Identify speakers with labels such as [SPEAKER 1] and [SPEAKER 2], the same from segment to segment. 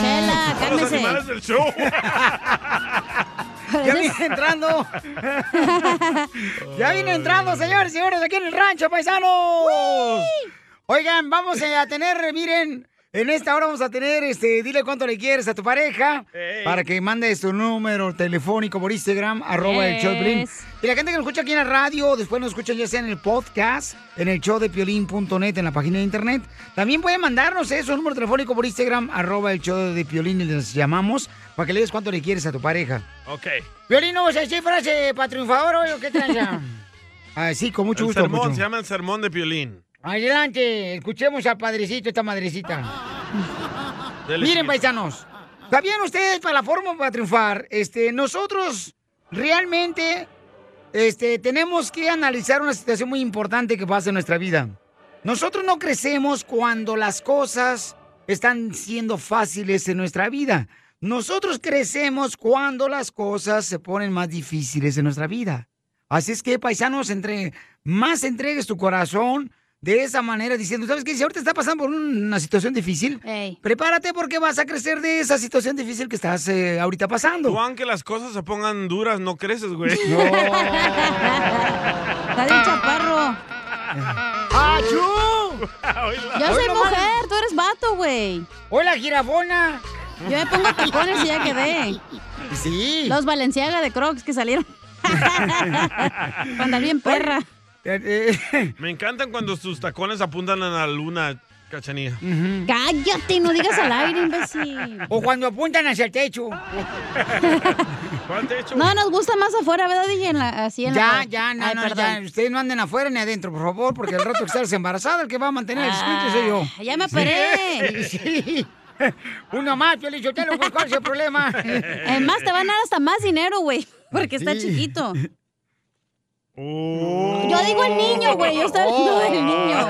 [SPEAKER 1] Chela,
[SPEAKER 2] Los
[SPEAKER 1] cálmese.
[SPEAKER 2] animales del show.
[SPEAKER 3] Ya viene entrando. ya viene entrando, señores, señores, aquí en el rancho, paisanos. Oigan, vamos eh, a tener, miren, en esta hora vamos a tener, este, dile cuánto le quieres a tu pareja
[SPEAKER 4] Eh.
[SPEAKER 1] Ey.
[SPEAKER 3] para que mandes tu número telefónico por Instagram, arroba el show de Piolín.
[SPEAKER 1] Yes.
[SPEAKER 3] Y la gente que nos escucha aquí en la radio, después nos escucha ya sea en el podcast, en el show de piolín.net, en la página de internet. También pueden mandarnos eso, un número telefónico por Instagram, arroba el show de piolín y les llamamos para que le digas cuánto le quieres a tu pareja.
[SPEAKER 2] Ok.
[SPEAKER 3] Violín, ¿no vas a decir frase para triunfador hoy o qué tranza? ah, sí, con mucho
[SPEAKER 2] El
[SPEAKER 3] gusto.
[SPEAKER 2] sermón,
[SPEAKER 3] Poncho.
[SPEAKER 2] se llama el sermón de violín.
[SPEAKER 3] Adelante, escuchemos a Padrecito, esta madrecita. Miren, paisanos, ¿sabían ustedes para la forma para triunfar? Este, nosotros realmente este, tenemos que analizar una situación muy importante que pasa en nuestra vida. Nosotros no crecemos cuando las cosas están siendo fáciles en nuestra vida. Nosotros crecemos cuando las cosas se ponen más difíciles en nuestra vida. Así es que, paisanos, entre más entregues tu corazón de esa manera, diciendo, ¿sabes qué? Si ahorita está pasando por una situación difícil, prepárate porque vas a crecer de esa situación difícil que estás eh, ahorita pasando.
[SPEAKER 2] Tú, aunque las cosas se pongan duras, no creces, güey.
[SPEAKER 3] No.
[SPEAKER 1] Está bien chaparro.
[SPEAKER 3] ¡Achú!
[SPEAKER 1] Yo soy
[SPEAKER 3] Hoy nomás.
[SPEAKER 1] mujer, tú eres vato, güey.
[SPEAKER 3] ¡Hola, girafona!
[SPEAKER 1] Yo me pongo tacones y ya quedé.
[SPEAKER 3] Sí.
[SPEAKER 1] Los Valenciaga de Crocs que salieron. Para andar bien perra.
[SPEAKER 3] eh,
[SPEAKER 2] Me encantan cuando sus tacones apuntan a la luna, cachanilla.
[SPEAKER 1] Cállate, no digas al aire, imbécil.
[SPEAKER 3] O cuando apuntan hacia el techo.
[SPEAKER 2] ¿Cuál techo?
[SPEAKER 1] No, nos gusta más afuera, ¿verdad, DJ? En la- así en
[SPEAKER 3] Ya,
[SPEAKER 1] la...
[SPEAKER 3] ya, no,
[SPEAKER 1] Ay,
[SPEAKER 3] no,
[SPEAKER 1] perdón.
[SPEAKER 3] ya. Ustedes no anden afuera ni adentro, por favor, porque el rato que estás embarazada, el que va a mantener el espíritu soy yo.
[SPEAKER 1] Ah, ya me operé.
[SPEAKER 3] Sí, sí. Uno más, Piolín Sotelo, pues, ¿cuál es el problema?
[SPEAKER 1] Además, te van a dar hasta más dinero, güey. Porque está
[SPEAKER 3] Sí.
[SPEAKER 1] chiquito.
[SPEAKER 2] Oh.
[SPEAKER 1] Yo digo el niño, güey. Yo estaba hablando
[SPEAKER 3] Oh.
[SPEAKER 1] del niño.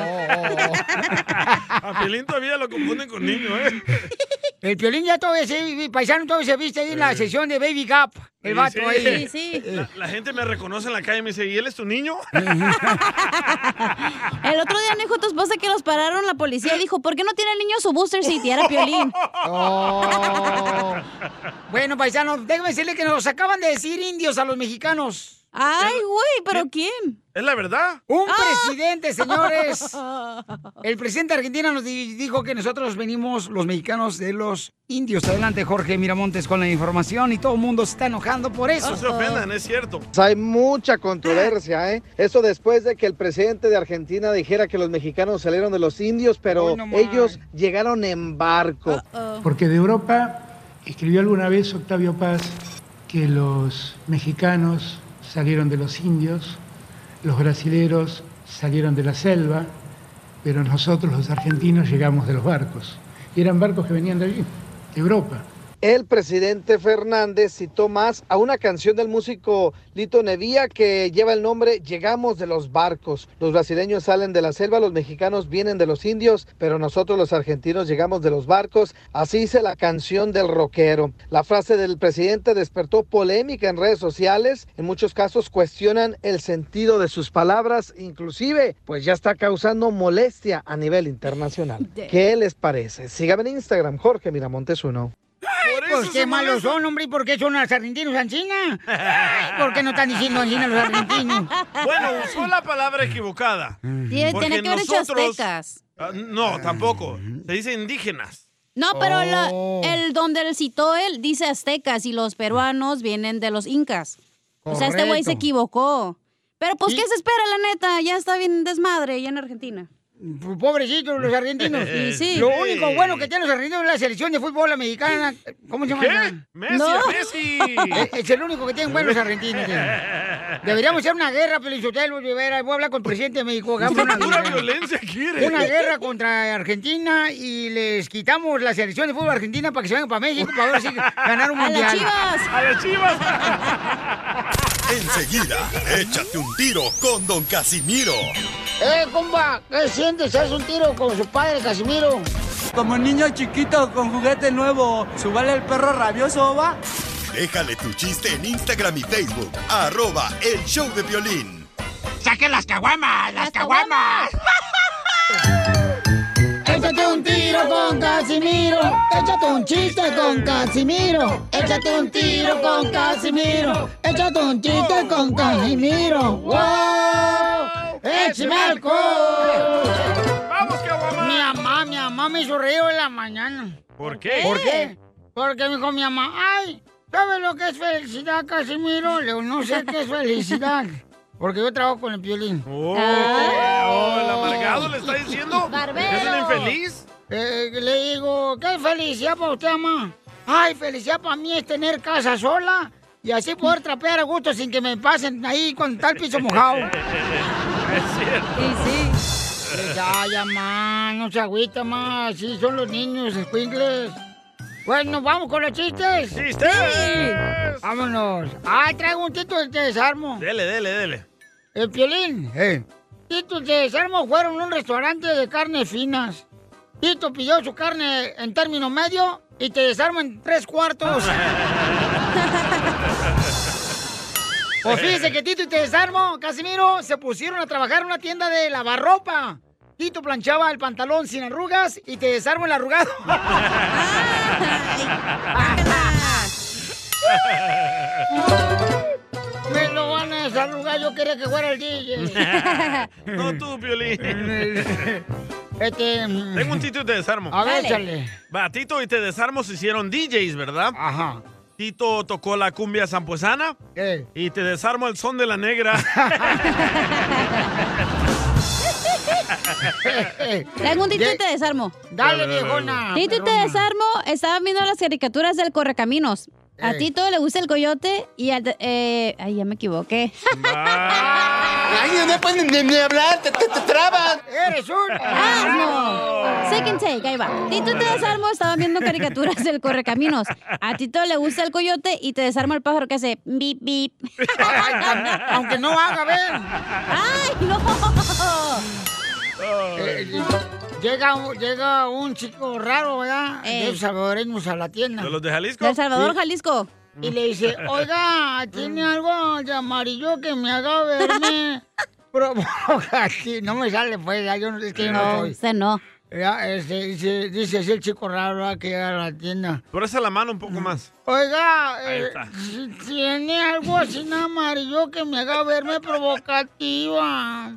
[SPEAKER 2] A Piolín todavía lo confunden con niño, ¿eh?
[SPEAKER 3] El Piolín ya todavía se, paisano todavía se viste ahí en la sesión de Baby Gap, el
[SPEAKER 2] Sí,
[SPEAKER 3] vato
[SPEAKER 2] sí.
[SPEAKER 3] ahí. Eh,
[SPEAKER 1] Sí, sí.
[SPEAKER 2] La, la gente me reconoce en la calle y me dice, ¿y él es tu niño?
[SPEAKER 1] El otro día no dijo tu esposa que los pararon la policía y dijo, ¿por qué no tiene el niño su booster si era piolín?
[SPEAKER 3] Oh. Bueno, paisano, déjame decirle que nos acaban de decir indios a los mexicanos. ¿Eh?
[SPEAKER 1] Ay, güey, ¿pero quién? Ah.
[SPEAKER 2] ¿Es la verdad?
[SPEAKER 3] Un presidente, señores. El presidente de Argentina nos di- dijo que nosotros venimos, los mexicanos, de los indios. Adelante, Jorge Miramontes, con la información y todo el mundo se está enojando por eso.
[SPEAKER 2] No se ofendan, es cierto.
[SPEAKER 5] Pues Hay mucha controversia, ¿eh? Eso después de que el presidente de Argentina dijera que los mexicanos salieron de los indios, pero
[SPEAKER 3] Hoy nomás.
[SPEAKER 5] ellos llegaron en barco.
[SPEAKER 6] Porque de Europa escribió alguna vez Octavio Paz que los mexicanos salieron de los indios, los brasileros salieron de la selva, pero nosotros los argentinos llegamos de los barcos. Y eran barcos que venían de allí, de Europa.
[SPEAKER 5] El presidente Fernández citó más a una canción del músico Lito Nevia que lleva el nombre Llegamos de los barcos. Los brasileños salen de la selva, los mexicanos vienen de los indios, pero nosotros los argentinos llegamos de los barcos. Así dice la canción del rockero. La frase del presidente despertó polémica en redes sociales. En muchos casos cuestionan el sentido de sus palabras, inclusive pues ya está causando molestia a nivel internacional. ¿Qué les parece? Sígame en Instagram, Jorge Miramontes uno.
[SPEAKER 3] Por pues qué malos son, hombre, ¿y por qué son los argentinos Ancina? Ay, ¿Por qué no están diciendo Ancina los argentinos?
[SPEAKER 2] Bueno, usó la palabra equivocada.
[SPEAKER 1] Tiene
[SPEAKER 2] Porque
[SPEAKER 1] tiene que haber hecho
[SPEAKER 2] nosotros-
[SPEAKER 1] aztecas.
[SPEAKER 2] Ah, No, tampoco. Se dice indígenas.
[SPEAKER 1] No, pero la-
[SPEAKER 2] Oh.
[SPEAKER 1] el donde él citó él dice aztecas y los peruanos vienen de los incas. O sea, este güey se
[SPEAKER 3] Correcto.
[SPEAKER 1] equivocó. Pero pues, ¿qué se espera, la neta? Ya está bien desmadre ya en Argentina.
[SPEAKER 3] Pobrecitos los argentinos.
[SPEAKER 1] Sí, sí.
[SPEAKER 3] Lo único bueno que tienen los argentinos es la selección de fútbol americana. ¿Cómo se llama?
[SPEAKER 2] ¿Qué?
[SPEAKER 3] esa?
[SPEAKER 2] Messi, Messi.
[SPEAKER 3] Es- Es el único que tienen buenos argentinos. tienen. Deberíamos hacer una guerra, Pelizotelo, Rivera. Voy a hablar con el presidente de México. hagamos una eh.
[SPEAKER 2] Pura
[SPEAKER 3] guerra.
[SPEAKER 2] violencia quiere.
[SPEAKER 3] Una guerra contra Argentina y les quitamos la selección de fútbol argentina para que se vayan para México para ver si ganar un
[SPEAKER 1] ¡A las
[SPEAKER 3] mundial.
[SPEAKER 1] chivas!
[SPEAKER 2] ¡A las chivas!
[SPEAKER 7] Enseguida, échate un tiro con Don Casimiro.
[SPEAKER 3] ¡Eh, compa! ¿Qué sientes? ¿Haz un tiro con su padre, Casimiro?
[SPEAKER 8] Como niño chiquito con juguete nuevo, subale el perro rabioso, va.
[SPEAKER 7] Déjale tu chiste en Instagram y Facebook, arroba el show de violín.
[SPEAKER 8] ¡Saque las caguamas!
[SPEAKER 3] ¡Las caguamas! Échate un tiro con Casimiro. Échate un chiste con Casimiro. Échate un tiro con Casimiro. Échate un chiste con Casimiro. ¡Wow! ¡Échame alcohol!
[SPEAKER 2] ¡Vamos, Caguama!
[SPEAKER 3] Mi mamá, mi mamá me hizo reír en la mañana.
[SPEAKER 2] ¿Por qué?
[SPEAKER 3] ¿Por qué? Porque me dijo mi mamá, ¡ay! ¿Sabes lo que es felicidad, Casimiro? Le digo, no sé qué es felicidad. Porque yo trabajo con el Ah. violín.
[SPEAKER 2] Oh, oh, el amargado le está diciendo.
[SPEAKER 3] Barbero.
[SPEAKER 2] ¿Es un infeliz?
[SPEAKER 3] Eh, le digo, ¿qué felicidad para usted, mamá? Ay, felicidad para mí es tener casa sola y así poder trapear a gusto sin que me pasen ahí con tal piso mojado.
[SPEAKER 2] es cierto.
[SPEAKER 3] Eh, Ya, ya, ma, no se agüita, ma, así son los niños, escuincles. Bueno, Pues vamos con los chistes.
[SPEAKER 2] ¡Chistes!
[SPEAKER 3] Sí. Vámonos. Ah, traigo un título de desarmo.
[SPEAKER 2] Dele, dele, dele.
[SPEAKER 3] El piolín. eh. Tito y Desarmo fueron a un restaurante de carnes finas. Tito pidió su carne en término medio y te desarmo en tres cuartos. pues fíjese que Tito y te desarmo, Casimiro, se pusieron a trabajar en una tienda de lavarropa. Tito planchaba el pantalón sin arrugas y te desarmo el arrugado. Me lo van a desarrugar, yo quería que fuera el DJ.
[SPEAKER 2] no tú, Piolín.
[SPEAKER 3] este...
[SPEAKER 2] Tengo un Tito y te desarmo.
[SPEAKER 3] Eh, A ver, Dale. échale.
[SPEAKER 2] Va, Tito y te desarmo se hicieron DJs, ¿verdad?
[SPEAKER 3] Ajá.
[SPEAKER 2] Tito tocó la cumbia zampuesana. Y te desarmo el son de la negra.
[SPEAKER 8] Eh,
[SPEAKER 1] Tengo un tito y te desarmo.
[SPEAKER 3] Dale,
[SPEAKER 2] Dale, dale,
[SPEAKER 3] viejona.
[SPEAKER 1] Tito y te
[SPEAKER 3] perrona.
[SPEAKER 1] desarmo, estaban viendo las caricaturas del Correcaminos. A
[SPEAKER 3] Ey.
[SPEAKER 1] Tito le gusta el coyote y al... de- eh, ay, ya me equivoqué.
[SPEAKER 8] ¡Ay, no pueden ni, hablar! ¡Te, traban!
[SPEAKER 3] ¡Eres un
[SPEAKER 1] ¡Asno! Ah, Second take, ahí va. Tito y te desarmo, estaban viendo caricaturas del Correcaminos. A Tito le gusta el coyote y te desarmo el pájaro que hace bip, bip.
[SPEAKER 3] Ay, tam- Aunque no haga, ver.
[SPEAKER 1] ¡Ay, no!
[SPEAKER 3] Eh, eh, llega, un- llega un chico raro, ¿verdad?
[SPEAKER 1] Ey.
[SPEAKER 3] De los salvadoreños a la tienda.
[SPEAKER 2] ¿De los de Jalisco?
[SPEAKER 1] Eh. De El Salvador, Jalisco.
[SPEAKER 3] Y le dice, oiga, tiene
[SPEAKER 2] Mm.
[SPEAKER 3] algo de amarillo que me haga verme provocativo. No me sale, pues, ya, yo no- es que yo
[SPEAKER 2] Eh.
[SPEAKER 3] no
[SPEAKER 1] No,
[SPEAKER 3] soy.
[SPEAKER 1] usted no.
[SPEAKER 3] Ya, este, dice, dice así el chico raro ¿verdad? que llega a la tienda.
[SPEAKER 2] Pero esa la mano un poco más.
[SPEAKER 3] Oiga,
[SPEAKER 2] Ahí
[SPEAKER 3] eh,
[SPEAKER 2] está.
[SPEAKER 3] si tiene algo así en amarillo que me haga verme provocativa,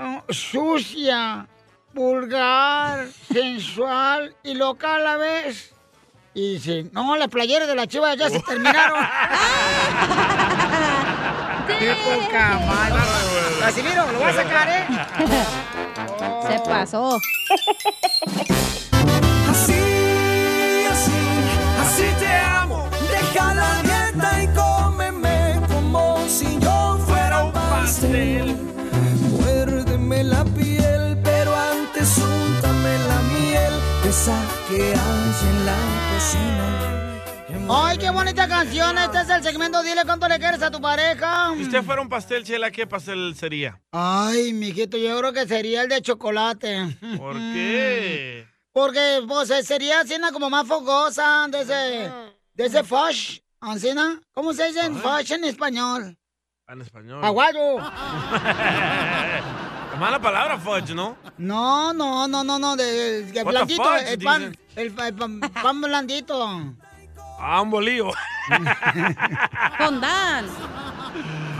[SPEAKER 3] oh, sucia, vulgar, sensual y loca a la vez. Y dice, no, las playeras de la chiva ya se terminaron. ¡Qué poca madre! Casimiro, lo voy a sacar, ¿eh?
[SPEAKER 1] Se pasó.
[SPEAKER 8] Así, así, así te amo. Deja la dieta y cómeme como si yo fuera un pastel. Muérdeme la piel, pero antes úntame la miel. Esa que hay en la cocina.
[SPEAKER 3] ¡Ay, qué bonita canción! Este es el segmento Dile cuánto le quieres a tu pareja.
[SPEAKER 2] Si usted fuera un pastel, Chela, ¿qué pastel sería?
[SPEAKER 3] Ay, mijito, yo creo que sería el de chocolate.
[SPEAKER 2] ¿Por qué?
[SPEAKER 3] Porque, pues, eh, sería cena como más fogosa de ese, de ese fosh, ¿Ancina? ¿Cómo se dice en fosh en español?
[SPEAKER 2] En español.
[SPEAKER 3] Aguayo.
[SPEAKER 2] Mala palabra, fudge, ¿no?
[SPEAKER 3] No, no, no, no, no, de, de
[SPEAKER 2] What the
[SPEAKER 3] blandito,
[SPEAKER 2] fudge,
[SPEAKER 3] el pan,
[SPEAKER 2] dicen.
[SPEAKER 3] el, pa- el pan, pan blandito.
[SPEAKER 2] A Ah, un bolío.
[SPEAKER 1] Con Dan.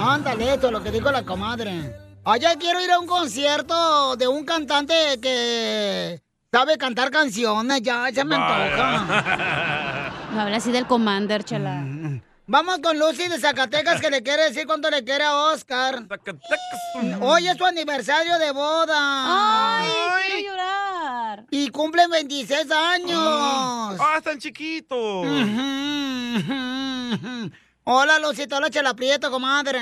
[SPEAKER 3] Ándale, esto es lo que dijo la comadre. Allá quiero ir a un concierto de un cantante que sabe cantar canciones. Ya, ya me antoja. Mm.
[SPEAKER 1] No habla así del Commander, chela.
[SPEAKER 3] Vamos con Lucy de Zacatecas que le quiere decir cuánto le quiere a Oscar.
[SPEAKER 2] pues.
[SPEAKER 3] Hoy es su aniversario de boda.
[SPEAKER 1] Ay, quiero llorar.
[SPEAKER 3] Y cumple 26 años.
[SPEAKER 2] ¡Ah, tan chiquito!
[SPEAKER 3] Hola, Lucita. Hola, Chela Prieto, comadre.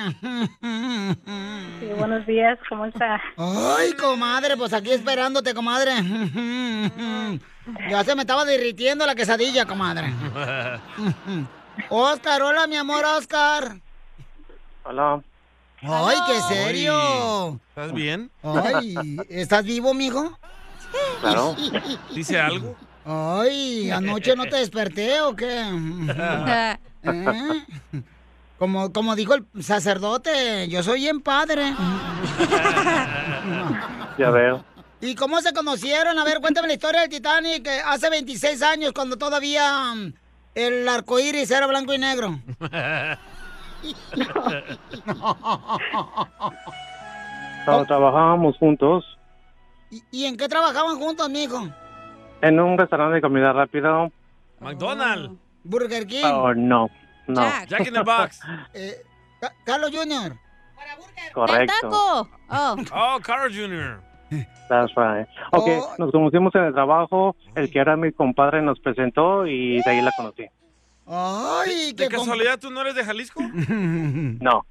[SPEAKER 9] Sí, buenos días, ¿cómo está?
[SPEAKER 3] Ay, comadre, pues aquí esperándote, comadre. Ya se me estaba derritiendo la quesadilla, comadre. Oscar, hola, mi amor, Oscar.
[SPEAKER 9] Hola.
[SPEAKER 3] Ay, qué serio.
[SPEAKER 2] ¿Estás bien?
[SPEAKER 3] Ay, ¿estás vivo, mijo?
[SPEAKER 2] Claro. ¿Dice algo?
[SPEAKER 3] Ay, anoche no te desperté o qué? ¿Eh? Como, como dijo el sacerdote, yo soy bien padre.
[SPEAKER 9] Ya veo.
[SPEAKER 3] ¿Y cómo se conocieron? A ver, cuéntame la historia del Titanic eh, hace 26 años, cuando todavía mm, el arco iris era blanco y negro.
[SPEAKER 9] Tra- Trabajábamos juntos
[SPEAKER 3] ¿Y, y en qué trabajaban juntos, mijo?
[SPEAKER 9] en un restaurante de comida rápida.
[SPEAKER 2] McDonald's.
[SPEAKER 3] Burger King.
[SPEAKER 9] Oh, no, no.
[SPEAKER 2] Jack in the Box.
[SPEAKER 3] Eh, Ca- Carlos Jr.
[SPEAKER 9] Correcto.
[SPEAKER 1] Oh.
[SPEAKER 2] Oh, Carl Jr.
[SPEAKER 9] That's right. Ok,
[SPEAKER 3] Oh.
[SPEAKER 9] nos conocimos en el trabajo. El que era mi compadre nos presentó y de ahí la conocí.
[SPEAKER 3] Ay,
[SPEAKER 2] ¿De casualidad tú no eres de Jalisco?
[SPEAKER 9] No,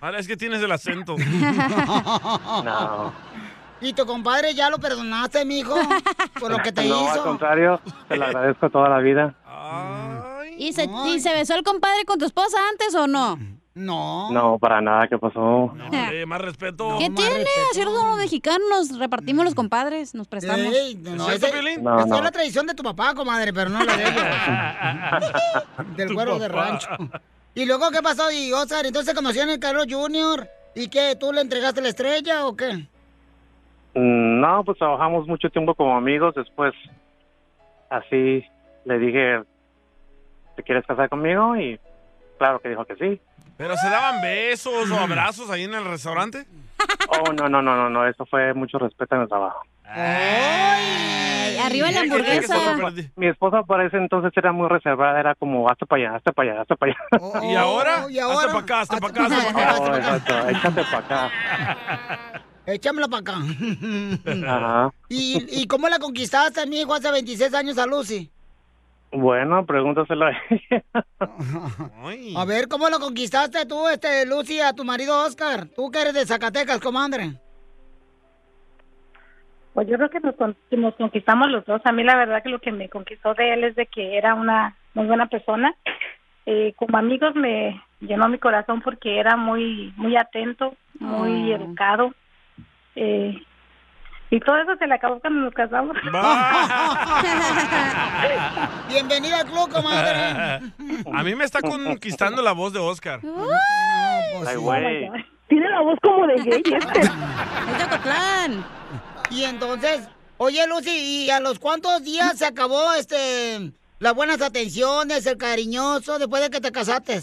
[SPEAKER 2] Ahora es que tienes el acento.
[SPEAKER 9] no.
[SPEAKER 3] ¿Y tu compadre ya lo perdonaste, mijo? Por lo que te
[SPEAKER 9] no, al
[SPEAKER 3] hizo.
[SPEAKER 9] contrario, te lo agradezco toda la vida.
[SPEAKER 1] ¿Y se, y se besó el compadre con tu esposa antes o no?
[SPEAKER 3] No.
[SPEAKER 9] No, para nada, ¿qué pasó?
[SPEAKER 2] Hombre, más respeto.
[SPEAKER 1] ¿Qué tiene? Así somos los mexicanos, nos repartimos los compadres, nos prestamos.
[SPEAKER 3] Ey, no,
[SPEAKER 2] ¿Cierto,
[SPEAKER 3] ese-
[SPEAKER 2] Piolín?
[SPEAKER 9] No,
[SPEAKER 3] esa
[SPEAKER 9] no.
[SPEAKER 3] es la tradición de tu papá, comadre, pero no la de ellos. del
[SPEAKER 2] Tu
[SPEAKER 3] cuero de
[SPEAKER 2] papá.
[SPEAKER 3] rancho. ¿Y luego qué pasó? Y Oscar, entonces se conocieron el Carlos Jr. ¿Y qué? ¿Tú le entregaste la estrella o qué?
[SPEAKER 9] Mm, No, pues trabajamos mucho tiempo como amigos. Después, así le dije, ¿te quieres casar conmigo? Y claro que dijo que sí.
[SPEAKER 2] ¿Pero se daban besos o abrazos ahí en el restaurante?
[SPEAKER 9] Oh, no, no, no, no, no, eso fue mucho respeto en el trabajo.
[SPEAKER 1] Ay, arriba la
[SPEAKER 2] Ay, que- que- que se
[SPEAKER 1] hamburguesa.
[SPEAKER 2] lo perdí.
[SPEAKER 9] Mi esposa para ese entonces era muy reservada, era como, hasta para allá, hasta para allá, hasta para allá.
[SPEAKER 2] ¿Y ahora?
[SPEAKER 3] ¿Y ahora?
[SPEAKER 2] Hasta para acá, hasta para
[SPEAKER 3] Hasta
[SPEAKER 2] acá, hasta
[SPEAKER 3] pa' hasta
[SPEAKER 2] para acá.
[SPEAKER 9] Oh,
[SPEAKER 3] pa' acá.
[SPEAKER 9] exacto, échate para acá.
[SPEAKER 3] Échamela para acá.
[SPEAKER 9] Ajá.
[SPEAKER 3] ¿Y, ¿Y cómo la conquistaste, mi hijo, hace 26 años a Lucy?
[SPEAKER 9] Bueno, pregúntaselo a ella.
[SPEAKER 2] Ay.
[SPEAKER 3] A ver, ¿cómo lo conquistaste tú, este, Lucy, a tu marido Oscar? Tú que eres de Zacatecas, comadre.
[SPEAKER 9] Pues yo creo que nos, con- que nos conquistamos los dos. A mí la verdad que lo que me conquistó de él es de que era una muy buena persona. Eh, como amigos me llenó mi corazón porque era muy muy atento, muy
[SPEAKER 1] Ah.
[SPEAKER 9] educado. Eh, y todo eso se le acabó cuando nos casamos.
[SPEAKER 3] Bienvenida al club, comadre.
[SPEAKER 2] A mí me está conquistando la voz de Oscar.
[SPEAKER 3] No, pues sí.
[SPEAKER 9] Tiene la voz como de gay. este.
[SPEAKER 1] Es de Ocotlán.
[SPEAKER 3] Y entonces, oye Lucy, ¿y a los cuántos días se acabó este las buenas atenciones, el cariñoso, después de que te casaste?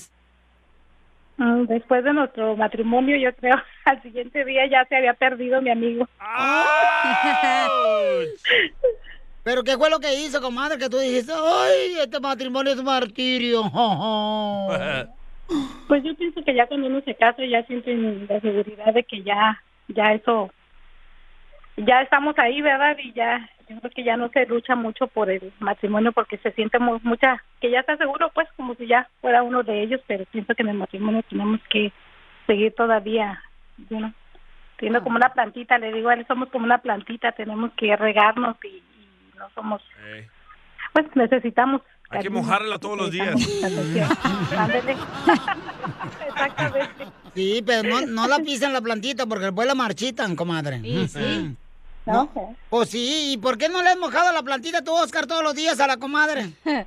[SPEAKER 9] Mm, Después de nuestro matrimonio, yo creo, al siguiente día ya se había perdido mi amigo.
[SPEAKER 3] Pero qué fue lo que hizo, comadre, que tú dijiste, ay, este matrimonio es un martirio.
[SPEAKER 9] Pues yo pienso que ya cuando uno se casa ya sienten la seguridad de que ya, ya eso, ya estamos ahí, ¿verdad? Y ya, yo creo que ya no se lucha mucho por el matrimonio porque se siente mu- mucha, que ya está seguro, pues como si ya fuera uno de ellos, pero pienso que en el matrimonio tenemos que seguir todavía, you know, siendo como una plantita, le digo a él, somos como una plantita, tenemos que regarnos y, y no somos,
[SPEAKER 2] Eh,
[SPEAKER 9] pues necesitamos.
[SPEAKER 2] Hay que
[SPEAKER 9] cariño,
[SPEAKER 2] mojarla todos los días.
[SPEAKER 9] necesitamos atención. Ándele. Exactamente.
[SPEAKER 3] Sí, pero no, no la pisen la plantita porque después la marchitan, comadre. Eh.
[SPEAKER 1] Sí, sí.
[SPEAKER 9] ¿no?
[SPEAKER 3] Pues sí, ¿y por qué no le has mojado la plantita tú, Oscar, todos los días a la comadre? Pues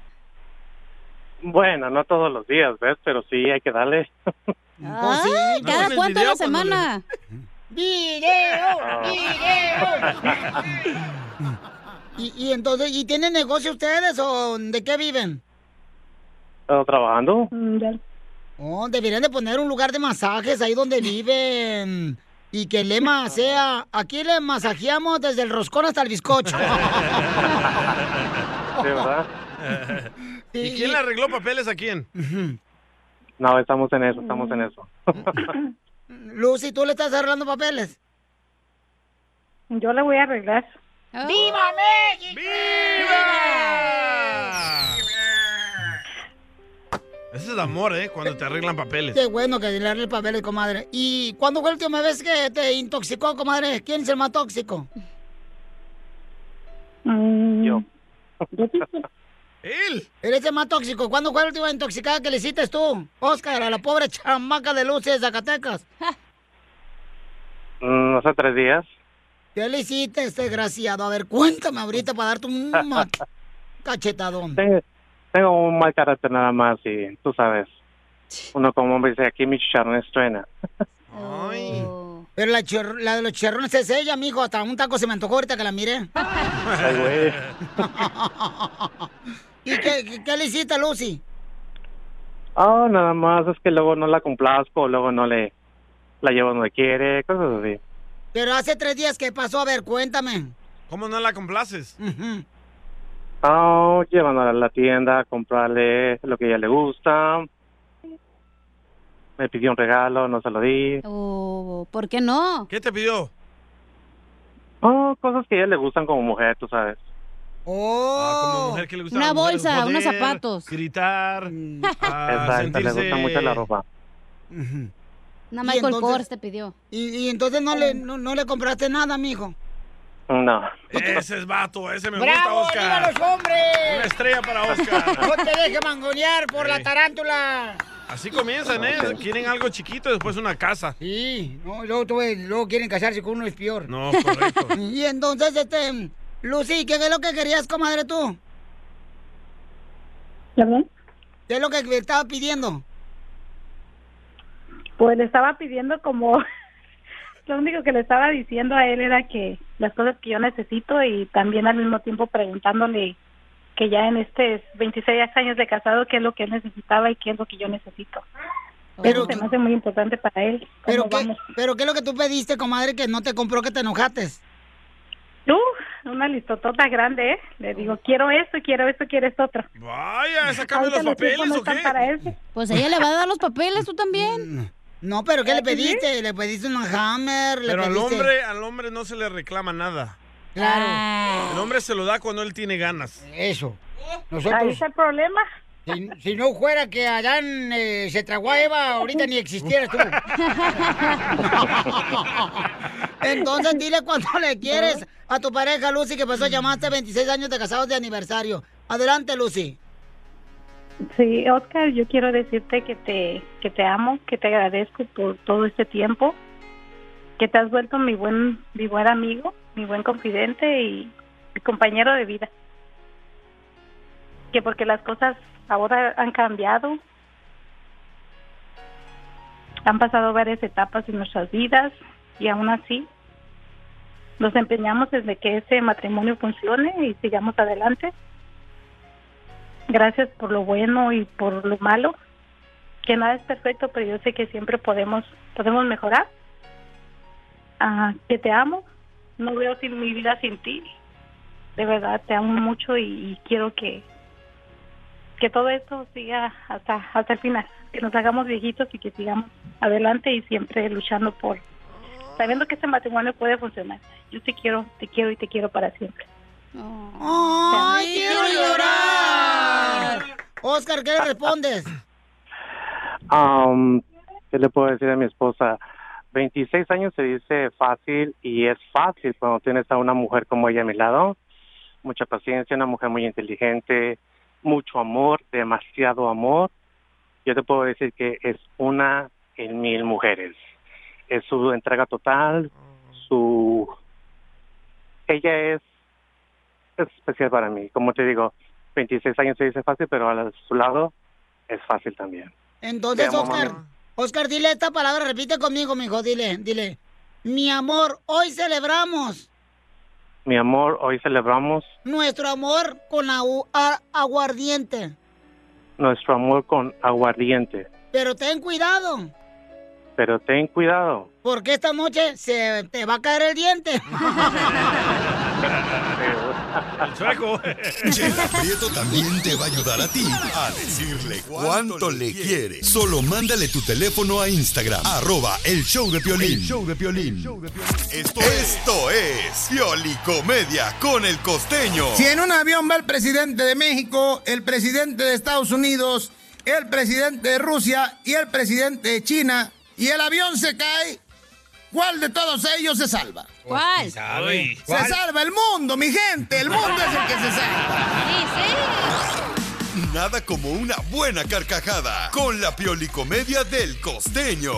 [SPEAKER 10] Bueno, no todos los días, ¿ves? Pero sí hay que darle.
[SPEAKER 3] Pues sí.
[SPEAKER 1] Ay,
[SPEAKER 2] No, en
[SPEAKER 1] Ah, cada
[SPEAKER 2] el
[SPEAKER 1] cuánto a la
[SPEAKER 2] video cuando le-
[SPEAKER 1] semana.
[SPEAKER 3] ¡Video! ¡Video! y, y entonces, ¿y tienen negocio ustedes o de qué viven?
[SPEAKER 10] ¿Estás trabajando?
[SPEAKER 3] Oh, deberían de poner un lugar de masajes ahí donde viven. Y que el lema sea, aquí le masajeamos desde el roscón hasta el bizcocho.
[SPEAKER 10] ¿De verdad?
[SPEAKER 2] ¿Y quién le arregló papeles a quién?
[SPEAKER 10] No, estamos en eso, estamos en eso.
[SPEAKER 3] Lucy, ¿tú le estás arreglando papeles?
[SPEAKER 9] Yo le voy a arreglar.
[SPEAKER 1] Oh.
[SPEAKER 3] ¡Viva México!
[SPEAKER 2] Ese es el amor, ¿eh? Cuando te arreglan papeles.
[SPEAKER 3] Qué bueno que le arregle papeles, comadre. ¿Y cuándo fue la última vez que te intoxicó, comadre? ¿Quién es el más tóxico?
[SPEAKER 10] Yo.
[SPEAKER 3] Él. Eres el más tóxico. ¿Cuándo fue la última intoxicada que le hiciste tú, Oscar, a la pobre chamaca de luces de Zacatecas?
[SPEAKER 10] Mm, Hace tres días.
[SPEAKER 3] ¿Qué le hiciste, este desgraciado? A ver, cuéntame ahorita para darte un ma- cachetadón.
[SPEAKER 10] Tengo, tengo un mal carácter nada más y tú sabes. Uno como hombre dice, aquí mi chicharrón estrena.
[SPEAKER 3] Pero la, chor- la de los chicharrones es ella, mijo. Hasta un taco se me antojó ahorita que la miré.
[SPEAKER 10] Ay, güey.
[SPEAKER 3] ¿Y qué, qué- qué le hiciste, Lucy?
[SPEAKER 10] Ah, nada más es que luego no la complazco, luego no le la llevo donde quiere, cosas así.
[SPEAKER 3] Pero hace tres días que pasó. A ver, cuéntame.
[SPEAKER 2] ¿Cómo no la complaces?
[SPEAKER 10] Ah, llevándola a la tienda, comprarle lo que a ella le gusta. Me pidió un regalo, no se lo di.
[SPEAKER 1] Oh, ¿Por qué no?
[SPEAKER 2] ¿Qué te pidió?
[SPEAKER 10] Oh, cosas que a ella le gustan como mujer, tú sabes.
[SPEAKER 3] Oh.
[SPEAKER 2] Ah, Como mujer que le gusta a
[SPEAKER 1] Una
[SPEAKER 2] las mujeres
[SPEAKER 1] bolsa, unos
[SPEAKER 2] joder,
[SPEAKER 1] zapatos.
[SPEAKER 2] Gritar.
[SPEAKER 10] Mm. Exacto,
[SPEAKER 2] ah,
[SPEAKER 10] le
[SPEAKER 2] sentirse-
[SPEAKER 10] gusta mucho la ropa.
[SPEAKER 1] Una
[SPEAKER 3] ¿Y
[SPEAKER 1] Michael
[SPEAKER 3] entonces?
[SPEAKER 1] Kors te pidió.
[SPEAKER 3] Y, y entonces no le, no, no le compraste nada, mijo.
[SPEAKER 10] No.
[SPEAKER 2] Ese es vato, ese me
[SPEAKER 3] ¡Bravo!
[SPEAKER 2] gusta, Oscar.
[SPEAKER 3] ¡Viva los hombres!
[SPEAKER 2] Una estrella para Oscar.
[SPEAKER 3] No te dejes mangonear por la tarántula.
[SPEAKER 2] Así comienzan, ¿eh? Quieren algo chiquito y después una casa.
[SPEAKER 3] Sí, no, y luego, tú ves, luego quieren casarse con uno es peor.
[SPEAKER 2] No, correcto.
[SPEAKER 3] y entonces, este, Lucy, ¿qué es lo que querías, comadre, tú?
[SPEAKER 9] ¿Perdón?
[SPEAKER 3] ¿Qué es lo que me estaba pidiendo?
[SPEAKER 9] Pues le estaba pidiendo como... Lo único que le estaba diciendo a él era que las cosas que yo necesito y también al mismo tiempo preguntándole que ya en estos 26 años de casado qué es lo que él necesitaba y qué es lo que yo necesito. Pero se me hace muy importante para él. cómo
[SPEAKER 3] ¿Pero qué,
[SPEAKER 9] vamos.
[SPEAKER 3] ¿Pero qué es lo que tú pediste, comadre, que no te compró, que te enojaste?
[SPEAKER 9] Tú, una listotota grande, ¿eh? Le digo, quiero esto, quiero esto, quiero esto otro.
[SPEAKER 2] Vaya, esa
[SPEAKER 9] cambia
[SPEAKER 2] los papeles,
[SPEAKER 9] no
[SPEAKER 2] ¿o
[SPEAKER 9] están
[SPEAKER 2] qué?
[SPEAKER 9] para eso.
[SPEAKER 1] Pues ella le va a dar los papeles, tú también.
[SPEAKER 3] No, pero
[SPEAKER 9] ¿Ah,
[SPEAKER 3] ¿qué le pediste? ¿Le pediste una hammer? ¿Le
[SPEAKER 2] Pero al
[SPEAKER 3] pediste-
[SPEAKER 2] hombre, al Ah. hombre no se le reclama nada.
[SPEAKER 3] Claro.
[SPEAKER 2] El hombre se lo da cuando él tiene ganas.
[SPEAKER 3] Eso.
[SPEAKER 9] Ahí está el problema.
[SPEAKER 3] Si, si no fuera que Adán eh, se tragó a Eva, ahorita ni existieras tú. Entonces dile cuánto le quieres a tu pareja, Lucy, que pasó, llamaste 26 años de casados de aniversario. Adelante, Lucy.
[SPEAKER 9] Sí, Oscar, yo quiero decirte que te, que te amo, que te agradezco por todo este tiempo, que te has vuelto mi buen, mi buen amigo, mi buen confidente y mi compañero de vida. Que porque las cosas ahora han cambiado, han pasado varias etapas en nuestras vidas y aún así nos empeñamos desde que ese matrimonio funcione y sigamos adelante. Gracias por lo bueno y por lo malo. Que nada es perfecto, pero yo sé que siempre podemos podemos mejorar. Ah, que te amo. No veo sin mi vida sin ti. De verdad te amo mucho y, y quiero que que todo esto siga hasta hasta el final. Que nos hagamos viejitos y que sigamos adelante y siempre luchando por sabiendo que este matrimonio puede funcionar. Yo te quiero, te quiero y te quiero para siempre.
[SPEAKER 3] ¡Ay, quiero llorar! Oscar, ¿qué le respondes?
[SPEAKER 10] Um, ¿Qué le puedo decir a mi esposa? 26 años se dice fácil y es fácil cuando tienes a una mujer como ella a mi lado. Mucha paciencia, una mujer muy inteligente, mucho amor, demasiado amor. Yo te puedo decir que es una en mil mujeres. Es su entrega total, su... Ella es especial para mí. Como te digo, 26 años se dice fácil, pero a su lado es fácil también.
[SPEAKER 3] Entonces,
[SPEAKER 10] Te amo,
[SPEAKER 3] Oscar,
[SPEAKER 10] mamá.
[SPEAKER 3] Oscar, dile esta palabra, repite conmigo, mijo, dile, dile. Mi amor, hoy celebramos
[SPEAKER 10] Mi amor, hoy celebramos
[SPEAKER 3] nuestro amor con agu- a- aguardiente.
[SPEAKER 10] nuestro amor con aguardiente.
[SPEAKER 3] Pero ten cuidado,
[SPEAKER 10] Pero ten cuidado.
[SPEAKER 3] porque esta noche se te va a caer el diente.
[SPEAKER 2] El chueco.
[SPEAKER 7] Chela Prieto también te va a ayudar a ti a decirle cuánto le quiere. Solo mándale tu teléfono a Instagram, arroba el show de Piolín.
[SPEAKER 4] El
[SPEAKER 7] show de Esto, esto es Piolicomedia con el costeño.
[SPEAKER 4] Si en un avión va el presidente de México, el presidente de Estados Unidos, el presidente de Rusia y el presidente de China, y el avión se cae, ¿cuál de todos ellos se salva?
[SPEAKER 9] ¿Cuál?
[SPEAKER 4] Se salva el mundo, mi gente. El mundo es el que se salva.
[SPEAKER 7] Nada como una buena carcajada con la Piolicomedia del costeño.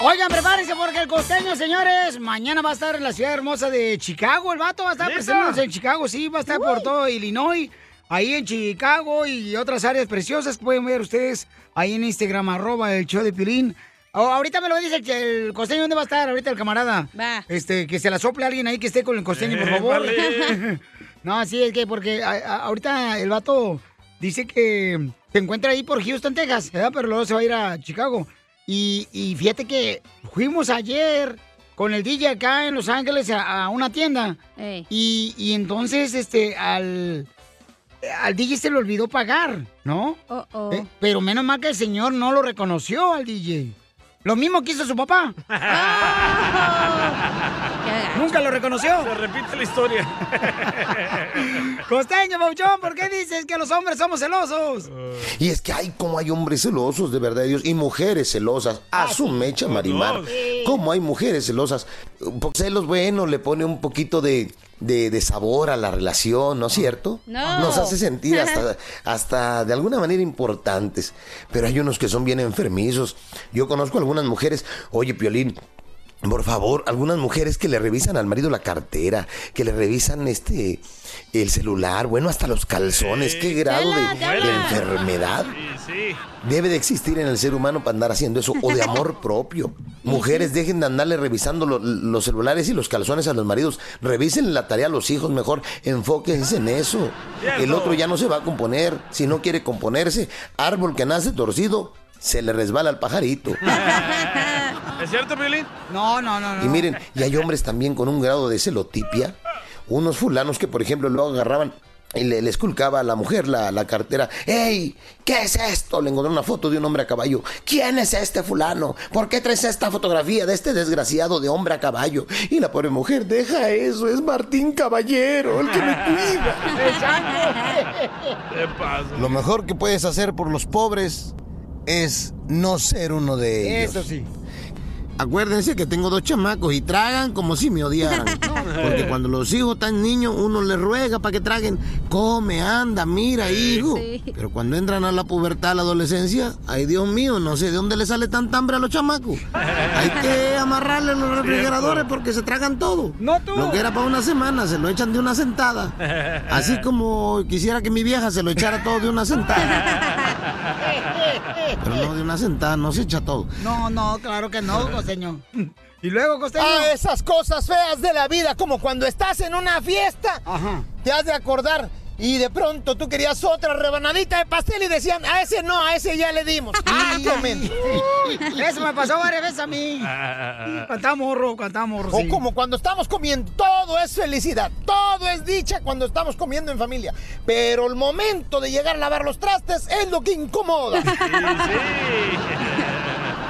[SPEAKER 3] Oigan, prepárense porque el costeño, señores, mañana va a estar en la ciudad hermosa de Chicago. El vato va a estar
[SPEAKER 8] ¿Neta?
[SPEAKER 3] presentándose en Chicago, sí, va a estar por todo Illinois, ahí en Chicago y otras áreas preciosas que pueden ver ustedes ahí en Instagram, arroba el show de Pilín. ahorita me lo dice el, el costeño, ¿dónde va a estar ahorita el camarada?
[SPEAKER 9] Va.
[SPEAKER 3] Este, que se la sople a alguien ahí que esté con el costeño, por
[SPEAKER 8] Eh,
[SPEAKER 3] favor.
[SPEAKER 8] vale.
[SPEAKER 3] no, sí, es que porque a- a- ahorita el vato dice que se encuentra ahí por Houston, Texas, ¿verdad? Pero luego se va a ir a Chicago. Y, y fíjate que fuimos ayer con el DJ acá en Los Ángeles a, a una tienda. Y, y entonces, este, al, al DJ se le olvidó pagar, ¿no?
[SPEAKER 9] Oh, oh.
[SPEAKER 3] Eh, pero menos mal que el señor no lo reconoció al DJ. Lo mismo que hizo su papá.
[SPEAKER 1] ¡Oh!
[SPEAKER 3] Nunca lo reconoció.
[SPEAKER 2] Se repite la historia.
[SPEAKER 3] Costeño, Bauchón, ¿por qué dices que los hombres somos celosos?
[SPEAKER 11] Y es que hay como hay hombres celosos, de verdad, Dios, y mujeres celosas. A su mecha, Marimar.
[SPEAKER 3] Dios.
[SPEAKER 11] Como hay mujeres celosas. Por celos, bueno, le pone un poquito de, de- de sabor a la relación, ¿no es cierto?
[SPEAKER 8] No.
[SPEAKER 11] Nos hace sentir hasta, hasta de alguna manera importantes. Pero hay unos que son bien enfermizos. Yo conozco algunas mujeres. Oye, Piolín. Por favor, algunas mujeres que le revisan al marido la cartera, que le revisan este el celular, bueno, hasta los calzones, qué grado de-
[SPEAKER 8] Chela,
[SPEAKER 11] de
[SPEAKER 8] chela.
[SPEAKER 11] enfermedad
[SPEAKER 8] Sí.
[SPEAKER 11] debe de existir en el ser humano para andar haciendo eso o de amor propio. Mujeres, dejen de andarle revisando lo- los celulares y los calzones a los maridos. Revisen la tarea a los hijos mejor. Enfóquense en eso.
[SPEAKER 8] Cierto.
[SPEAKER 11] El otro ya no se va a componer. Si no quiere componerse, árbol que nace torcido, se le resbala al pajarito.
[SPEAKER 2] ¿Es cierto, Piolín?
[SPEAKER 3] No, no, no,
[SPEAKER 11] Y miren, y hay hombres también con un grado de celotipia. Unos fulanos que, por ejemplo, luego agarraban y le, le esculcaba a la mujer la, la cartera. ¡Ey! ¿Qué es esto? Le encontré una foto de un hombre a caballo. ¿Quién es este fulano? ¿Por qué traes esta fotografía de este desgraciado de hombre a caballo? Y la pobre mujer, deja eso, es Martín Caballero, el que me cuida.
[SPEAKER 2] ¿Qué pasa?
[SPEAKER 11] Lo mejor que puedes hacer por los pobres es no ser uno de ellos.
[SPEAKER 3] Eso sí.
[SPEAKER 11] Acuérdense que tengo dos chamacos y tragan como si me odiaran. Porque cuando los hijos están niños, uno les ruega para que traguen. Come, anda, mira, hijo. Pero cuando entran a la pubertad, a la adolescencia, ay Dios mío, no sé de dónde le sale tanta hambre a los chamacos. Hay que amarrarle los refrigeradores porque se tragan todo. Lo que era para una semana, se lo echan de una sentada. Así como quisiera que mi vieja se lo echara todo de una sentada. Pero no, de una sentada no se echa todo.
[SPEAKER 3] No, no, claro que no, costeño. Y luego, costeño.
[SPEAKER 4] Ah, esas cosas feas de la vida, como cuando estás en una fiesta, te has de acordar y de pronto tú querías otra rebanadita de pastel y decían, a ese no, a ese ya le dimos. Ah, comen.
[SPEAKER 3] Eso me pasó varias veces a mí. Cantamos morro, cantamos morro.
[SPEAKER 4] O como cuando estamos comiendo, todo es felicidad, todo es dicha cuando estamos comiendo en familia. Pero el momento de llegar a lavar los trastes es lo que incomoda.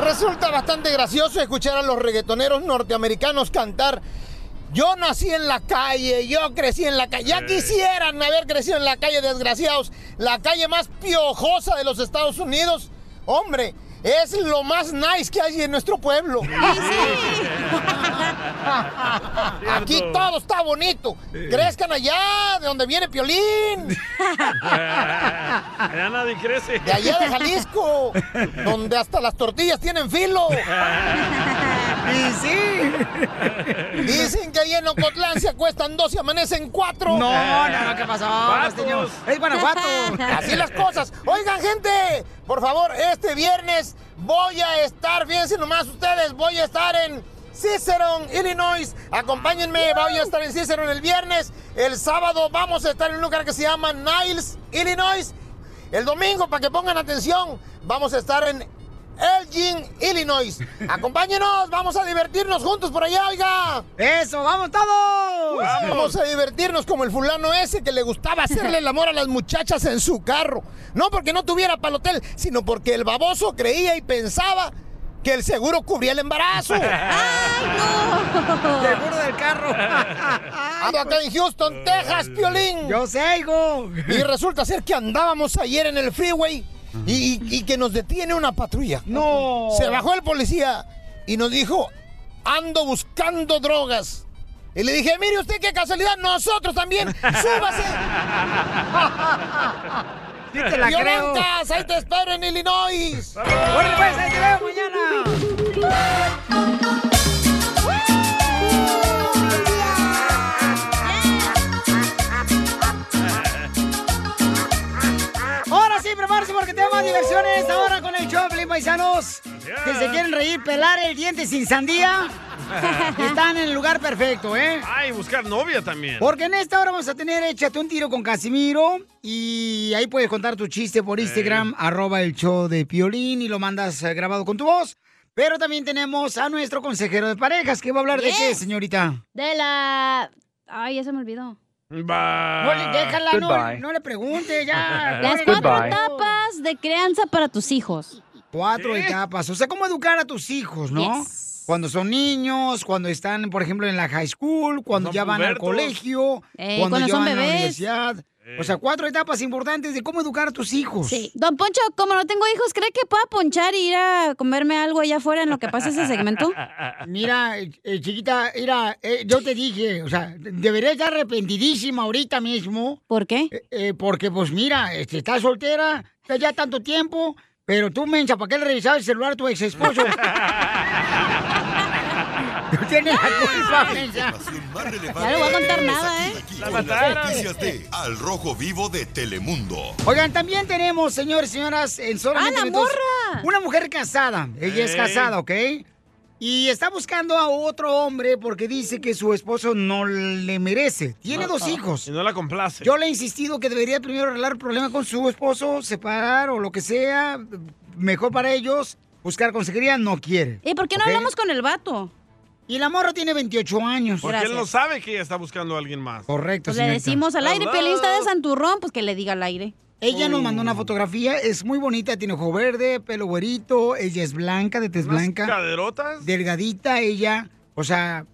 [SPEAKER 4] Resulta bastante gracioso escuchar a los reggaetoneros norteamericanos cantar. Yo nací en la calle, yo crecí en la calle. Ya
[SPEAKER 8] Sí.
[SPEAKER 4] quisieran haber crecido en la calle, desgraciados. La calle más piojosa de los Estados Unidos. Hombre, es lo más nice que hay en nuestro pueblo. Aquí todo está bonito. Crezcan allá, de donde viene Piolín.
[SPEAKER 2] Ah. Ya nadie crece.
[SPEAKER 4] De allá de Jalisco, donde hasta las tortillas tienen filo.
[SPEAKER 3] Y sí.
[SPEAKER 4] Dicen que ahí en Ocotlán se acuestan dos y amanecen cuatro. Eh.
[SPEAKER 3] No, no, no, ¿qué pasó, Vatos. costeño? Es Guanajuato.
[SPEAKER 4] Así las cosas. Oigan, gente, por favor, este viernes voy a estar, fíjense nomás ustedes, voy a estar en Cicerón, Illinois. Acompáñenme, voy a estar en Cicerón el viernes. El sábado vamos a estar en un lugar que se llama Niles, Illinois.
[SPEAKER 11] El domingo, para que pongan atención, vamos a estar en Elgin, Illinois. Acompáñenos, vamos a divertirnos juntos por allá, oiga.
[SPEAKER 3] Eso, vamos todos.
[SPEAKER 11] Vamos. a divertirnos como el fulano ese que le gustaba hacerle el amor a las muchachas en su carro. No porque no tuviera para el hotel, sino porque el baboso creía y pensaba que el seguro cubría el embarazo. ¡Ay, no!
[SPEAKER 3] Seguro del carro.
[SPEAKER 11] Ando acá en Houston, Texas, Piolín.
[SPEAKER 3] Yo sé, hijo.
[SPEAKER 11] Y resulta ser que andábamos ayer en el freeway y, y- y que nos detiene una patrulla.
[SPEAKER 3] No.
[SPEAKER 11] Se bajó el policía y nos dijo, ando buscando drogas. Y le dije, mire usted qué casualidad, nosotros también, súbase.
[SPEAKER 8] Sí te la creo.
[SPEAKER 11] Violentas, ahí te espero en Illinois.
[SPEAKER 8] Órale, pues, ahí te veo
[SPEAKER 11] mañana.
[SPEAKER 3] Ahora sí, prepárense porque tengo más diversiones ahora con el show, de Pelín, paisanos. Que se quieren reír, pelar el diente sin sandía. Están en el lugar perfecto, ¿eh?
[SPEAKER 2] Ay, buscar novia también.
[SPEAKER 3] Porque en esta hora vamos a tener Échate un tiro con Casimiro. Y ahí puedes contar tu chiste por Instagram, arroba el show de Piolín y lo mandas eh, grabado con tu voz. Pero también tenemos a nuestro consejero de parejas que va a hablar de
[SPEAKER 1] Bien.
[SPEAKER 3] qué, señorita.
[SPEAKER 1] De la... Ay, ya se me olvidó.
[SPEAKER 3] No le, Ah, déjala, no,
[SPEAKER 2] Goodbye.
[SPEAKER 3] no le pregunte ya.
[SPEAKER 1] Las
[SPEAKER 3] No le-
[SPEAKER 1] cuatro etapas de crianza para tus hijos.
[SPEAKER 3] Cuatro etapas. O sea, cómo educar a tus hijos, ¿no? Cuando son niños, cuando están, por ejemplo, en la high school, cuando ya van
[SPEAKER 1] pubertos.
[SPEAKER 3] al colegio,
[SPEAKER 11] Eh,
[SPEAKER 1] Ey,
[SPEAKER 3] cuando,
[SPEAKER 1] cuando
[SPEAKER 3] ya
[SPEAKER 1] son
[SPEAKER 3] van a la
[SPEAKER 1] bebés.
[SPEAKER 3] universidad. O sea, cuatro etapas importantes de cómo educar a tus hijos.
[SPEAKER 1] Sí. Don Poncho, como no tengo hijos, ¿cree que pueda ponchar y ir a comerme algo allá afuera en lo que pasa ese segmento?
[SPEAKER 3] Mira, eh, eh, chiquita, mira, eh, yo te dije, o sea, debería estar arrepentidísima ahorita mismo. Eh,
[SPEAKER 1] ¿Por qué?
[SPEAKER 3] porque, pues mira, este, estás soltera, ya- ya tanto tiempo, pero tú, mensa, ¿para qué le revisabas el celular a tu ex esposo? no tienes la culpa, mensa.
[SPEAKER 7] Ya no voy a contar
[SPEAKER 3] nada, ¿eh?
[SPEAKER 7] Aquí con las noticias de Al Rojo Vivo de Telemundo.
[SPEAKER 3] Oigan, también tenemos, señores y señoras, en solamente
[SPEAKER 7] ¡Ah, la
[SPEAKER 3] Minutos, una mujer casada. Ella es
[SPEAKER 7] Ey.
[SPEAKER 3] casada, ¿ok? Y está buscando a otro hombre porque dice que su esposo no le merece. Tiene dos hijos.
[SPEAKER 2] Ah, Y no la complace.
[SPEAKER 3] Yo le he insistido que debería primero arreglar el problema con su esposo, separar o lo que sea, mejor para ellos, buscar consejería, no quiere.
[SPEAKER 1] ¿Y por qué no hablamos con el vato?
[SPEAKER 3] Y la morra tiene 28 años.
[SPEAKER 2] Porque él no sabe que ella está buscando a alguien más.
[SPEAKER 3] Correcto,
[SPEAKER 1] Pues le decimos al aire, Piolín está de Santurrón, pues que le diga al aire.
[SPEAKER 3] Ella nos mandó una fotografía, es muy bonita, tiene ojo verde, pelo güerito, ella es blanca, de tez blanca.
[SPEAKER 2] caderotas?
[SPEAKER 3] Delgadita ella, o sea,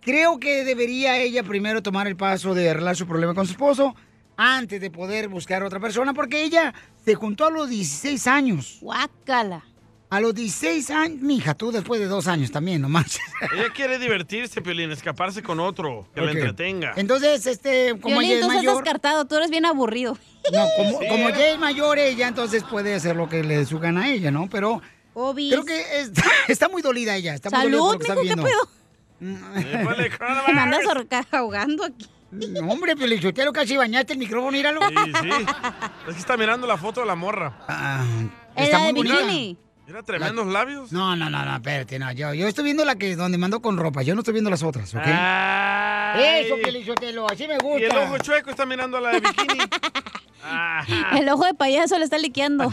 [SPEAKER 3] creo que debería ella primero tomar el paso de arreglar su problema con su esposo antes de poder buscar otra persona, porque ella se juntó a los 16 años.
[SPEAKER 1] Guácala.
[SPEAKER 3] A los 16 años, mija, tú después de dos años también, no manches.
[SPEAKER 2] Ella quiere divertirse, Piolín, escaparse con otro, que
[SPEAKER 3] Ok.
[SPEAKER 2] la entretenga.
[SPEAKER 3] Entonces, este, como
[SPEAKER 1] Piolín,
[SPEAKER 3] ella es
[SPEAKER 1] tú estás
[SPEAKER 3] mayor...
[SPEAKER 1] descartado, tú eres bien aburrido.
[SPEAKER 3] No, como,
[SPEAKER 1] Sí,
[SPEAKER 3] como
[SPEAKER 1] era.
[SPEAKER 3] ya es mayor ella, entonces puede hacer lo que le dé su gana a ella, ¿no? Pero
[SPEAKER 1] Obis.
[SPEAKER 3] creo que está, está muy dolida ella. Está muy dolida por
[SPEAKER 1] Salud,
[SPEAKER 3] lo que está
[SPEAKER 1] mijo, ¿qué
[SPEAKER 3] viviendo.
[SPEAKER 1] pedo? Me andas ahorca- ahogando aquí.
[SPEAKER 3] No, hombre, Pelichotero, casi bañaste el micrófono, míralo.
[SPEAKER 2] Sí, sí. Es que está mirando la foto de la morra.
[SPEAKER 3] Es Ah, está la muy de bonita. bikini.
[SPEAKER 2] Mira, tremendos labios.
[SPEAKER 3] No, no, no, no, espérate, no. Yo, yo estoy viendo la que donde mandó con ropa, yo no estoy viendo las otras, ¿ok? Eso, Pelichotelo, así me gusta.
[SPEAKER 2] Y el ojo chueco está mirando a la de bikini.
[SPEAKER 1] El ojo de payaso le está liqueando.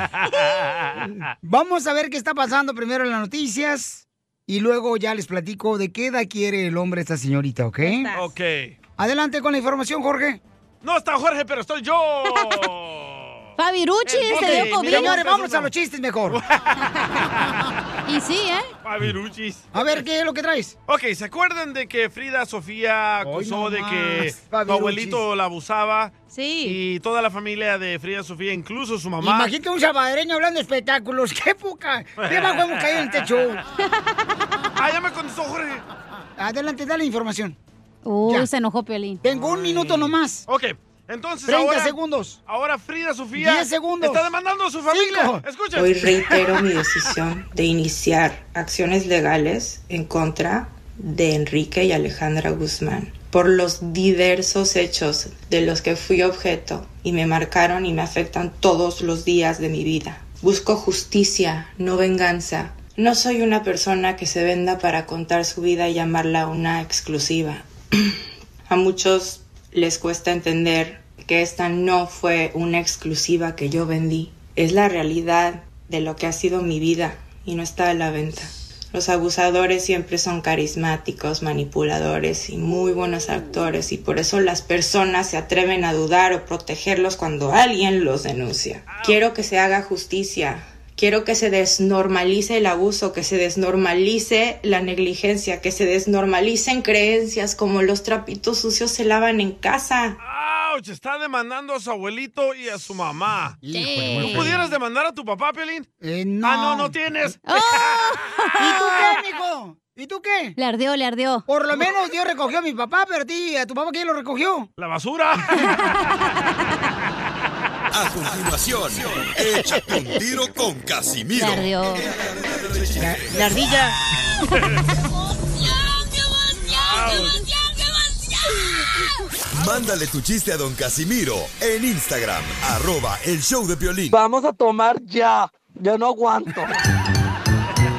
[SPEAKER 3] Vamos a ver qué está pasando primero en las noticias y luego ya les platico de qué edad quiere el hombre esta señorita, ¿ok?
[SPEAKER 2] ok.
[SPEAKER 3] Adelante con la información, Jorge.
[SPEAKER 2] No está Jorge, pero estoy yo.
[SPEAKER 1] Fabiruchis,
[SPEAKER 2] El
[SPEAKER 1] se
[SPEAKER 2] bote,
[SPEAKER 1] dio COVID.
[SPEAKER 2] mira,
[SPEAKER 3] Señores, vamos a los chistes mejor.
[SPEAKER 1] Y sí, ¿eh?
[SPEAKER 2] Fabiruchis.
[SPEAKER 3] A ver, ¿qué es lo que traes?
[SPEAKER 2] Ok, ¿se acuerdan de que Frida Sofía acusó
[SPEAKER 3] no
[SPEAKER 2] de
[SPEAKER 3] más,
[SPEAKER 2] que su
[SPEAKER 3] Fabiruchis.
[SPEAKER 2] abuelito la abusaba?
[SPEAKER 1] Sí.
[SPEAKER 2] Y toda la familia de Frida Sofía, incluso su mamá.
[SPEAKER 3] Imagínate un salvadoreño hablando de espectáculos. ¡Qué poca! ¡Qué bajo hemos caído en este show!
[SPEAKER 2] ¡Ah, ya me contestó Jorge!
[SPEAKER 3] Adelante, dale información.
[SPEAKER 1] Uy,
[SPEAKER 3] Ya.
[SPEAKER 1] Uh, se enojó Piolín.
[SPEAKER 3] Tengo un minuto nomás.
[SPEAKER 2] Ok, entonces
[SPEAKER 3] 30
[SPEAKER 2] ahora-
[SPEAKER 3] segundos.
[SPEAKER 2] Ahora Frida Sofía
[SPEAKER 3] 10 segundos.
[SPEAKER 2] está demandando a su familia.
[SPEAKER 3] Cinco.
[SPEAKER 2] Escuchen.
[SPEAKER 12] Hoy reitero mi decisión de iniciar acciones legales en contra de Enrique y Alejandra Guzmán por los diversos hechos de los que fui objeto y me marcaron y me afectan todos los días de mi vida. Busco justicia, no venganza. No soy una persona que se venda para contar su vida y llamarla una exclusiva. A muchos les cuesta entender que esta no fue una exclusiva que yo vendí. Es la realidad de lo que ha sido mi vida y no está a la venta. Los abusadores siempre son carismáticos, manipuladores y muy buenos actores y por eso las personas se atreven a dudar o protegerlos cuando alguien los denuncia. Quiero que se haga justicia. Quiero que se desnormalice el abuso, que se desnormalice la negligencia, que se desnormalicen creencias como los trapitos sucios se lavan en casa.
[SPEAKER 2] ¡Auch! Está demandando a su abuelito y a su mamá.
[SPEAKER 8] Híjole,
[SPEAKER 2] ¿Tú
[SPEAKER 8] muy
[SPEAKER 2] pudieras demandar a tu papá, Pelín?
[SPEAKER 3] Eh, no.
[SPEAKER 2] Ah, no, no tienes.
[SPEAKER 1] ¡Oh!
[SPEAKER 3] ¿Y tú qué, mijo? ¿Y tú qué?
[SPEAKER 1] Le ardeó, le ardeó.
[SPEAKER 3] Por lo menos Dios recogió a mi papá, pero a ti, a tu papá, ¿quién lo recogió?
[SPEAKER 2] La basura.
[SPEAKER 7] A continuación, échate un tiro con Casimiro.
[SPEAKER 1] Le ardió.
[SPEAKER 3] La ardilla.
[SPEAKER 7] Mándale tu chiste a don Casimiro en Instagram, arroba el show de Piolín.
[SPEAKER 13] Vamos a tomar ya. Ya no aguanto.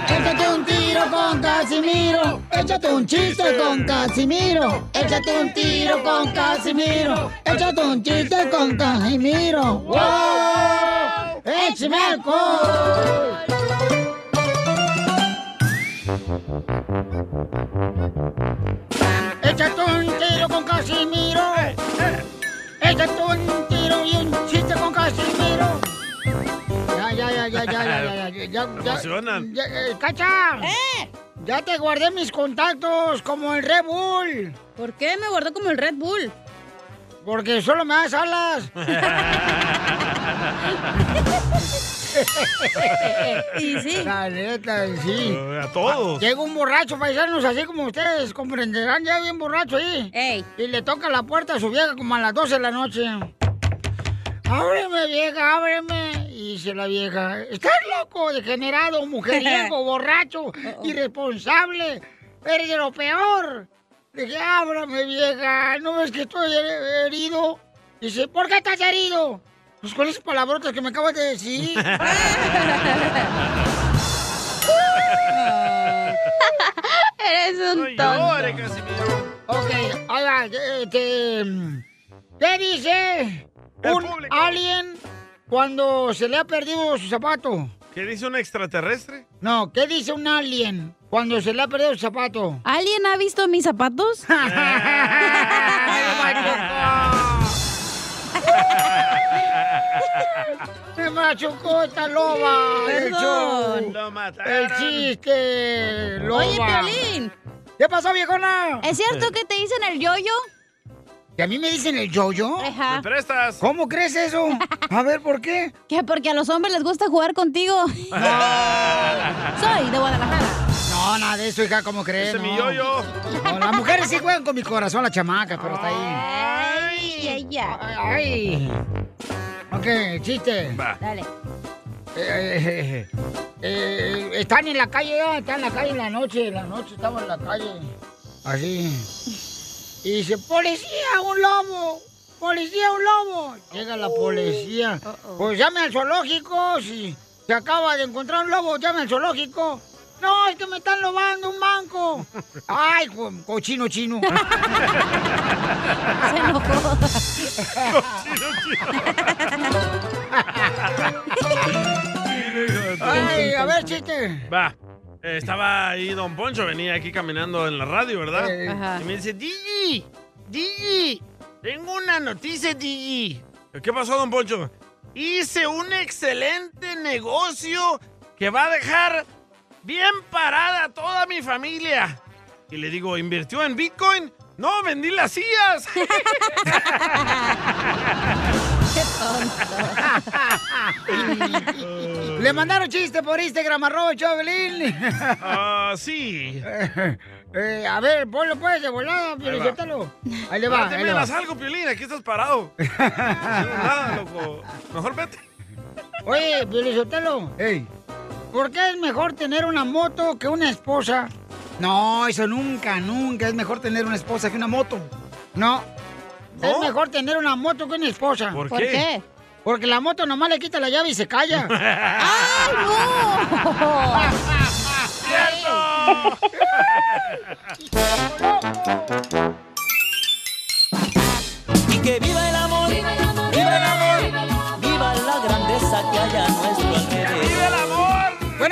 [SPEAKER 3] Échate un tiro con Casimiro. Échate un chiste con Casimiro. Échate un tiro con Casimiro. Échate un chiste con Casimiro. ¡Wow! ¡Échame alcohol! Échate un tiro con Casimiro. Échate un tiro y un chiste con Casimiro. Ya, ya, ya, ya, ya, ya, ya, ya, ya, ya.
[SPEAKER 2] Emocionan.
[SPEAKER 3] Ya, eh, ¡Cacha! ¡Eh! Ya te guardé mis contactos como el Red Bull. ¿Por qué me guardó como el Red Bull? Porque solo me das alas.
[SPEAKER 8] Y sí.
[SPEAKER 3] La neta, y sí.
[SPEAKER 2] Eh, a todos.
[SPEAKER 3] Llega un borracho, paisanos, así como ustedes comprenderán, ya bien borracho ahí. Y le toca la puerta a su vieja como a las 12 de la noche. Ábreme, vieja, ábreme. Y dice la vieja, estás loco, degenerado, mujeriego, borracho, irresponsable. Eres de lo peor. Le dije, ábrame, vieja, ¿no ves que estoy he- herido? Dice, ¿por qué estás herido? Pues con esas palabrotas que me acabas de decir. Eres un
[SPEAKER 8] llore,
[SPEAKER 3] Ok, ahora, este... ¿Qué dice un alien cuando se le ha perdido su zapato?
[SPEAKER 2] ¿Qué dice un extraterrestre?
[SPEAKER 3] No, ¿qué dice un alien cuando se le ha perdido su zapato?
[SPEAKER 1] ¿Alguien ha visto mis zapatos?
[SPEAKER 3] ¡Me machucó esta loba! ¡El
[SPEAKER 8] Perdón.
[SPEAKER 3] show!
[SPEAKER 8] Lo
[SPEAKER 3] ¡El chiste! ¡Loba!
[SPEAKER 1] Oye, Piolín.
[SPEAKER 3] ¿Qué pasó, viejona?
[SPEAKER 1] ¿Es cierto que te dicen el yoyo?
[SPEAKER 3] ¿Que a mí me dicen el yo-yo?
[SPEAKER 1] Ajá. ¿Me
[SPEAKER 2] prestas?
[SPEAKER 3] ¿Cómo crees eso? A ver, ¿por qué?
[SPEAKER 1] Que porque a los hombres les gusta jugar contigo. Soy de Guadalajara.
[SPEAKER 3] No, nada de eso, hija, ¿cómo crees?
[SPEAKER 1] Ese
[SPEAKER 3] no.
[SPEAKER 1] mi yo-yo.
[SPEAKER 3] No, las mujeres sí juegan con mi corazón, la chamaca, pero está ahí.
[SPEAKER 1] Ay, ay, ay.
[SPEAKER 3] Ay. Ok, chiste.
[SPEAKER 1] Dale.
[SPEAKER 3] Eh, eh, eh, eh, están en la calle, ya, están en la calle en la noche, en la noche estamos en la calle. Así. Y dice, policía, un lobo, policía, un lobo. Llega la policía. Pues llame al zoológico, si se acaba de encontrar un lobo, llame al zoológico. No, es que me están robando un banco. Ay, co- cochino chino. Se enojó. Ay, a ver, chiste.
[SPEAKER 2] Va. Eh, estaba ahí Don Poncho, venía aquí caminando en la radio, ¿verdad?
[SPEAKER 8] Eh. Ajá.
[SPEAKER 2] Y me dice, DJ, DJ, tengo una noticia, DJ. ¿Qué pasó, Don Poncho? Hice un excelente negocio que va a dejar bien parada a toda mi familia. Y le digo, ¿invirtió en Bitcoin? No, vendí las sillas.
[SPEAKER 3] Le mandaron chiste por Instagram, arroba Chovelín.
[SPEAKER 2] Ah, sí.
[SPEAKER 3] Eh, a ver, ponlo pues de volada,
[SPEAKER 2] va.
[SPEAKER 3] Piolichotelo. Ahí le va.
[SPEAKER 2] Espérate,
[SPEAKER 3] ahí
[SPEAKER 2] me
[SPEAKER 3] le va.
[SPEAKER 2] das algo, Piolín, aquí estás parado. No, nada, loco. Mejor vete.
[SPEAKER 3] Oye, Piolichotelo. ¿Por qué es mejor tener una moto que una esposa? No, eso nunca, nunca. Es mejor tener una esposa que una moto. No. Es mejor tener una moto que una esposa.
[SPEAKER 8] ¿Por qué? qué?
[SPEAKER 3] Porque la moto nomás le quita la llave y se calla.
[SPEAKER 8] ¡Ay,
[SPEAKER 3] no!
[SPEAKER 8] ¡Y que viva el amor! ¡Viva el amor!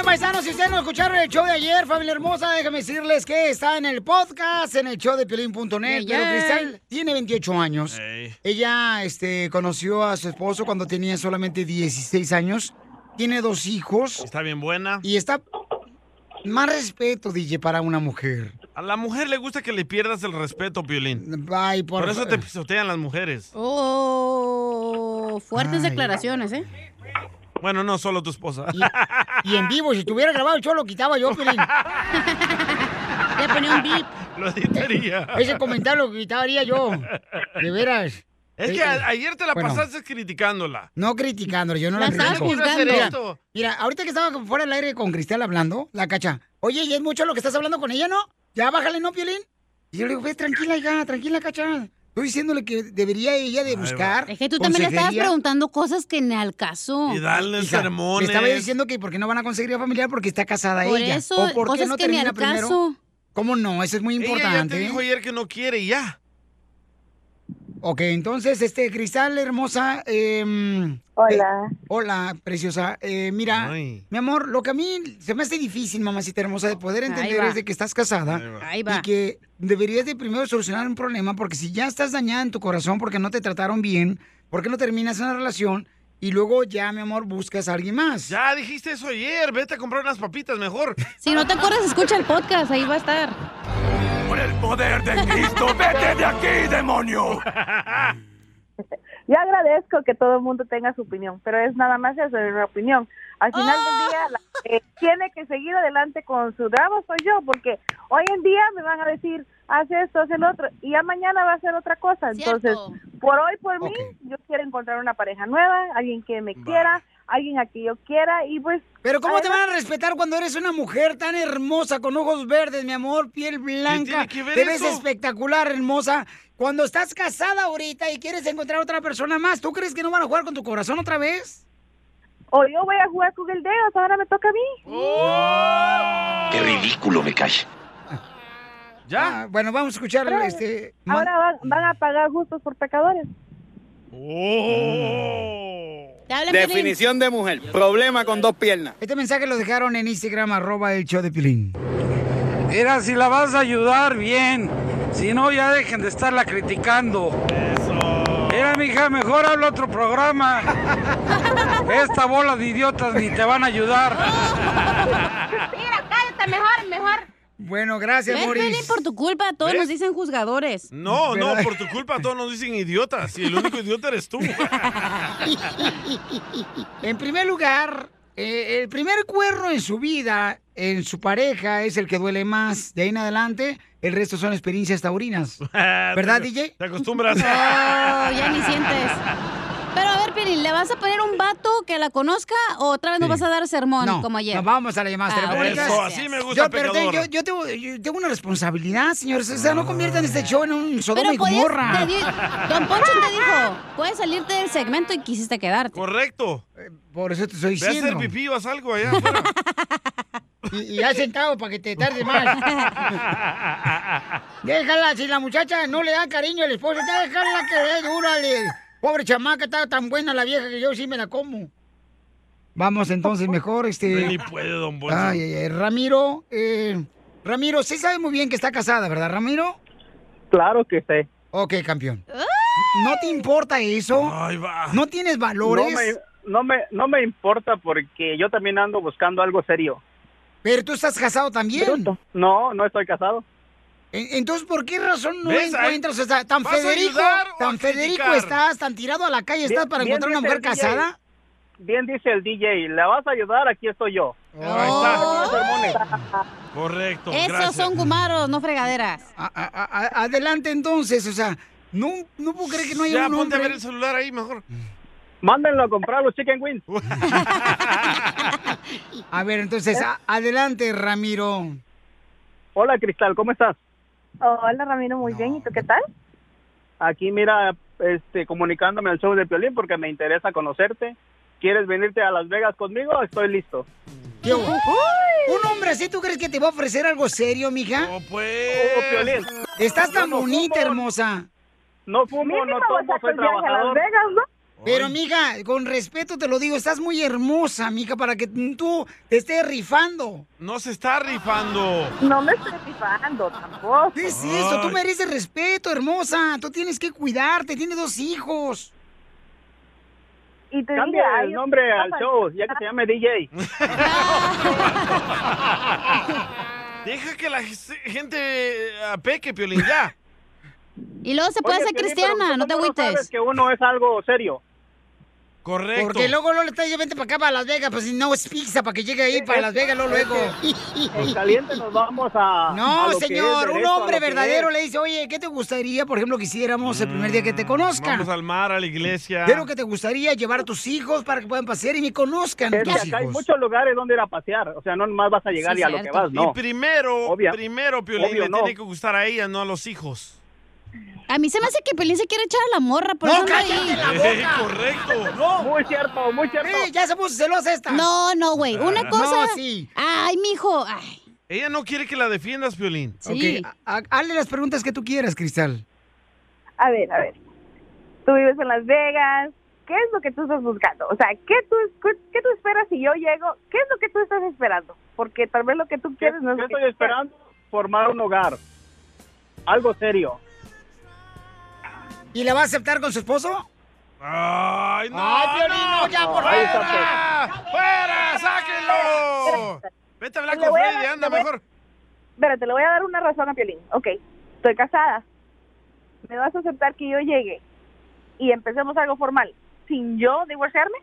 [SPEAKER 3] paisanos, si ustedes no escucharon el show de ayer, familia hermosa, déjame decirles que está en el podcast, en el show de Piolín.net.
[SPEAKER 8] Yeah,
[SPEAKER 3] Pero
[SPEAKER 8] yeah.
[SPEAKER 3] Cristal tiene 28 años. Ella este, conoció a su esposo cuando tenía solamente 16 años. Tiene dos hijos.
[SPEAKER 2] Está bien buena.
[SPEAKER 3] Y está... Más respeto, DJ, para una mujer.
[SPEAKER 2] A la mujer le gusta que le pierdas el respeto, Piolín.
[SPEAKER 3] Ay, por
[SPEAKER 2] eso
[SPEAKER 3] fa-
[SPEAKER 2] te pisotean las mujeres.
[SPEAKER 1] Oh, fuertes
[SPEAKER 3] Ay.
[SPEAKER 1] declaraciones, ¿eh?
[SPEAKER 2] Bueno, no solo tu esposa.
[SPEAKER 3] Y en vivo, si estuviera grabado el show, lo quitaba yo, Piolín. Le ponía un beat.
[SPEAKER 2] Lo editaría.
[SPEAKER 3] Ese comentario lo quitaría yo. De veras.
[SPEAKER 2] Es que
[SPEAKER 3] Eh,
[SPEAKER 2] a- ayer te la
[SPEAKER 3] bueno.
[SPEAKER 2] pasaste criticándola.
[SPEAKER 3] No criticándole, yo no
[SPEAKER 2] La
[SPEAKER 3] la,
[SPEAKER 2] estás
[SPEAKER 3] critico.
[SPEAKER 2] juzgando.
[SPEAKER 3] Mira, mira, ahorita que estaba fuera del aire con Cristal hablando, la cacha. Oye, ¿y es mucho lo que estás hablando con ella, no? Ya bájale, ¿no, Piolín? Y yo le digo, ve, tranquila, hija, tranquila, cacha. Estoy diciéndole que debería ella de buscar.
[SPEAKER 1] Es que tú también le estabas
[SPEAKER 3] consejería.
[SPEAKER 1] preguntando cosas que ni al caso.
[SPEAKER 3] Hija, Le estaba diciendo que porque no van a conseguir a familiar porque está casada
[SPEAKER 1] Por
[SPEAKER 3] ella.
[SPEAKER 1] eso,
[SPEAKER 3] o porque
[SPEAKER 1] cosas
[SPEAKER 3] no
[SPEAKER 1] que ni
[SPEAKER 3] termina
[SPEAKER 1] al
[SPEAKER 3] primero.
[SPEAKER 1] caso.
[SPEAKER 3] ¿Cómo no? Eso es muy
[SPEAKER 2] Ella ya te
[SPEAKER 3] importante. ¿eh?
[SPEAKER 2] dijo ayer que no quiere y ya.
[SPEAKER 3] Ok, entonces, este, Cristal, hermosa. hola. hola, preciosa. Eh, mira, mi amor, lo que a mí se me hace difícil, mamacita hermosa, de poder
[SPEAKER 1] Ahí
[SPEAKER 3] entender
[SPEAKER 1] va.
[SPEAKER 3] es de que estás casada.
[SPEAKER 1] Ahí va.
[SPEAKER 3] Y que deberías de primero solucionar un problema, porque si ya estás dañada en tu corazón porque no te trataron bien, porque no terminas una relación y luego ya, mi amor, buscas a alguien más.
[SPEAKER 2] Ya dijiste eso ayer. Vete a comprar unas papitas mejor.
[SPEAKER 1] Si no te acuerdas, escucha el podcast, ahí va a estar.
[SPEAKER 8] Por el poder de Cristo, vete de aquí, demonio.
[SPEAKER 9] Yo agradezco que todo el mundo tenga su opinión, pero es nada más eso, es una opinión. Al final del día, la que tiene que seguir adelante con su drama soy yo, porque hoy en día me van a decir, haz esto, haz el otro, y ya mañana va a ser otra cosa. Entonces, por hoy, por mí, yo quiero encontrar una pareja nueva, alguien que me quiera, alguien a quien yo quiera, y pues...
[SPEAKER 3] Pero ¿cómo te van a
[SPEAKER 9] además-
[SPEAKER 3] respetar cuando eres una mujer tan hermosa, con ojos verdes, mi amor, piel blanca?
[SPEAKER 8] tiene que ver
[SPEAKER 3] te ves
[SPEAKER 8] eso?
[SPEAKER 3] espectacular, hermosa. Cuando estás casada ahorita y quieres encontrar otra persona más, ¿tú crees que no van a jugar con tu corazón otra vez?
[SPEAKER 9] O yo voy a jugar con el dedo, ahora me toca a mí.
[SPEAKER 14] ¡Oh!
[SPEAKER 3] ¡Oh!
[SPEAKER 14] Qué ridículo me cae.
[SPEAKER 3] ¿Ya? Ah, bueno, vamos a escuchar
[SPEAKER 9] Ahora-
[SPEAKER 3] este...
[SPEAKER 9] Ahora van, van a pagar justos por pecadores.
[SPEAKER 15] Definición de mujer. Problema con dos piernas.
[SPEAKER 3] Este mensaje lo dejaron en Instagram, arroba el show de Pilín.
[SPEAKER 15] Mira, si la vas a ayudar, bien. Si no, ya dejen de estarla criticando. Eso. Mira, mija, mejor habla otro programa. Esta bola de idiotas ni te van a ayudar.
[SPEAKER 1] Mira, cállate, mejor, mejor.
[SPEAKER 3] Bueno, gracias,
[SPEAKER 1] ¿Ves,
[SPEAKER 3] Moris.
[SPEAKER 1] Piolín? por tu culpa, todos
[SPEAKER 2] ¿Ves?
[SPEAKER 1] nos dicen juzgadores.
[SPEAKER 2] No, no, por tu culpa todos nos dicen idiotas y el único idiota eres tú.
[SPEAKER 3] En primer lugar, eh, el primer cuerno en su vida, en su pareja, es el que duele más. De ahí en adelante, el resto son experiencias taurinas. ¿Verdad, DJ?
[SPEAKER 2] Ah, Te acostumbras.
[SPEAKER 1] No, Oh,
[SPEAKER 3] Ah.
[SPEAKER 1] ya ni sientes. Pero a ver, Piolín, ¿le vas a poner un vato que la conozca o otra vez nos vas a dar sermón
[SPEAKER 3] No,
[SPEAKER 1] como ayer?
[SPEAKER 3] no, vamos a la llamada
[SPEAKER 1] Ah,
[SPEAKER 3] telefónica.
[SPEAKER 1] Eso, así me gusta,
[SPEAKER 3] Yo, pero te-
[SPEAKER 1] pecador.
[SPEAKER 3] yo, yo tengo, yo tengo una responsabilidad, señores. O sea, no conviertan este show en un Sodoma
[SPEAKER 1] Ah. Pero
[SPEAKER 3] y
[SPEAKER 1] podías-
[SPEAKER 3] Gomorra.
[SPEAKER 1] te di- Don Poncho te dijo, puedes salirte del segmento y quisiste quedarte.
[SPEAKER 2] Correcto.
[SPEAKER 3] Eh, Por eso te estoy
[SPEAKER 2] Ve a hacer
[SPEAKER 3] diciendo.
[SPEAKER 2] pipí o haz algo allá.
[SPEAKER 3] Y, y has sentado para que te tarde más. Déjala, si la muchacha no le da cariño al esposo, ya déjala que dé, dúrale. Pobre chamaca, está tan buena la vieja que yo sí me la como. Vamos entonces mejor, este.
[SPEAKER 2] Ni puede, don Bolso.
[SPEAKER 3] Ay, ay, ay. Ramiro, eh, Ramiro, sí sabe muy bien que está casada, ¿verdad, Ramiro?
[SPEAKER 16] Claro que sí.
[SPEAKER 3] Ok, campeón. ¿No te importa eso? ¿No tienes valores?
[SPEAKER 16] No me, no, me, no me importa porque yo también ando buscando algo serio.
[SPEAKER 3] Pero tú estás casado también.
[SPEAKER 16] No, no estoy casado.
[SPEAKER 3] E- Entonces, ¿por qué razón no
[SPEAKER 16] ¿Ves? Ahí-
[SPEAKER 3] encuentras? o sea, tan
[SPEAKER 16] ¿Vas a
[SPEAKER 3] Federico,
[SPEAKER 16] ayudar o a
[SPEAKER 3] tan Federico
[SPEAKER 16] criticar?
[SPEAKER 3] estás, tan tirado a la calle estás para
[SPEAKER 16] Bien-
[SPEAKER 3] encontrar
[SPEAKER 16] bien
[SPEAKER 3] una mujer
[SPEAKER 16] dice el
[SPEAKER 3] casada.
[SPEAKER 16] DJ, bien dice el DJ, la vas a ayudar, aquí estoy yo.
[SPEAKER 2] Ahí está.
[SPEAKER 16] Correcto.
[SPEAKER 1] Esos son gumaros, no fregaderas.
[SPEAKER 3] adelante entonces, o sea, no, no puedo creer que no haya
[SPEAKER 2] Ya,
[SPEAKER 3] un
[SPEAKER 2] ponte a
[SPEAKER 3] hombre.
[SPEAKER 2] ver el celular ahí mejor.
[SPEAKER 16] Mándenlo a comprar los chicken wings.
[SPEAKER 3] A ver,
[SPEAKER 16] ¿Eh?
[SPEAKER 3] entonces, a- adelante, Ramiro.
[SPEAKER 16] Hola, Cristal, ¿cómo estás?
[SPEAKER 9] Hola, Ramiro, muy bien. ¿Y tú qué tal?
[SPEAKER 16] Aquí, mira, este, comunicándome al show de Piolín porque me interesa conocerte. ¿Quieres venirte a Las Vegas conmigo? Estoy listo.
[SPEAKER 3] ¿Qué hubo? ¿Un hombre así tú crees que te va a ofrecer algo serio, mija? No,
[SPEAKER 2] pues.
[SPEAKER 16] Piolín.
[SPEAKER 3] Estás
[SPEAKER 16] Yo
[SPEAKER 3] tan
[SPEAKER 16] no
[SPEAKER 3] bonita,
[SPEAKER 16] fumo.
[SPEAKER 3] hermosa.
[SPEAKER 16] No fumo, no
[SPEAKER 3] Mínimo,
[SPEAKER 16] tomo,
[SPEAKER 3] saca
[SPEAKER 16] soy
[SPEAKER 3] el viaje a Las
[SPEAKER 16] trabajador.
[SPEAKER 3] Vegas, Pero, mija, con respeto te lo digo, estás muy hermosa, mija, para que tú te estés rifando.
[SPEAKER 2] No se está rifando.
[SPEAKER 3] No me estoy rifando tampoco. ¿Qué es eso? Tú
[SPEAKER 2] Ay.
[SPEAKER 3] mereces respeto, hermosa. Tú tienes que cuidarte, tienes dos hijos.
[SPEAKER 15] Y te
[SPEAKER 16] Cambia el nombre al show, ya que se llame DJ.
[SPEAKER 2] Deja que la gente eh, apeque, Piolín, ya.
[SPEAKER 1] Y luego se puede
[SPEAKER 2] Oye,
[SPEAKER 1] hacer
[SPEAKER 2] Piolín,
[SPEAKER 1] cristiana,
[SPEAKER 2] pero
[SPEAKER 1] no te
[SPEAKER 2] ¿cómo no
[SPEAKER 1] agüites.
[SPEAKER 2] sabes
[SPEAKER 16] Que uno es algo serio.
[SPEAKER 2] Correcto.
[SPEAKER 3] Porque luego Lolo está vente para acá, para Las Vegas, pues si no es pizza, para que llegue
[SPEAKER 16] Eh,
[SPEAKER 3] ahí, para Las Vegas, luego, luego.
[SPEAKER 16] En Pues, caliente nos vamos a.
[SPEAKER 3] No,
[SPEAKER 16] a lo que es
[SPEAKER 3] señor, un
[SPEAKER 16] derecho, a
[SPEAKER 3] hombre
[SPEAKER 16] lo que
[SPEAKER 3] verdadero
[SPEAKER 16] es.
[SPEAKER 3] le dice, oye, ¿qué te gustaría, por ejemplo, que hiciéramos el primer día que te conozcan?
[SPEAKER 2] Mm, Vamos al mar, a la iglesia.
[SPEAKER 3] ¿Qué es lo que te gustaría llevar a tus hijos para que puedan pasear y me conozcan?
[SPEAKER 16] Es que
[SPEAKER 3] tus
[SPEAKER 16] acá hay
[SPEAKER 3] hijos?
[SPEAKER 16] muchos lugares donde ir a pasear. O sea, no más vas a llegar
[SPEAKER 3] Sí,
[SPEAKER 16] y a lo que
[SPEAKER 3] cierto.
[SPEAKER 16] vas, no.
[SPEAKER 2] Y primero,
[SPEAKER 16] Obvia-
[SPEAKER 2] primero, Piolín,
[SPEAKER 16] obvio,
[SPEAKER 2] le
[SPEAKER 16] no.
[SPEAKER 2] tiene que gustar a ella, no a los hijos.
[SPEAKER 1] A mí se me hace que Pelín se quiere echar a la morra, por eso anda ahí.
[SPEAKER 2] Eh, correcto.
[SPEAKER 16] Muy cierto, muy cierto.
[SPEAKER 3] ya se puso celosa esta.
[SPEAKER 1] No, no, güey. Una
[SPEAKER 2] No,
[SPEAKER 1] cosa.
[SPEAKER 3] sí.
[SPEAKER 1] Ay, mijo. Ay.
[SPEAKER 2] Ella no quiere que la defiendas, Piolín.
[SPEAKER 3] Ok, a- a- hazle las preguntas que tú quieras, Cristal.
[SPEAKER 15] A ver, a ver. Tú vives en Las Vegas. ¿Qué es lo que tú estás buscando? O sea, ¿qué tú, qué, qué tú esperas si yo llego? ¿Qué es lo que tú estás esperando? Porque tal vez lo que tú quieres no es
[SPEAKER 16] Yo
[SPEAKER 15] lo que
[SPEAKER 16] estoy
[SPEAKER 15] tú quieres.
[SPEAKER 16] esperando formar un hogar. Algo serio.
[SPEAKER 3] ¿Y la va a aceptar con su esposo?
[SPEAKER 2] Ay, no.
[SPEAKER 3] Ay, Piolín, no, ya, por
[SPEAKER 2] Ahí está,
[SPEAKER 3] favor.
[SPEAKER 2] pues. ¡Fuera! ¡Sáquenlo! Vete a hablar
[SPEAKER 15] Le
[SPEAKER 2] con
[SPEAKER 15] voy a
[SPEAKER 2] Freddy,
[SPEAKER 15] dar-
[SPEAKER 2] anda
[SPEAKER 15] le voy a-
[SPEAKER 2] mejor.
[SPEAKER 15] Espérate, le voy a dar una razón a Piolín. Ok, estoy casada. ¿Me vas a aceptar que yo llegue y empecemos algo formal sin yo divorciarme?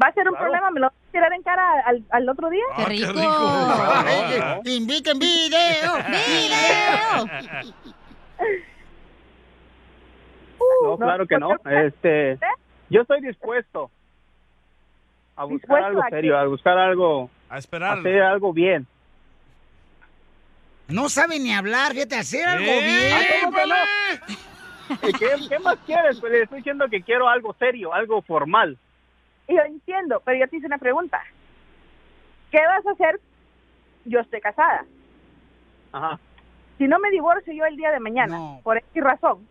[SPEAKER 15] ¿Va a ser un
[SPEAKER 3] Claro.
[SPEAKER 15] problema? ¿Me lo vas a tirar en cara al, al otro día?
[SPEAKER 16] Ah,
[SPEAKER 3] ¡Qué rico! Ay, que- ¡Inviten video! ¡Video!
[SPEAKER 16] No, claro que no. Este, yo estoy dispuesto a buscar
[SPEAKER 2] ¿Dispuesto
[SPEAKER 16] algo
[SPEAKER 2] a qué?
[SPEAKER 16] serio, a buscar algo,
[SPEAKER 2] a esperar,
[SPEAKER 16] hacer algo bien.
[SPEAKER 3] No sabe ni hablar, fíjate, hacer algo
[SPEAKER 16] Ah,
[SPEAKER 3] bien.
[SPEAKER 16] ¿cómo que no? Eh, ¿Qué, qué más quieres? Pues le estoy diciendo que quiero algo serio, algo formal.
[SPEAKER 15] Y yo entiendo, pero yo te hice una pregunta. ¿Qué vas a hacer? Yo estoy casada.
[SPEAKER 16] Ajá.
[SPEAKER 15] Si no me divorcio yo el día de mañana,
[SPEAKER 16] No.
[SPEAKER 15] por X razón,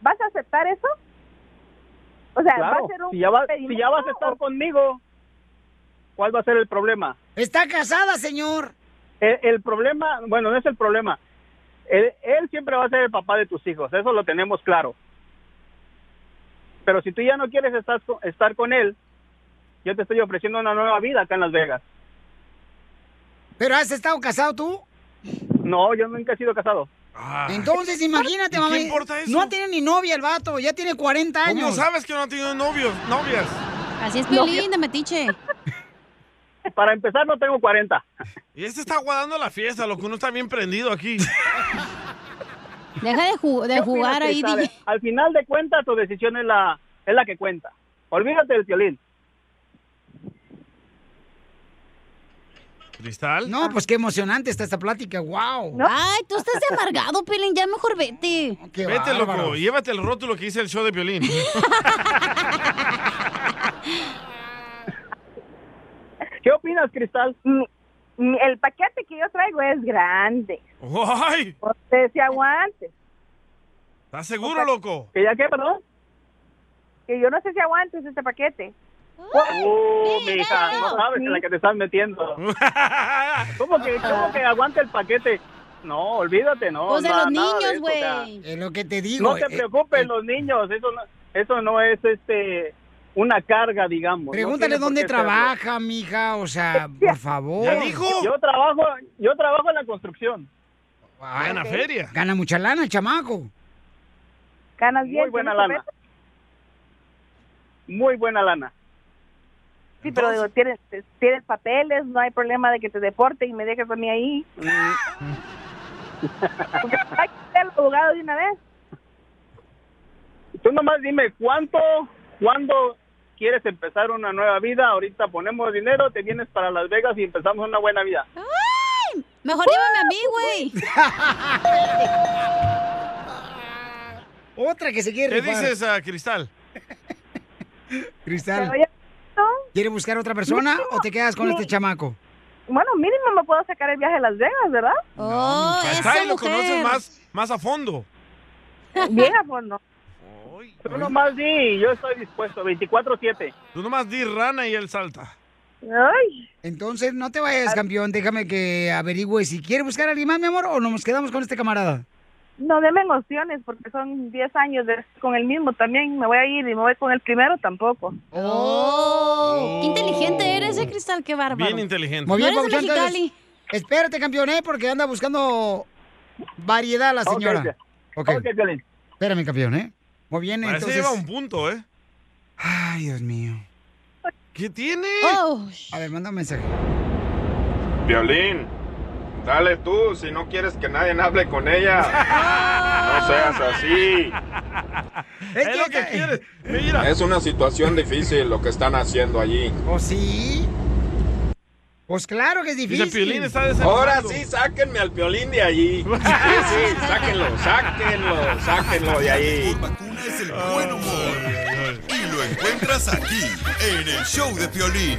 [SPEAKER 15] ¿vas a aceptar eso? O sea, ¿va
[SPEAKER 16] Claro,
[SPEAKER 15] a ser un
[SPEAKER 16] si ya, va- si ya
[SPEAKER 15] impedimento
[SPEAKER 16] vas a estar conmigo, ¿cuál va a ser el problema?
[SPEAKER 3] Está casada, señor.
[SPEAKER 16] El, el problema, bueno, no es el problema. Él, él siempre va a ser el papá de tus hijos, eso lo tenemos claro. Pero si tú ya no quieres estar, co- estar con él, yo te estoy ofreciendo una nueva vida acá en Las Vegas.
[SPEAKER 3] ¿Pero has estado casado tú?
[SPEAKER 16] No, yo nunca he sido casado.
[SPEAKER 3] Entonces, imagínate,
[SPEAKER 2] ¿Y qué
[SPEAKER 3] mamá.
[SPEAKER 2] importa eso?
[SPEAKER 3] No tiene ni novia el vato, ya tiene 40 años.
[SPEAKER 2] ¿Cómo sabes que no ha tenido novios, novias?
[SPEAKER 1] Así es Pelín de metiche.
[SPEAKER 16] Para empezar, no tengo 40.
[SPEAKER 2] Y este está aguadando la fiesta, lo que uno está bien prendido aquí.
[SPEAKER 1] Deja de, ju- de
[SPEAKER 16] ¿Qué opinas,
[SPEAKER 1] jugar ahí,
[SPEAKER 16] Cristal?
[SPEAKER 1] DJ.
[SPEAKER 16] Al final de cuentas, tu decisión es la, es la que cuenta. Olvídate del violín.
[SPEAKER 2] ¿Cristal?
[SPEAKER 3] No, pues qué emocionante está esta plática, wow.
[SPEAKER 1] Ay, tú estás de amargado, Pelín. Ya mejor vete.
[SPEAKER 2] Vete, loco,
[SPEAKER 3] bárbaros.
[SPEAKER 2] llévate el rótulo que dice el show de violín.
[SPEAKER 16] pues, ¿Qué opinas, Cristal?
[SPEAKER 15] Mm, El paquete que yo traigo es grande.
[SPEAKER 2] ¡Ay!
[SPEAKER 15] Usted se aguante.
[SPEAKER 2] ¿Estás seguro, loco?
[SPEAKER 16] ¿Que ya qué, perdón?
[SPEAKER 15] Que yo no sé si aguantes este paquete.
[SPEAKER 16] Uh, mija, no sabes en la que te estás metiendo. ¿Cómo que, cómo que aguanta el paquete? No, olvídate, no.
[SPEAKER 3] Pues de
[SPEAKER 16] na-
[SPEAKER 3] los
[SPEAKER 16] nada
[SPEAKER 3] niños,
[SPEAKER 16] eso, o sea,
[SPEAKER 3] güey. Es lo que te
[SPEAKER 16] no
[SPEAKER 3] digo.
[SPEAKER 16] te
[SPEAKER 3] eh,
[SPEAKER 16] preocupes, los niños, eso no, eso no es este una carga, digamos. no
[SPEAKER 3] Pregúntale
[SPEAKER 16] tiene por
[SPEAKER 3] dónde
[SPEAKER 16] qué serlo.
[SPEAKER 3] trabaja, mija, o sea, por favor.
[SPEAKER 16] Yo trabajo, yo trabajo en la construcción.
[SPEAKER 3] Gana
[SPEAKER 2] feria.
[SPEAKER 3] Gana mucha lana el chamaco.
[SPEAKER 15] Ganas
[SPEAKER 16] bien. Muy buena lana. Muy buena lana.
[SPEAKER 15] Sí, pero digo, tienes, tienes papeles, no hay problema de que te deporten y me dejes a mí ahí. Porque hay que ser abogado de una vez.
[SPEAKER 16] Tú nomás dime cuánto, cuándo quieres empezar una nueva vida. Ahorita ponemos dinero, te vienes para Las Vegas y empezamos una buena vida.
[SPEAKER 1] Ay, mejor llévame a mí,
[SPEAKER 3] Otra que se quiere
[SPEAKER 2] ¿Qué
[SPEAKER 3] rifar.
[SPEAKER 2] dices a Cristal?
[SPEAKER 3] Cristal, ¿quiere buscar otra persona
[SPEAKER 15] Mínimo,
[SPEAKER 3] o te quedas con
[SPEAKER 15] sí.
[SPEAKER 3] este chamaco?
[SPEAKER 15] Bueno, mínimo me puedo sacar el viaje a Las Vegas, ¿verdad?
[SPEAKER 1] Oh,
[SPEAKER 2] Cristal lo conoces más, más a fondo.
[SPEAKER 15] Bien, pues no.
[SPEAKER 16] Tú nomás di, yo estoy dispuesto, 24-7.
[SPEAKER 2] Tú nomás di rana y él salta.
[SPEAKER 3] Entonces, no te vayas, campeón. Déjame que averigüe si quiere buscar a alguien más, mi amor, o nos quedamos con este camarada.
[SPEAKER 9] No, deme emociones porque son 10 años de- con el mismo también. Me voy a ir y me voy con el primero tampoco.
[SPEAKER 1] Oh, Qué Inteligente eres,
[SPEAKER 3] Oh.
[SPEAKER 1] eh, Cristal, qué bárbaro.
[SPEAKER 2] Bien inteligente.
[SPEAKER 1] Muy bien,
[SPEAKER 3] No eres de Mexicali. Espérate, campeón, ¿eh? Porque anda buscando variedad la
[SPEAKER 2] Ok,
[SPEAKER 3] señora.
[SPEAKER 2] ya.
[SPEAKER 3] Ok. Espérame, campeón, ¿eh? Muy bien,
[SPEAKER 2] Parece
[SPEAKER 3] entonces.
[SPEAKER 2] lleva un punto, ¿eh?
[SPEAKER 3] Ay, Dios mío.
[SPEAKER 2] ¿Qué tiene?
[SPEAKER 1] Oh,
[SPEAKER 3] A ver, manda un mensaje.
[SPEAKER 17] Violín, dale tú si no quieres que nadie hable con ella. No seas así.
[SPEAKER 3] Es,
[SPEAKER 2] lo que quieres. Mira.
[SPEAKER 17] Es una situación difícil lo que están haciendo allí.
[SPEAKER 3] ¿O sí? Pues claro que es difícil.
[SPEAKER 17] Ahora sí, sáquenme al violín de allí. Sí, sí, sáquenlo, sáquenlo, sáquenlo de ahí.
[SPEAKER 7] Es el buen humor. Y lo encuentras aquí, en el show de Piolín.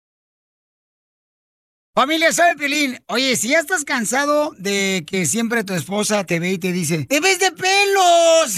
[SPEAKER 3] Familia, ¿sabe, Piolín? Oye, si ya estás cansado de que siempre tu esposa te ve y te dice, ¡te ves de pelos!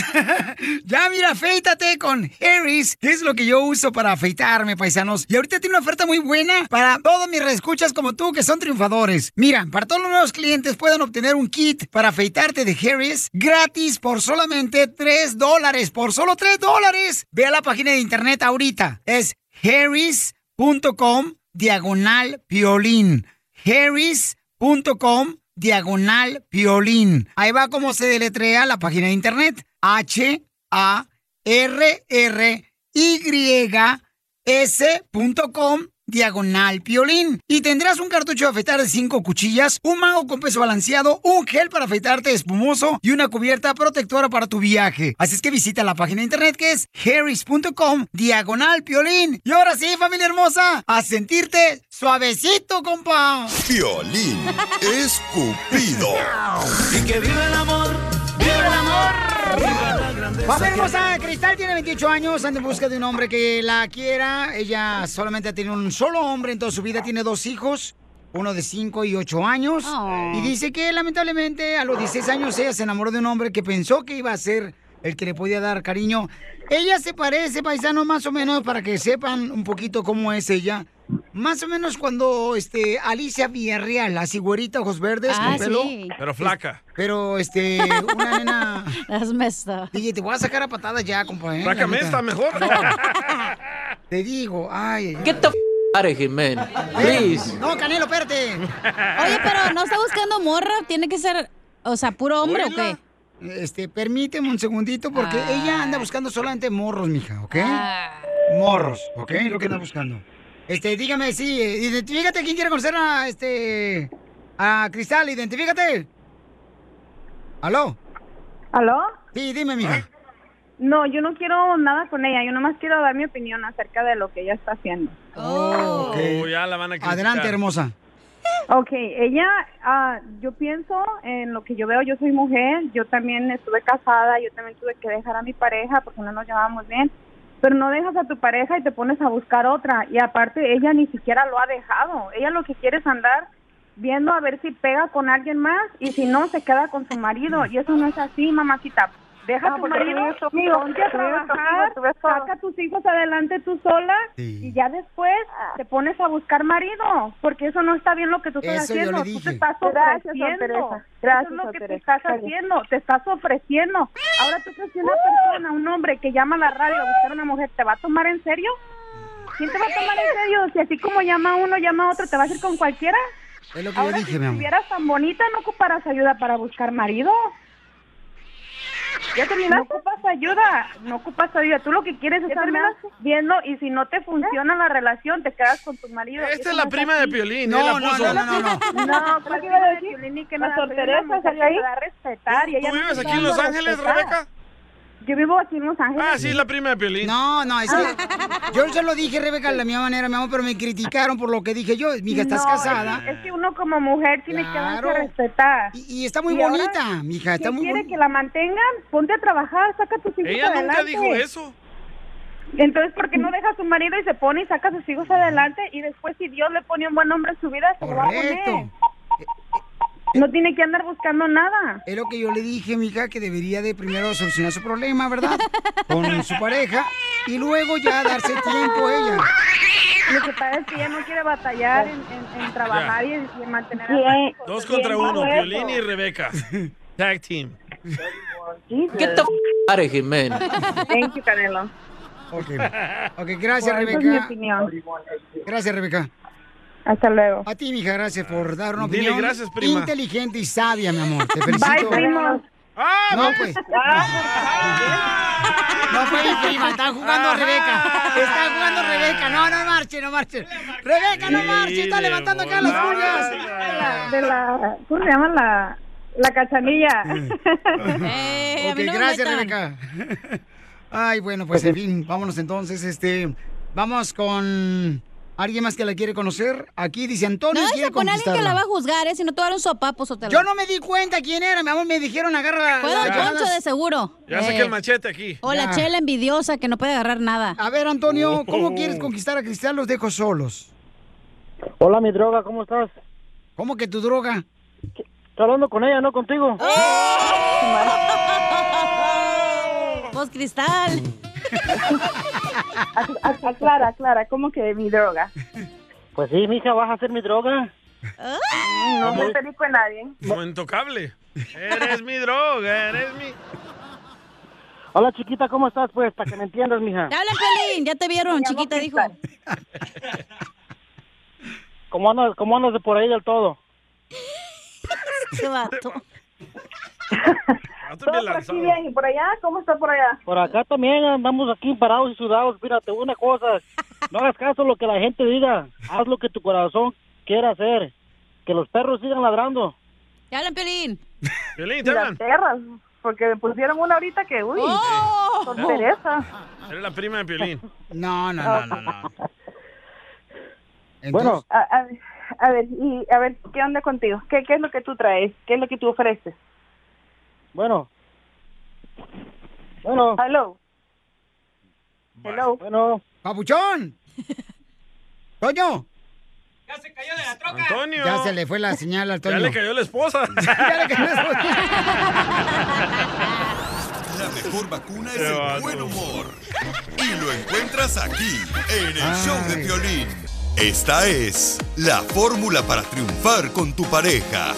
[SPEAKER 3] ya, mira, afeítate con Harris, que es lo que yo uso para afeitarme, paisanos. Y ahorita tiene una oferta muy buena para todos mis reescuchas como tú, que son triunfadores. Mira, para todos los nuevos clientes pueden obtener un kit para afeitarte de Harris gratis por solamente 3 dólares. ¡Por solo 3 dólares! Ve a la página de internet ahorita. Es harris.com diagonal piolín. harris.com diagonal piolín. Ahí va como se deletrea la página de internet. H-A-R-R-Y-S.com diagonal piolín. Y tendrás un cartucho de afeitar de 5 cuchillas, un mango con peso balanceado, un gel para afeitarte espumoso y una cubierta protectora para tu viaje. Así es que visita la página de internet que es harris.com diagonal piolín. Y ahora sí, familia hermosa, a sentirte suavecito, compa.
[SPEAKER 7] Piolín Escupido.
[SPEAKER 3] Y que viva el amor, viva el amor. Vamos, hermosa, Cristal tiene 28 años, anda en busca de un hombre que la quiera. Ella solamente ha tenido un solo hombre en toda su vida, tiene dos hijos, uno de 5 y 8 años.
[SPEAKER 1] Oh.
[SPEAKER 3] Y dice que lamentablemente a los 16 años ella se enamoró de un hombre que pensó que iba a ser el que le podía dar cariño. Ella se parece, paisano, más o menos, para que sepan un poquito cómo es ella. Más o menos cuando este, Alicia Villarreal, la cigüerita, ojos verdes,
[SPEAKER 1] Ah,
[SPEAKER 3] con pelo.
[SPEAKER 1] sí.
[SPEAKER 2] Pero flaca.
[SPEAKER 3] Pero, este, una nena... Las mesta. Dije, te voy a sacar a patadas ya, compa, ¿eh?
[SPEAKER 2] Flaca
[SPEAKER 3] La neta.
[SPEAKER 2] mesta, mejor.
[SPEAKER 3] Te digo, ay, ay,
[SPEAKER 18] Get the f out of here, man. Please.
[SPEAKER 3] No, Canelo, espérate.
[SPEAKER 1] Oye, pero no está buscando morra, tiene que ser, o sea, puro hombre o qué?
[SPEAKER 3] Este, permíteme un segundito porque
[SPEAKER 1] Ah.
[SPEAKER 3] ella anda buscando solamente morros, mija, ¿ok? Morros, ¿ok? Lo que anda buscando. Este, dígame, sí, eh, identifícate quién quiere conocer a, este, a Cristal, identifícate. ¿Aló?
[SPEAKER 9] ¿Aló?
[SPEAKER 3] Sí, dime, mija.
[SPEAKER 9] No, yo no quiero nada con ella. Yo nomás quiero dar mi opinión acerca de lo que ella está haciendo.
[SPEAKER 3] Oh,
[SPEAKER 2] Oh, ya la van a criticar.
[SPEAKER 3] Adelante, hermosa.
[SPEAKER 9] Ok, ella, ah, yo pienso en lo que yo veo, yo soy mujer, yo también estuve casada, yo también tuve que dejar a mi pareja porque no nos llevábamos bien, pero no dejas a tu pareja y te pones a buscar otra y aparte ella ni siquiera lo ha dejado, ella lo que quiere es andar viendo a ver si pega con alguien más y si no se queda con su marido y eso no es así, mamacita.
[SPEAKER 19] Deja a tu marido, ponte a trabajar, saca a tus hijos adelante tú sola y ya después
[SPEAKER 15] Ah.
[SPEAKER 19] te pones a buscar marido, porque eso no está bien lo que tú estás
[SPEAKER 15] Eso yo
[SPEAKER 19] haciendo.
[SPEAKER 15] le
[SPEAKER 19] Tú
[SPEAKER 15] dije.
[SPEAKER 19] te estás
[SPEAKER 15] Gracias,
[SPEAKER 19] ofreciendo.
[SPEAKER 15] Teresa.
[SPEAKER 19] Gracias,
[SPEAKER 15] Gracias,
[SPEAKER 19] eso es lo que te
[SPEAKER 15] Teresa.
[SPEAKER 19] estás
[SPEAKER 15] Está bien.
[SPEAKER 19] haciendo, te estás ofreciendo. Ahora tú crees que una persona, un hombre que llama a la radio a buscar a una mujer, ¿te va a tomar en serio? ¿Quién te va a tomar en serio? Si así como llama uno, llama otro, ¿te vas a ir con cualquiera?
[SPEAKER 3] Es
[SPEAKER 15] lo que yo
[SPEAKER 19] Ahora,
[SPEAKER 15] dije,
[SPEAKER 19] si
[SPEAKER 15] mi amor.
[SPEAKER 19] estuvieras tan bonita, no ocuparás ayuda para buscar marido. Ya terminaste. No ocupas ayuda, no ocupas ayuda. Tú lo que quieres es estar viendo y si no te funciona la relación, te quedas con tu marido.
[SPEAKER 2] Esta es la prima de Piolín.
[SPEAKER 19] No,
[SPEAKER 2] él
[SPEAKER 19] no,
[SPEAKER 2] la
[SPEAKER 19] no,
[SPEAKER 2] puso.
[SPEAKER 19] no, no, no. No, ¿cuál prima de Piolín ni que
[SPEAKER 15] La
[SPEAKER 19] nada?
[SPEAKER 15] Sor
[SPEAKER 19] Soy una
[SPEAKER 15] Teresa,
[SPEAKER 19] mujer
[SPEAKER 15] ¿sale
[SPEAKER 19] que se
[SPEAKER 15] ahí?
[SPEAKER 19] va a respetar y ella
[SPEAKER 2] ¿Tú
[SPEAKER 19] no
[SPEAKER 2] vives
[SPEAKER 19] se
[SPEAKER 2] aquí en
[SPEAKER 19] va a
[SPEAKER 2] Los Ángeles,
[SPEAKER 19] respetar.
[SPEAKER 2] Rebeca?
[SPEAKER 19] Yo vivo aquí en Los Ángeles.
[SPEAKER 2] Ah, sí, es la prima de Piolín.
[SPEAKER 3] No, no, es que yo se lo dije, Rebeca, de la misma manera, mi amor, pero me criticaron por lo que dije yo. Mija, estás
[SPEAKER 19] No,
[SPEAKER 3] casada.
[SPEAKER 19] Es, es que uno como mujer tiene que darse
[SPEAKER 3] Claro.
[SPEAKER 19] a respetar.
[SPEAKER 3] Y, está muy bonita, mija, está
[SPEAKER 19] ¿quién
[SPEAKER 3] muy
[SPEAKER 19] quiere
[SPEAKER 3] boni-
[SPEAKER 19] que la mantengan? Ponte a trabajar, saca a tus hijos
[SPEAKER 3] Ella nunca
[SPEAKER 19] adelante.
[SPEAKER 3] dijo eso.
[SPEAKER 19] Entonces, ¿por qué no deja a su marido y se pone y saca a sus hijos adelante? Y después, si Dios le pone un buen hombre en su vida, se lo va a
[SPEAKER 3] Eh,
[SPEAKER 19] poner. No tiene que andar buscando nada.
[SPEAKER 3] Es lo que yo le dije, mija, que debería de primero solucionar su problema, ¿verdad? Con su pareja y luego ya darse tiempo ella.
[SPEAKER 19] Lo que pasa es que ella no quiere batallar en, en- en trabajar y en, y en mantener a los hijos.
[SPEAKER 2] Dos contra
[SPEAKER 19] Bien,
[SPEAKER 2] uno,
[SPEAKER 19] bajo eso.
[SPEAKER 2] Piolín y Rebeca. Tag team.
[SPEAKER 19] Get
[SPEAKER 2] the
[SPEAKER 20] out of here, man.
[SPEAKER 19] Thank you, Canelo.
[SPEAKER 3] Ok, okay gracias,
[SPEAKER 19] Bueno, esa es mi
[SPEAKER 3] Rebeca.
[SPEAKER 19] opinión.
[SPEAKER 3] Gracias, Rebeca.
[SPEAKER 19] Hasta luego.
[SPEAKER 3] A ti, mija, gracias por dar una
[SPEAKER 2] Dile
[SPEAKER 3] opinión
[SPEAKER 2] gracias, prima.
[SPEAKER 3] inteligente y sabia, mi amor. Te felicito.
[SPEAKER 19] Bye, primo.
[SPEAKER 2] Ah,
[SPEAKER 3] No, pues. No fue mi prima, está jugando
[SPEAKER 2] Ah.
[SPEAKER 3] a Rebeca. Está jugando a Rebeca. No, no marche, no marche. Rebeca, no marche, está levantando acá las uñas.
[SPEAKER 19] De la, ¿cómo se llama? La, la cachanilla.
[SPEAKER 3] Eh, ok, gracias, Rebeca. Ay, bueno, pues en fin, vámonos entonces. Este, vamos con alguien más que la quiere conocer. Aquí dice
[SPEAKER 1] No
[SPEAKER 3] Antonio.
[SPEAKER 1] vas
[SPEAKER 3] quiere
[SPEAKER 1] a poner a alguien que la
[SPEAKER 3] conquistarla.
[SPEAKER 1] va a juzgar, ¿eh? Si no te va a dar un sopapo, sotelo.
[SPEAKER 3] Yo no me di cuenta quién era, mi amor. Me dijeron agarra la.
[SPEAKER 1] Fue
[SPEAKER 3] la-
[SPEAKER 1] Don Poncho, de seguro.
[SPEAKER 2] Ya
[SPEAKER 1] Eh,
[SPEAKER 2] saqué el machete aquí.
[SPEAKER 1] O la chela envidiosa que no puede agarrar nada.
[SPEAKER 3] A ver,
[SPEAKER 1] Uh.
[SPEAKER 3] Antonio, ¿cómo quieres conquistar a Cristian? Los dejo solos.
[SPEAKER 21] Hola, mi droga, ¿cómo estás?
[SPEAKER 3] ¿Cómo que tu droga? Oh.
[SPEAKER 21] Estoy hablando con ella, no contigo.
[SPEAKER 1] Pues cristal.
[SPEAKER 21] Aclara, aclara, ¿cómo que mi droga? Pues sí, mija, vas a ser mi droga.
[SPEAKER 19] No me perico en nadie.
[SPEAKER 2] Como intocable. Eres mi droga, eres mi.
[SPEAKER 21] Hola, chiquita, ¿cómo estás? Pues, para que me entiendas, mija.
[SPEAKER 1] Te hablan, Pelín. Ya te vieron, chiquita, dijo.
[SPEAKER 21] ¿Cómo andas, cómo andas de por ahí del todo?
[SPEAKER 1] Qué vato.
[SPEAKER 19] Todo por aquí bien y por allá, ¿cómo está por allá?
[SPEAKER 21] Por acá también andamos aquí parados y sudados. Fíjate, una cosa, no hagas caso a lo que la gente diga. Haz lo que tu corazón quiera hacer. Que los perros sigan ladrando.
[SPEAKER 1] Te hablan, Pelín.
[SPEAKER 2] Violín,
[SPEAKER 21] te
[SPEAKER 19] Y
[SPEAKER 21] hablan.
[SPEAKER 19] las perras, porque me pusieron una ahorita que, uy, por Teresa.
[SPEAKER 2] Eres la prima de Piolín.
[SPEAKER 3] No, no, no, no. no.
[SPEAKER 21] Bueno.
[SPEAKER 19] A, a- a ver, y a ver, ¿qué onda contigo? ¿Qué, ¿Qué es lo que tú traes? ¿Qué es lo que tú ofreces?
[SPEAKER 21] Bueno. Bueno.
[SPEAKER 19] Hello. Hello.
[SPEAKER 21] Bueno.
[SPEAKER 3] ¡Papuchón! ¡Toño!
[SPEAKER 2] Antonio.
[SPEAKER 3] Ya se le fue la señal al Toño.
[SPEAKER 2] Ya le cayó la esposa.
[SPEAKER 7] La mejor vacuna es el buen humor. Y lo encuentras aquí, en el show de violín. Esta es la fórmula para triunfar con tu pareja.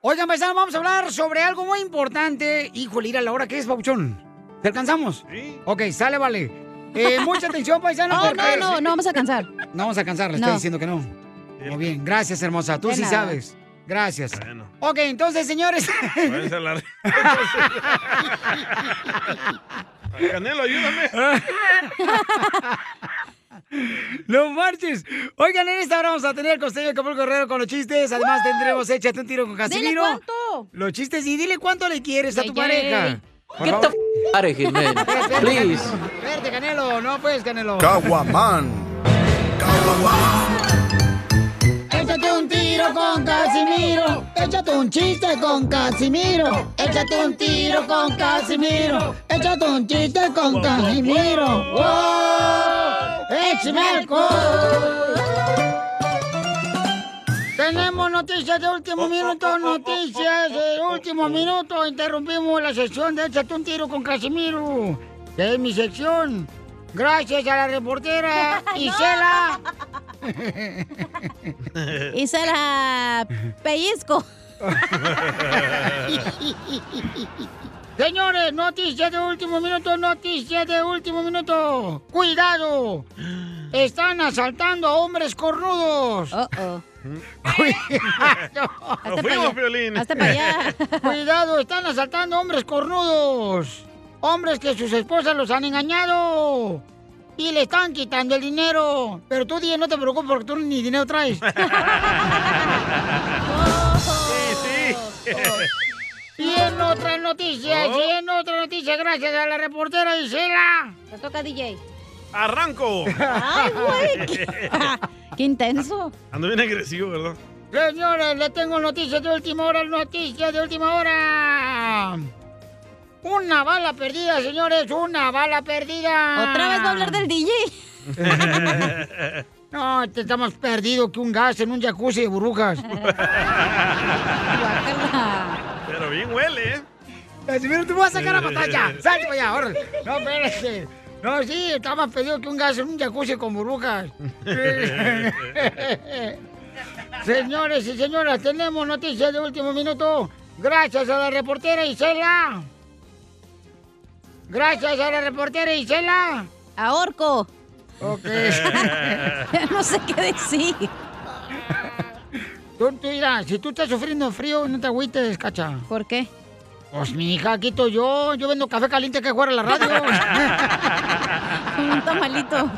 [SPEAKER 3] Oigan, paisanos, vamos a hablar sobre algo muy importante. Híjole, ir a la hora que es, Papuchón. ¿Te alcanzamos? Sí. Ok, sale, vale. Eh, mucha atención, paisanos.
[SPEAKER 1] No,
[SPEAKER 3] porque-
[SPEAKER 1] no, Oh, no, no vamos a cansar.
[SPEAKER 3] No vamos a cansar, le
[SPEAKER 1] No.
[SPEAKER 3] estoy diciendo que no. Muy bien, gracias, hermosa. Tú
[SPEAKER 1] De
[SPEAKER 3] sí
[SPEAKER 1] nada.
[SPEAKER 3] sabes. Gracias. Ok, entonces, señores.
[SPEAKER 2] Váyanse a la- Canelo, ayúdame.
[SPEAKER 3] No marches. Oigan, en esta hora vamos a tener al costeño de Capul Correo con los chistes. Además, tendremos échate un tiro con Casimiro.
[SPEAKER 1] Dile cuánto.
[SPEAKER 3] Los chistes y dile cuánto le quieres a tu
[SPEAKER 1] Yay, yay.
[SPEAKER 3] pareja. Por
[SPEAKER 20] Get the
[SPEAKER 3] favor.
[SPEAKER 20] f out of here, man. Please.
[SPEAKER 3] Espérate, Canelo. No puedes, Canelo.
[SPEAKER 7] Caguaman.
[SPEAKER 3] Échate un tiro con Casimiro. Échate un chiste con Casimiro. Échate un tiro con Casimiro. Échate un chiste con Casimiro. ¡Wow! ¡Échame alcohol! Tenemos noticias de último minuto, noticias de último minuto. Interrumpimos la sesión de Échate un tiro con Casimiro, que es mi sección. Gracias a la reportera Isela.
[SPEAKER 1] Y se la pellizco.
[SPEAKER 3] Señores, noticias de último minuto, noticias de último minuto. Cuidado. Están asaltando a hombres cornudos. Cuidado.
[SPEAKER 2] Nos fuimos, Piolín.
[SPEAKER 3] Cuidado, están asaltando hombres cornudos. Hombres que sus esposas los han engañado. Y le están quitando el dinero. Pero tú, DJ, no te preocupes porque tú ni dinero traes.
[SPEAKER 2] Sí, sí.
[SPEAKER 3] Y en otras noticias,
[SPEAKER 2] Oh.
[SPEAKER 3] y en otras noticias, gracias a la reportera Isela.
[SPEAKER 1] Te toca DJ.
[SPEAKER 2] ¡Arranco!
[SPEAKER 1] Ay, güey, qué- Qué intenso.
[SPEAKER 2] Ando bien agresivo, ¿verdad?
[SPEAKER 3] Señores, le tengo noticias de última hora, noticias de última hora. Una bala perdida, señores, una bala perdida.
[SPEAKER 1] ¿Otra vez va a hablar
[SPEAKER 3] del DJ? No, este está más perdido que un gas en un jacuzzi de burbujas.
[SPEAKER 2] Pero bien huele, ¿eh?
[SPEAKER 3] Casimiro, tú me vas a sacar a batalla. Salte para allá, órale. No, espérate. No, sí, está más perdido que un gas en un jacuzzi con burbujas. Señores y señoras, tenemos noticias de último minuto. Gracias a la reportera Isela. Gracias a la reportera Isela. A Orco. Ok. no sé qué decir. Tú, tú mira, si tú estás sufriendo frío, no te agüites, cacha. ¿Por qué? Pues mi hija, aquí estoy yo. Yo vendo café caliente que juega en la radio. Un tamalito.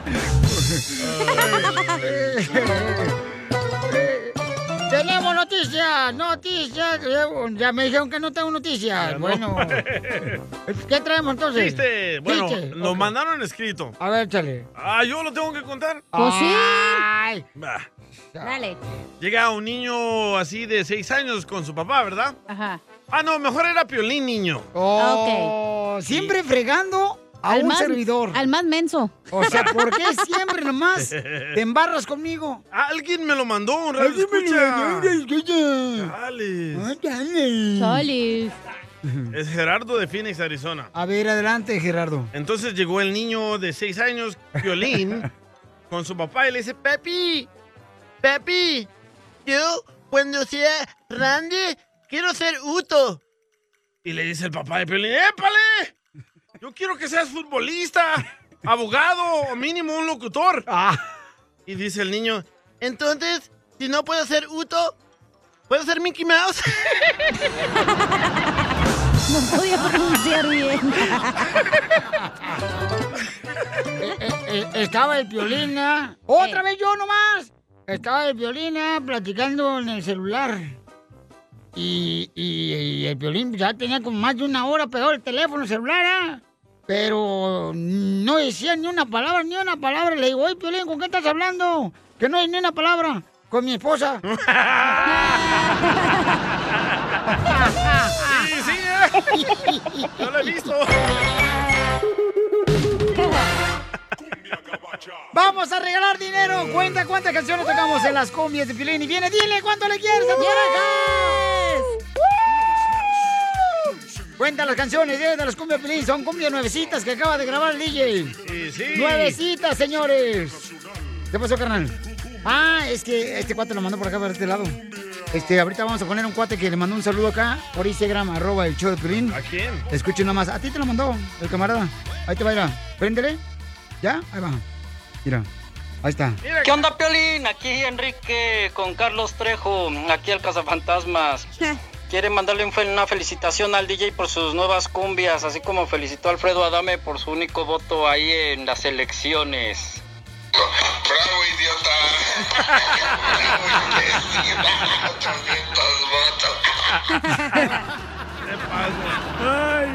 [SPEAKER 3] Tenemos noticias, noticias. Ya me dijeron que no tengo noticias. bueno, ¿qué traemos entonces?
[SPEAKER 2] Chiste. Bueno,
[SPEAKER 3] Chiste.
[SPEAKER 2] nos mandaron escrito.
[SPEAKER 3] A ver, échale.
[SPEAKER 2] Ah, yo lo tengo que contar.
[SPEAKER 1] Pues
[SPEAKER 3] Ay.
[SPEAKER 2] Bah.
[SPEAKER 1] Dale.
[SPEAKER 2] Llega un niño así de seis años con su papá, ¿verdad?
[SPEAKER 1] Ajá.
[SPEAKER 2] Ah, no, mejor era Piolín niño.
[SPEAKER 3] Oh, Siempre fregando a
[SPEAKER 1] Al
[SPEAKER 3] un
[SPEAKER 1] más-
[SPEAKER 3] servidor. Al más menso. O sea, ¿por qué siempre nomás te embarras conmigo?
[SPEAKER 2] Alguien me lo mandó un radio
[SPEAKER 3] Alguien me lo mandó, un Dale.
[SPEAKER 2] Es Gerardo de Phoenix, Arizona.
[SPEAKER 3] A ver, adelante, Gerardo.
[SPEAKER 2] Entonces llegó el niño de seis años, Piolín, con su papá y le dice, Pepi, Pepi, yo cuando sea grande quiero ser Uto. Y le dice el papá de Piolín, ¡épale! Yo quiero que seas futbolista, abogado o mínimo un locutor. Y dice el niño, entonces, si no puedo ser Uto, ¿puedo ser Mickey Mouse?
[SPEAKER 1] No podía pronunciar bien.
[SPEAKER 3] Eh, estaba el violina. ¡Otra vez yo nomás! Estaba el violina platicando en el celular. Y, y- y el violín pues, ya tenía como más de una hora pegado el teléfono celular, ¿ah? Pero no decía ni una palabra, ni una palabra. Le digo, oye, Piolín, ¿con qué estás hablando? Que no hay ni una palabra. Con mi esposa.
[SPEAKER 2] sí, sí, ¿eh? No lo he visto.
[SPEAKER 3] Vamos a regalar
[SPEAKER 2] Eh.
[SPEAKER 3] dinero. Cuenta cuántas canciones tocamos en las cumbias de Piolín. Y viene, dile cuánto le quieres a tu pareja. Cuenta las canciones eh, de las cumbias de Piolín. Son cumbias nuevecitas que acaba de grabar el DJ.
[SPEAKER 2] Sí, sí.
[SPEAKER 3] Nuevecitas, señores. ¿Qué pasó, carnal? Ah, es que este cuate lo mandó por acá, por este lado. Este, ahorita vamos a poner un cuate que le mandó un saludo acá por Instagram, arroba el show de Piolín.
[SPEAKER 2] ¿A quién?
[SPEAKER 3] Escuchen nomás. A ti te lo mandó el camarada. Ahí te va, mira. Préndele. ¿Ya? Ahí va. Mira. Ahí está.
[SPEAKER 5] ¿Qué onda, Piolín? Aquí Enrique con Carlos Trejo, aquí al Cazafantasmas. Quiere mandarle un fel- una felicitación al DJ por sus nuevas cumbias, así como felicitó a Alfredo Adame por su único voto ahí en las elecciones.
[SPEAKER 2] Ay.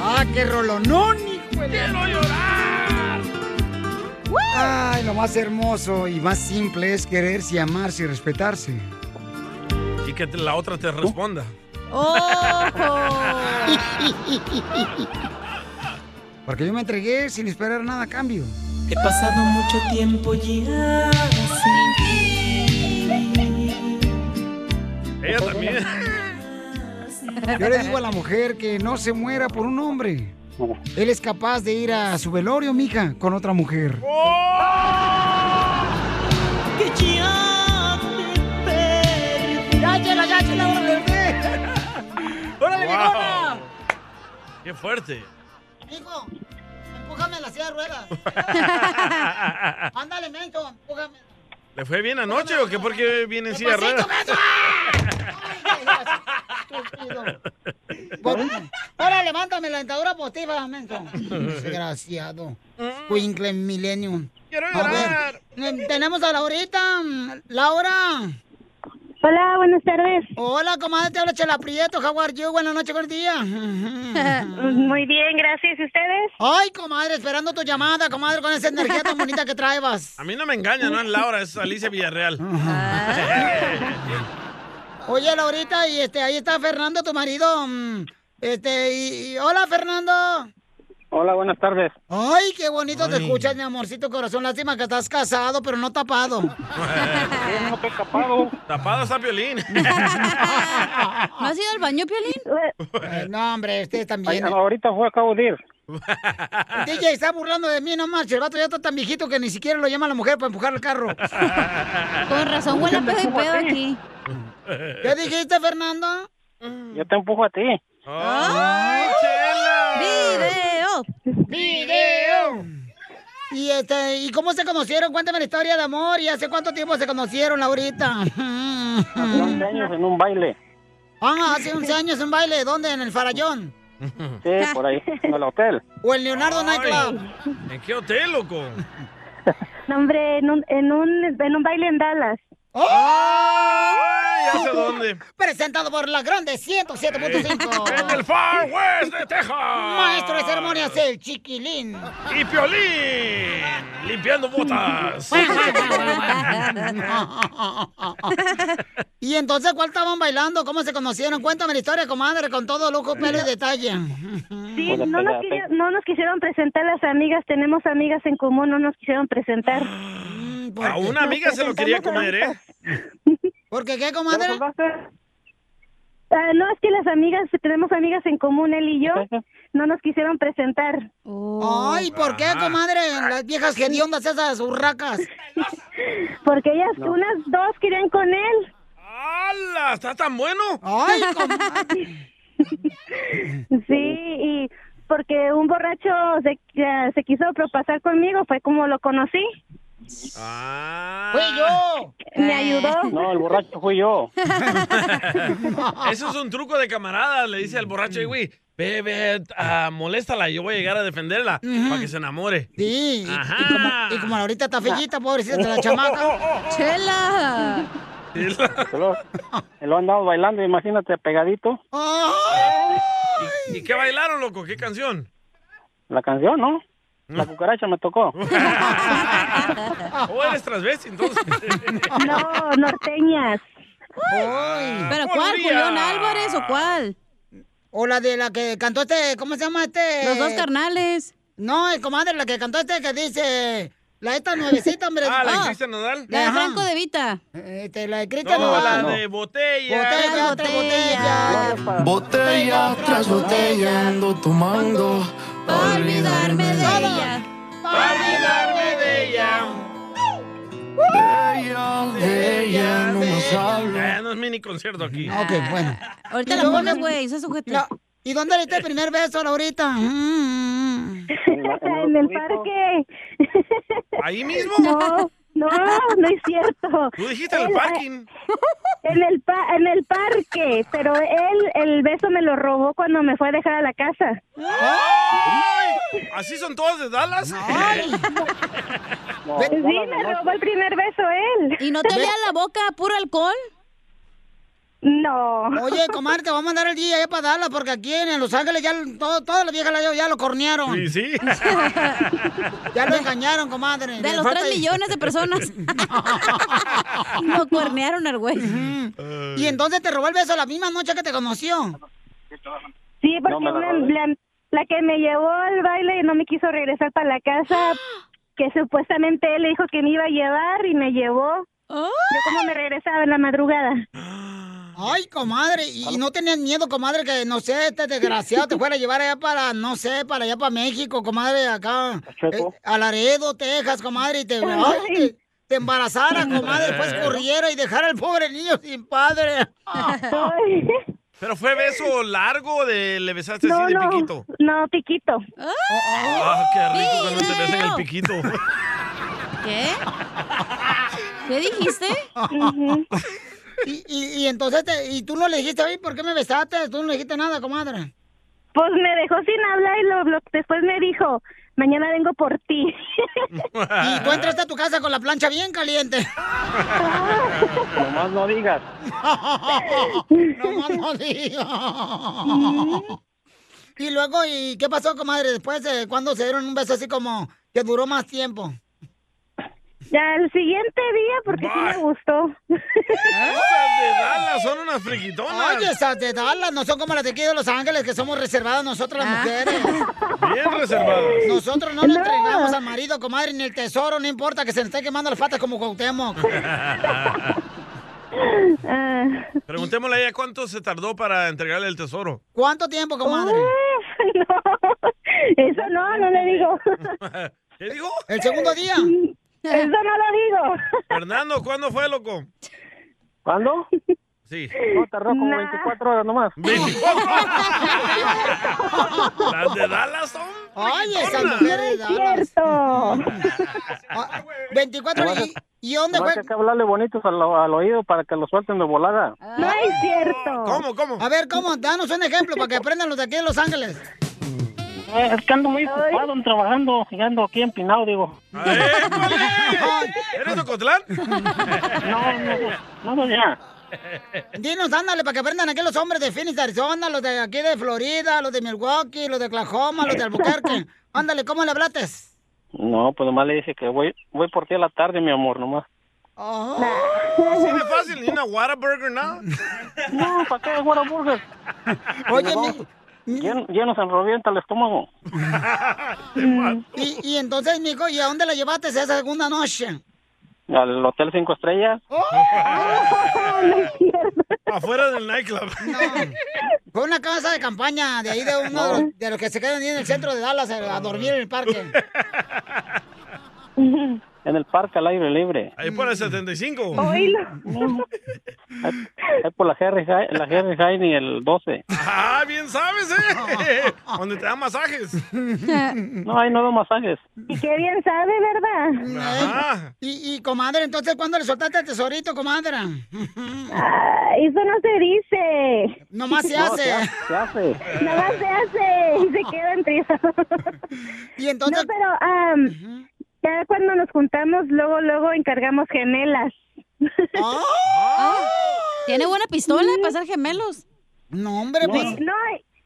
[SPEAKER 3] ¡Ah, qué rolonón, hijo ¡Quiero
[SPEAKER 2] llorar!
[SPEAKER 3] Ay, lo más hermoso y más simple es quererse, amarse y respetarse.
[SPEAKER 2] Y que te- la otra te responda.
[SPEAKER 3] Porque yo me entregué sin esperar nada a cambio.
[SPEAKER 8] He pasado mucho tiempo ya sin
[SPEAKER 2] Ella también.
[SPEAKER 3] Yo le digo a la mujer que no se muera por un hombre. Él es capaz de ir a su velorio, mija, con otra mujer.
[SPEAKER 8] que ya te perdí. Ya, chela, ya, chela, órale,
[SPEAKER 3] ¡Órale,
[SPEAKER 2] Wow. mijona! ¡Qué fuerte!
[SPEAKER 3] Hijo, empújame la silla de ruedas. Ándale, mento, empújame.
[SPEAKER 2] ¿Le fue bien anoche o qué? ¿Por qué viene en silla de ruedas?
[SPEAKER 3] Ahora levántame la dentadura positiva, mento. Desgraciado. Quinkle Millennium.
[SPEAKER 2] Quiero
[SPEAKER 3] llorar. ¡Mmm! tenemos a Laurita. Laura.
[SPEAKER 6] Hola, buenas tardes.
[SPEAKER 3] Hola, comadre, te habla Chela Prieto, how are you? Buenas noches, buen día.
[SPEAKER 6] Muy bien, gracias. ¿Y ustedes?
[SPEAKER 3] Ay, comadre, esperando tu llamada, comadre, con esa energía tan bonita que traebas.
[SPEAKER 2] A mí no me engaña, no es Laura, es Alicia Villarreal.
[SPEAKER 3] Oye, Laurita, y este, ahí está Fernando, tu marido. mm, Este, y, y- hola, Fernando.
[SPEAKER 10] Hola, buenas tardes.
[SPEAKER 3] Ay, qué bonito te escuchas, mi amorcito corazón. Lástima que estás casado, pero no tapado. Ah.
[SPEAKER 2] no estoy tapado. Tapado está Piolín.
[SPEAKER 3] ¿No has ido al baño, Piolín? Eh, no, hombre, ustedes también.
[SPEAKER 10] Ay, ahorita fue, acabo de ir.
[SPEAKER 3] El DJ está burlando de mí, no marches. El vato ya está tan viejito que ni siquiera lo llama la mujer para empujar el carro.
[SPEAKER 6] Con razón
[SPEAKER 8] huele a pedo y pedo
[SPEAKER 3] aquí. Mm. ¿Qué dijiste, Fernando? Ah.
[SPEAKER 10] Yo te empujo a ti.
[SPEAKER 3] ¡Ay, ¡Video! ¡Video! Y este, ¿y cómo se conocieron? Cuéntame la historia de amor y hace cuánto tiempo se conocieron, Laurita.
[SPEAKER 10] Hace 11 años en un baile.
[SPEAKER 3] Ah, hace 11 años un baile, ¿dónde? En el Farallón.
[SPEAKER 10] Sí, por ahí, en el hotel.
[SPEAKER 3] O el Leonardo Nightclub.
[SPEAKER 2] ¿En qué hotel, loco?
[SPEAKER 6] No, hombre, en un, en un, en un baile en Dallas.
[SPEAKER 2] ¿Ya sé dónde?
[SPEAKER 3] ¡Oh! Presentado por la grande 107.5.
[SPEAKER 2] En el Far West de Texas.
[SPEAKER 3] Maestro de ceremonias, el chiquilín.
[SPEAKER 2] Y Piolín, limpiando botas.
[SPEAKER 3] y entonces, ¿cuál estaban bailando? ¿Cómo se conocieron? Cuéntame la historia, comadre, con todo lujo, pelo y detalle.
[SPEAKER 6] Sí, no nos, quisi- no nos quisieron presentar las amigas. Tenemos amigas en común, no nos quisieron presentar.
[SPEAKER 2] A una amiga se lo quería comer, ¿eh?
[SPEAKER 3] Porque qué, comadre?
[SPEAKER 6] Ah, no, es que las amigas, tenemos amigas en común, él y yo, no nos quisieron presentar.
[SPEAKER 3] Ay, ¿por qué, comadre? Las viejas hediondas esas urracas.
[SPEAKER 6] Porque ellas, unas dos querían con él.
[SPEAKER 2] ¡Hala! ¿Está tan bueno?
[SPEAKER 3] ¡Ay,
[SPEAKER 6] Sí, y porque un borracho se, eh, se quiso propasar conmigo, fue como lo conocí.
[SPEAKER 3] ¡Fui yo!
[SPEAKER 6] Me ayudó.
[SPEAKER 10] No, el borracho fui yo.
[SPEAKER 2] Eso es un truco de camarada, le dice al borracho, "Ey, güey, bebe, ah, moléstala, yo voy a llegar a defenderla para que se enamore.
[SPEAKER 3] Sí,
[SPEAKER 2] Ajá.
[SPEAKER 3] Y como ahorita está fellita, pobrecita de la chamaca. ¡Chela!
[SPEAKER 10] Se lo, se lo andamos bailando, imagínate, pegadito.
[SPEAKER 3] ¡Ay!
[SPEAKER 2] ¿Y qué bailaron, loco? ¿Qué canción?
[SPEAKER 10] La canción, ¿no? La cucaracha me tocó.
[SPEAKER 2] ¿O eres transvesti entonces?
[SPEAKER 6] No, norteñas.
[SPEAKER 1] ¿Pero cuál?
[SPEAKER 6] Bolivia.
[SPEAKER 1] ¿Julián Álvarez o cuál?
[SPEAKER 3] O la de la que cantó este, ¿cómo se llama este?
[SPEAKER 1] Los dos
[SPEAKER 3] carnales. No, el comadre, la que cantó este que dice. La esta nuevecita, hombre.
[SPEAKER 2] Ah, ¿la de Cristian Nodal?
[SPEAKER 1] La de
[SPEAKER 3] Ajá.
[SPEAKER 1] Franco de Vita.
[SPEAKER 3] Este, la de Cristian
[SPEAKER 2] No, la
[SPEAKER 3] Nodal.
[SPEAKER 2] de botella.
[SPEAKER 3] Botella, botella.
[SPEAKER 8] Botella tras botella ando tomando para olvidarme de ella.
[SPEAKER 2] Para olvidarme de ella.
[SPEAKER 8] De ella, de ella no más hablo.
[SPEAKER 2] Ya, no es mini concierto aquí.
[SPEAKER 3] Ok, bueno.
[SPEAKER 1] Ahorita
[SPEAKER 3] ¿Y
[SPEAKER 1] la
[SPEAKER 3] dónde-
[SPEAKER 1] pones, güey, ese sujeto.
[SPEAKER 3] La- ¿Y dónde le diste el primer beso, Laurita? Mm.
[SPEAKER 6] En el parque.
[SPEAKER 2] ¿Ahí
[SPEAKER 3] mismo?
[SPEAKER 6] No, no, no es cierto.
[SPEAKER 2] Tú dijiste en el
[SPEAKER 6] Él,
[SPEAKER 2] parking.
[SPEAKER 6] eh, En el, pa- en el parque, pero él el beso me lo robó cuando me fue a dejar a la casa.
[SPEAKER 2] ¡Ay! ¿Así son todos de Dallas?
[SPEAKER 6] Sí, me robó el primer beso él.
[SPEAKER 1] ¿Y no te olía la boca a puro alcohol?
[SPEAKER 6] No.
[SPEAKER 3] Oye, comadre, te voy a mandar el día allá para Dallas porque aquí en Los Ángeles ya todo, todas las viejas la- ya lo cornearon.
[SPEAKER 2] Sí, sí.
[SPEAKER 3] Ya lo engañaron, comadre.
[SPEAKER 1] De los 3 millones de personas.
[SPEAKER 3] Lo cornearon al güey. Y entonces te robó el beso la misma noche que te conoció.
[SPEAKER 6] Sí, porque
[SPEAKER 3] No me la
[SPEAKER 6] una-
[SPEAKER 3] robé.
[SPEAKER 6] la, la que me llevó al baile y no me quiso regresar para la casa, que supuestamente él le dijo que me iba a llevar y me llevó. Yo como me regresaba en la madrugada.
[SPEAKER 3] Ay, comadre, y no tenías miedo, comadre, que no sé, este desgraciado te fuera a llevar allá para, no sé, para allá para México, comadre, acá.
[SPEAKER 10] Chueco.
[SPEAKER 3] eh, a Laredo, Texas, comadre, y te, ay, te, te embarazara, comadre, después corriera y dejara al pobre niño sin padre.
[SPEAKER 2] ¿Pero fue beso largo o de le besaste
[SPEAKER 6] No,
[SPEAKER 2] así de
[SPEAKER 6] no,
[SPEAKER 2] piquito?
[SPEAKER 6] no, piquito.
[SPEAKER 2] ¡Ah, qué rico cuando te besan el piquito!
[SPEAKER 1] ¿Qué? ¿Qué dijiste?
[SPEAKER 3] y, y, y entonces, te- y tú no le dijiste, oye, ¿por qué me besaste? Tú no le dijiste nada, comadre.
[SPEAKER 6] Pues me dejó sin hablar y lo, blo- después me dijo, mañana vengo por ti.
[SPEAKER 3] Y tú entraste a tu casa con la plancha bien caliente.
[SPEAKER 10] Nomás no digas.
[SPEAKER 3] no, más no digas. Y luego, ¿y qué pasó, comadre? Después, eh, ¿cuándo se dieron un beso así como que duró más tiempo?
[SPEAKER 6] Ya el siguiente día, porque sí me gustó.
[SPEAKER 2] Esas de Dallas son unas friquitonas.
[SPEAKER 3] Oye, esas de Dallas no son como las de aquí de Los Ángeles, que somos reservadas nosotras las mujeres.
[SPEAKER 2] Ah. Bien reservadas.
[SPEAKER 3] Nosotros no le entregamos al marido, comadre, ni el tesoro, no importa que se nos esté quemando las patas como Cuauhtémoc. Ah.
[SPEAKER 2] Preguntémosle a ella cuánto se tardó para entregarle el tesoro.
[SPEAKER 3] ¿Cuánto tiempo, comadre?
[SPEAKER 6] Eso Ah, no, no le digo.
[SPEAKER 2] ¿Qué dijo?
[SPEAKER 3] ¿El segundo día?
[SPEAKER 6] Eso no lo digo.
[SPEAKER 2] Fernando, ¿cuándo fue, loco?
[SPEAKER 10] ¿Cuándo?
[SPEAKER 2] Sí.
[SPEAKER 10] No, tardó como 24 horas nomás.
[SPEAKER 2] Las de Dallas son.
[SPEAKER 3] Ay, esas
[SPEAKER 10] Hola.
[SPEAKER 3] mujeres de
[SPEAKER 10] No es
[SPEAKER 3] Dallas.
[SPEAKER 10] Ah,
[SPEAKER 3] 24
[SPEAKER 10] Nomás
[SPEAKER 3] y, y dónde fue?
[SPEAKER 10] nomás que Hay que hablarle bonitos al, al oído para que lo suelten de volada.
[SPEAKER 3] No
[SPEAKER 6] es cierto.
[SPEAKER 2] ¿Cómo, cómo?
[SPEAKER 3] A ver, ¿cómo? Danos un ejemplo para que aprendan los de aquí de Los Ángeles.
[SPEAKER 10] Eh, Es que ando muy ocupado, ando trabajando, y ando aquí empinado, digo.
[SPEAKER 2] ¿Eres de Cotlán?
[SPEAKER 10] No, no, no, no, ya.
[SPEAKER 3] Dinos, ándale, para que aprendan aquí los hombres de Phoenix, de Arizona, los de aquí de Florida, los de Milwaukee, los de Oklahoma, los de Albuquerque. Ándale, ¿cómo le hablaste?
[SPEAKER 10] No, pues nomás le dije que voy, voy por ti a la tarde, mi amor, nomás.
[SPEAKER 6] Oh.
[SPEAKER 2] Así de fácil, ni una Whataburger, nada.
[SPEAKER 10] No, ¿para qué, Whataburger?
[SPEAKER 3] Oye,
[SPEAKER 10] mi... Lleno, lleno se revienta el estómago.
[SPEAKER 3] Y, y entonces, mijo, ¿y a dónde la llevaste esa segunda noche?
[SPEAKER 10] Al Hotel Cinco Estrellas.
[SPEAKER 6] Oh.
[SPEAKER 2] Afuera del nightclub.
[SPEAKER 3] Fue una casa de campaña de ahí de uno de, los, de los que se quedan ahí en el centro de Dallas eh, a, a dormir en el parque. ¿eh?
[SPEAKER 10] En el parque al aire libre.
[SPEAKER 2] Ahí por el 75.
[SPEAKER 10] Ahí por la Henry, Hi- la Henry Hyde y el 12.
[SPEAKER 2] Ah, bien sabes, ¿eh? Donde te dan masajes.
[SPEAKER 10] No, ahí no doy masajes.
[SPEAKER 6] Y qué bien sabe,
[SPEAKER 2] ¿verdad?
[SPEAKER 3] Y, y, comadre, entonces, ¿cuándo le soltaste el tesorito, comadre?
[SPEAKER 6] Ay, Ah, eso no se dice.
[SPEAKER 3] Nomás se hace.
[SPEAKER 10] ¿Qué hace?
[SPEAKER 6] Nomás se hace y se queda en risa.
[SPEAKER 3] Y entonces...
[SPEAKER 6] No, pero am, ya cuando nos juntamos, luego, luego encargamos gemelas.
[SPEAKER 1] ¿Tiene buena Ah. pistola para ser gemelos?
[SPEAKER 3] No, hombre, pues.
[SPEAKER 6] Sí, no,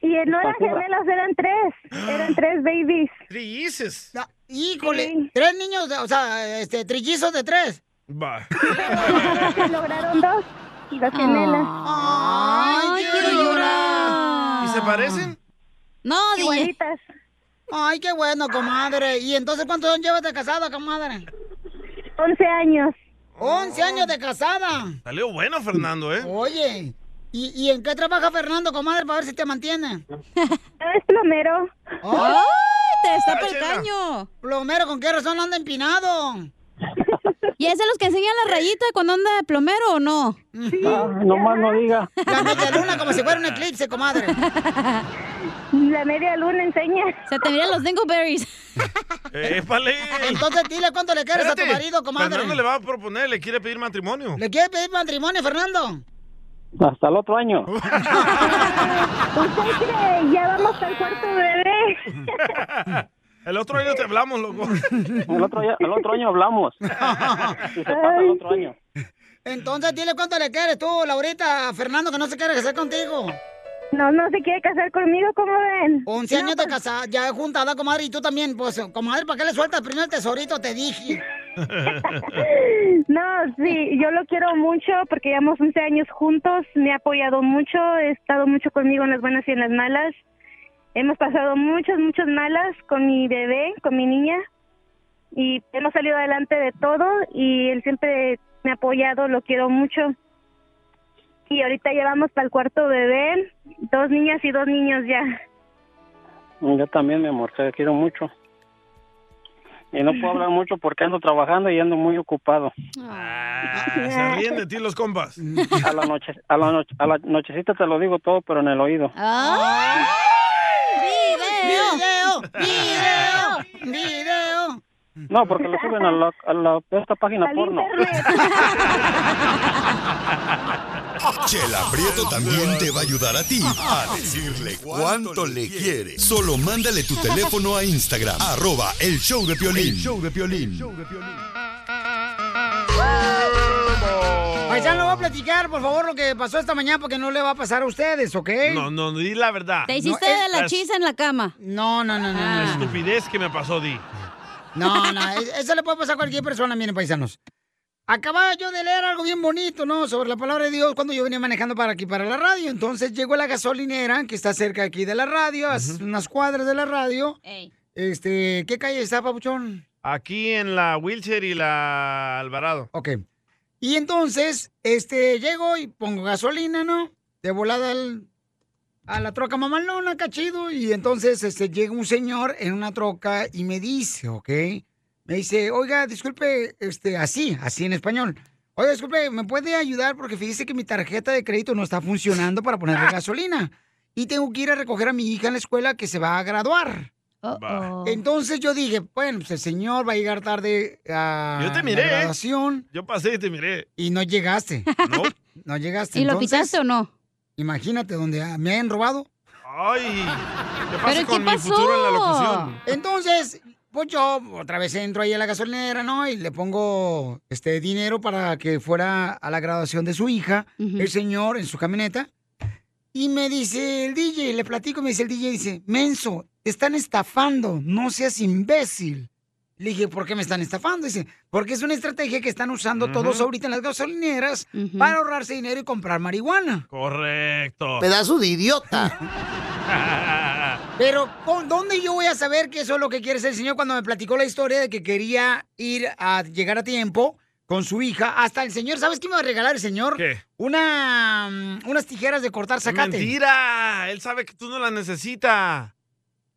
[SPEAKER 6] y Y no eran gemelos, eran tres. Eran tres babies.
[SPEAKER 2] Trillices.
[SPEAKER 3] Ah, Híjole, tres niños, de- o sea, este, trillizos de tres.
[SPEAKER 2] Va.
[SPEAKER 6] Lograron dos y dos gemelas.
[SPEAKER 3] Ay, quiero llorar.
[SPEAKER 2] ¿Y se parecen?
[SPEAKER 3] No, Igualitas. Ay, qué bueno, comadre. ¿Y entonces cuántos años llevas de casada, comadre?
[SPEAKER 6] Once años.
[SPEAKER 3] Once años de casada.
[SPEAKER 2] Salió bueno, Fernando, ¿eh?
[SPEAKER 3] Oh. Oye, ¿y, y en qué trabaja Fernando, comadre, para ver si te mantiene?
[SPEAKER 6] Es plomero.
[SPEAKER 3] ¡Ay,
[SPEAKER 1] te destapa el caño!
[SPEAKER 3] Plomero, ¿con qué razón anda empinado?
[SPEAKER 1] ¿Y es de los que enseñan la rayita cuando anda de plomero o no?
[SPEAKER 22] no más Ah, no diga.
[SPEAKER 3] La media luna como si fuera un eclipse, comadre.
[SPEAKER 6] La media luna enseña.
[SPEAKER 1] Se te miran los dingleberries.
[SPEAKER 2] Eh, ¡Épale!
[SPEAKER 3] Entonces dile cuánto le quieres a tu
[SPEAKER 2] Espérate,
[SPEAKER 3] marido, comadre.
[SPEAKER 2] Fernando le va a proponer, le quiere pedir matrimonio.
[SPEAKER 3] ¿Le quieres pedir matrimonio, Fernando?
[SPEAKER 22] Hasta el otro año.
[SPEAKER 6] ¿Usted cree? Ya vamos al cuarto bebé.
[SPEAKER 2] El otro año te hablamos, loco.
[SPEAKER 22] El otro, ya- el otro año hablamos. Si se pasa el otro año.
[SPEAKER 3] Entonces dile cuánto le quieres tú, Laurita, a Fernando, que no se quiere casar contigo.
[SPEAKER 6] No, no se quiere casar conmigo, ¿cómo ven? pues-
[SPEAKER 3] 11 años de casada, ya juntada, comadre, y tú también, pues, comadre, ¿para qué le sueltas primero el tesorito? Te dije.
[SPEAKER 6] No, sí, yo lo quiero mucho porque llevamos 11 años juntos, me ha apoyado mucho, he estado mucho conmigo en las buenas y en las malas. Hemos pasado muchas, muchas malas con mi bebé, con mi niña, y hemos salido adelante de todo y él siempre me ha apoyado, lo quiero mucho. Y ahorita llevamos para el cuarto bebé, dos niñas y dos niños ya.
[SPEAKER 22] Yo también, mi amor, te quiero mucho. Y no puedo hablar mucho porque ando trabajando y ando muy ocupado.
[SPEAKER 2] Ah, se ríen de ti los compas.
[SPEAKER 22] A la, noche, a, la noche, a la nochecita te lo digo todo, pero en el oído.
[SPEAKER 3] ¡Video! ¡Video! ¡Video!
[SPEAKER 22] No, porque lo suben a la, a la- a esta página porno.
[SPEAKER 7] Chela Prieto también te va a ayudar a ti a decirle cuánto le quiere. Solo mándale tu teléfono a Instagram, arroba el show de Piolín.
[SPEAKER 3] El
[SPEAKER 7] show de Piolín.
[SPEAKER 3] Paisano, voy a platicar, por favor, lo que pasó esta mañana, porque no le va a pasar a ustedes, ¿ok?
[SPEAKER 2] No, no, di la verdad.
[SPEAKER 1] Te hiciste
[SPEAKER 2] No, es-
[SPEAKER 1] de la Ah. chisa en la cama.
[SPEAKER 3] No, no, no,
[SPEAKER 2] La
[SPEAKER 3] no.
[SPEAKER 2] estupidez que me pasó, Di.
[SPEAKER 3] No, no, e- eso le puede pasar a cualquier persona, miren, paisanos. Acababa yo de leer algo bien bonito, ¿no? Sobre la palabra de Dios cuando yo venía manejando para aquí, para la radio. Entonces llegó a la gasolinera, que está cerca aquí de la radio, a unas cuadras de la radio. Este, ¿qué calle está, Papuchón?
[SPEAKER 2] Aquí en la wheelchair y la Alvarado.
[SPEAKER 3] Ok. Y entonces, este, llego y pongo gasolina, ¿no? De volada al- a la troca mamalona, cachido. Y entonces, este, llega un señor en una troca y me dice, ¿ok? Me dice, oiga, disculpe, este, así, así en español. Oiga, disculpe, ¿me puede ayudar? Porque fíjese que mi tarjeta de crédito no está funcionando para ponerle gasolina. Y tengo que ir a recoger a mi hija en la escuela que se va a graduar.
[SPEAKER 2] Oh.
[SPEAKER 3] Entonces yo dije, bueno, pues el señor va a llegar tarde a
[SPEAKER 2] Yo te
[SPEAKER 3] la
[SPEAKER 2] miré, ¿eh?
[SPEAKER 3] graduación.
[SPEAKER 2] Yo pasé y te miré.
[SPEAKER 3] Y no llegaste.
[SPEAKER 2] No.
[SPEAKER 3] No llegaste.
[SPEAKER 1] ¿Y lo
[SPEAKER 3] Entonces,
[SPEAKER 1] pitaste o no?
[SPEAKER 3] Imagínate donde ah, me han robado.
[SPEAKER 2] Ay, ¿qué pasa con mi futuro en la locución?
[SPEAKER 3] Entonces, pues yo otra vez entro ahí a la gasolinera, ¿no? Y le pongo este dinero para que fuera a la graduación de su hija, el señor en su camioneta. Y me dice el DJ, le platico, me dice el DJ, dice, Menso, te están estafando, no seas imbécil. Le dije, ¿por qué me están estafando? Dice, porque es una estrategia que están usando todos
[SPEAKER 2] Ujú.
[SPEAKER 3] ahorita en las gasolineras para ahorrarse dinero y comprar marihuana.
[SPEAKER 2] Correcto.
[SPEAKER 3] Pedazo de idiota. Pero, ¿con ¿dónde yo voy a saber que eso es lo que quiere ser el señor cuando me platicó la historia de que quería ir a llegar a tiempo con su hija? Hasta el señor, ¿sabes qué me va a regalar el señor?
[SPEAKER 2] ¿Qué?
[SPEAKER 3] Una, mm, unas tijeras de cortar zacate.
[SPEAKER 2] Mentira, él sabe que tú no la necesitas.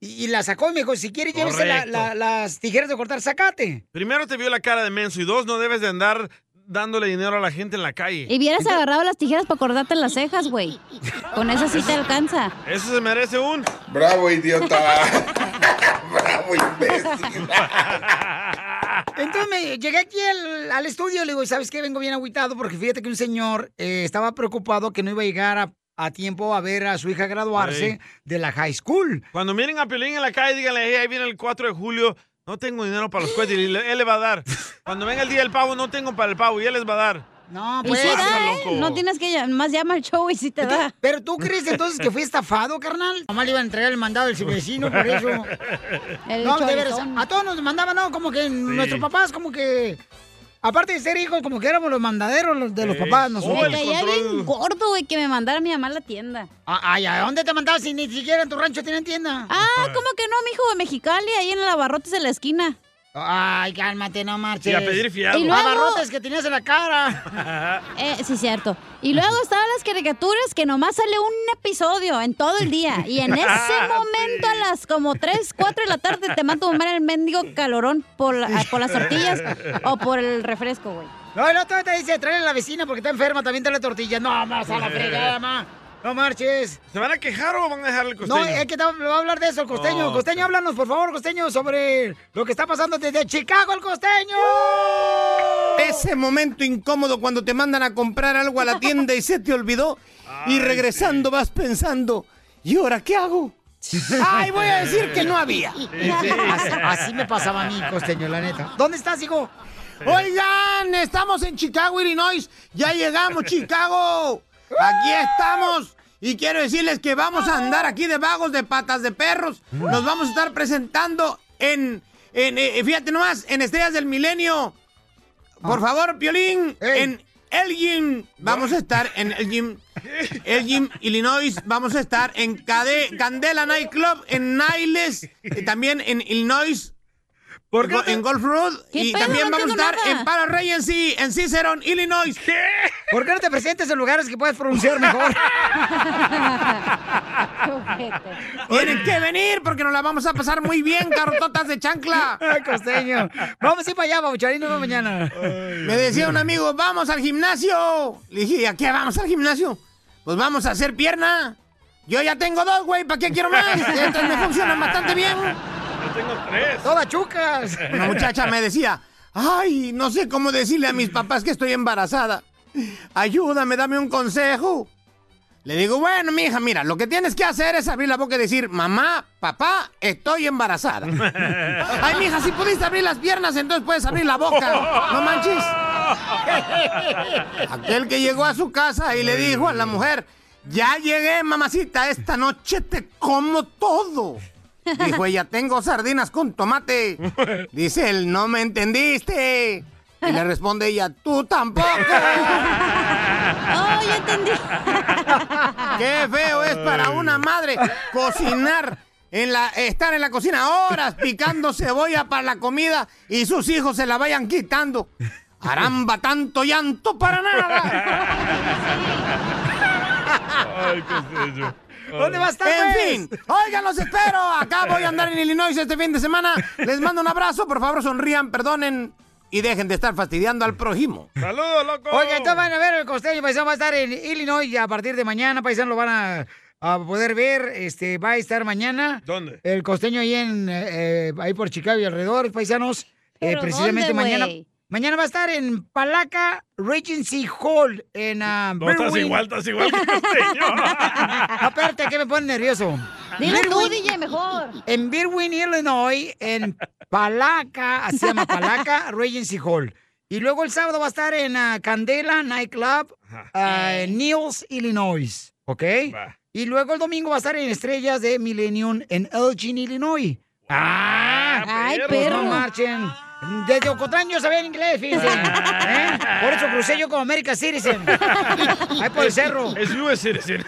[SPEAKER 3] Y, y la sacó y me dijo, si quiere, llévese la-
[SPEAKER 2] Correcto.
[SPEAKER 3] la- las tijeras de cortar zacate.
[SPEAKER 2] Primero te vio la cara de menso y dos, no debes de andar dándole dinero a la gente en la calle.
[SPEAKER 1] Y hubieras agarrado las tijeras para cortarte las cejas, güey. Con esa sí te alcanza.
[SPEAKER 2] Eso se merece un...
[SPEAKER 14] Bravo, idiota.
[SPEAKER 3] Entonces me llegué aquí al, al estudio, le digo, ¿sabes qué? Vengo bien agüitado porque fíjate que un señor eh, estaba preocupado que no iba a llegar a, a tiempo a ver a su hija graduarse
[SPEAKER 2] Ey.
[SPEAKER 3] de la high school.
[SPEAKER 2] Cuando miren a Piolín en la calle, díganle, "Hey, ahí viene el 4 de julio, no tengo dinero para los cohetes, y le- él le va a dar. Cuando venga el día del pavo, no tengo para el pavo, y él les va a dar.
[SPEAKER 3] No,
[SPEAKER 1] Y
[SPEAKER 3] pues.
[SPEAKER 1] sí da, ¿eh? No tienes que llamar, más llama al show y sí te da.
[SPEAKER 3] Pero tú crees entonces que fui estafado, carnal. Nomás le iba a entregar el mandado del vecino por eso. no, de veras, a todos nos mandaban, ¿no? Como que nuestros papás, como que. Aparte de ser hijos, como que éramos los mandaderos los de los
[SPEAKER 1] Oh,
[SPEAKER 3] papás,
[SPEAKER 2] Oh,
[SPEAKER 3] nosotros.
[SPEAKER 1] Me caía bien gordo, güey, que me mandara mi mamá a la tienda.
[SPEAKER 3] Ah, Ay, ¿a dónde te mandabas si ni siquiera en tu rancho tienen tienda?
[SPEAKER 1] Ah, ¿cómo que no, mijo? De Mexicali, ahí en el Abarrotes de la esquina.
[SPEAKER 3] Ay, cálmate, no marches.
[SPEAKER 2] Y a pedir fiado. Y luego-
[SPEAKER 3] Abarrotes que tenías en la cara.
[SPEAKER 1] Eh, sí, cierto. Y luego estaban las caricaturas que nomás sale un episodio en todo el día. Y en ese momento, a las como 3, 4 de la tarde, te manda tu mamá el mendigo calorón por, la- ah, por las tortillas o por el refresco, güey.
[SPEAKER 3] No, el otro te dice, tráele a la vecina porque está enferma, también trae tortilla. No, más a la fregada, ma. No marches.
[SPEAKER 2] ¿Se van a quejar o van a dejar el costeño?
[SPEAKER 3] No, es que te va a hablar de eso el costeño.
[SPEAKER 2] Oh.
[SPEAKER 3] Costeño, háblanos, por favor, costeño, sobre lo que está pasando desde Chicago, el costeño.
[SPEAKER 23] Ese momento incómodo cuando te mandan a comprar algo a la tienda y se te olvidó y regresando vas pensando, ¿y ahora qué hago? Ay, voy a decir que no había.
[SPEAKER 3] Así, así me pasaba a mí, costeño, la neta. ¿Dónde estás, hijo?
[SPEAKER 23] Oigan, estamos en Chicago, Illinois. Ya llegamos, Chicago. Aquí estamos. Y quiero decirles que vamos a andar aquí de vagos, de patas de perros. Nos vamos a estar presentando en, en eh, fíjate nomás, en Estrellas del Milenio.
[SPEAKER 3] Ah.
[SPEAKER 23] Por favor, Piolín, en Elgin. Vamos a estar en Elgin, Elgin, Illinois. Vamos a estar en Cade- Candela Nightclub, en Niles, eh, también en Illinois. Go- En Golf Road.
[SPEAKER 3] ¿Qué
[SPEAKER 23] Y
[SPEAKER 3] pedo?
[SPEAKER 23] también
[SPEAKER 3] No
[SPEAKER 23] vamos a
[SPEAKER 3] entiendo
[SPEAKER 23] estar
[SPEAKER 3] nada.
[SPEAKER 23] en Para Rey en, sí, en Cicerón, Illinois.
[SPEAKER 3] ¿Por qué no te presentes en lugares que puedes pronunciar mejor?
[SPEAKER 23] Tienen que venir porque nos la vamos a pasar muy bien, carrototas de chancla.
[SPEAKER 3] costeño. Vamos a ir para allá, babucharín, nos vemos mañana.
[SPEAKER 23] Me decía un amigo, vamos al gimnasio. Le dije, ¿a qué vamos al gimnasio? Pues vamos a hacer pierna. Yo ya tengo dos, güey, ¿para qué quiero más? Estas me funcionan bastante bien.
[SPEAKER 2] Yo tengo tres.
[SPEAKER 3] Todas chucas.
[SPEAKER 23] Una muchacha me decía, ay, no sé cómo decirle a mis papás que estoy embarazada. Ayúdame, dame un consejo. Le digo, bueno, mija, mira, lo que tienes que hacer es abrir la boca y decir, mamá, papá, estoy embarazada. Ay, mija, si pudiste abrir las piernas, entonces puedes abrir la boca. No manches. Aquel que llegó a su casa y le dijo a la mujer, ya llegué, mamacita, esta noche te como todo. Dijo ella, tengo sardinas con tomate. Dice él, no me entendiste. Y le responde ella, tú tampoco.
[SPEAKER 1] Oh, ya entendí.
[SPEAKER 23] Qué feo es para una madre cocinar. En la, estar en la cocina horas picando cebolla para la comida y sus hijos se la vayan quitando. Caramba, tanto llanto para nada.
[SPEAKER 2] Ay, costeño.
[SPEAKER 23] ¿Dónde va a estar? pues? En fin, oigan, los espero. Acá voy a andar en Illinois este fin de semana. Les mando un abrazo. Por favor, sonrían, perdonen y dejen de estar fastidiando al prójimo.
[SPEAKER 2] ¡Saludos, loco!
[SPEAKER 3] Oiga, entonces van a ver el costeño, paisano, va a estar en Illinois y a partir de mañana, paisano, lo van a, a poder ver, este, va a estar mañana.
[SPEAKER 2] ¿Dónde?
[SPEAKER 3] El costeño ahí en, eh, eh, ahí por Chicago y alrededor, paisanos, Eh,
[SPEAKER 2] ¿Pero
[SPEAKER 3] precisamente
[SPEAKER 2] dónde,
[SPEAKER 3] mañana.
[SPEAKER 2] güey?
[SPEAKER 3] Mañana va a estar en Palaca Regency Hall, en ah,
[SPEAKER 2] No, estás
[SPEAKER 3] Berwyn.
[SPEAKER 2] igual, estás igual que
[SPEAKER 3] Aparte, que me pone nervioso.
[SPEAKER 1] Dile tú,
[SPEAKER 3] Berwyn-
[SPEAKER 1] DJ, mejor.
[SPEAKER 3] en Birwin, Illinois, en Palaca, así se llama Palaca, Regency Hall. Y luego el sábado va a estar en ah, Candela Nightclub, ah, en Niles, Illinois. ¿Ok? Y luego el domingo va a estar en Estrellas de Millennium en Elgin, Illinois. ¡Ah!
[SPEAKER 1] ¡Ay, perro!
[SPEAKER 3] No marchen. Desde Ocotlán yo sabía en inglés, fíjense. ¿Eh? Por eso crucé yo con America Citizen. Ahí por el cerro.
[SPEAKER 2] Es US Citizen.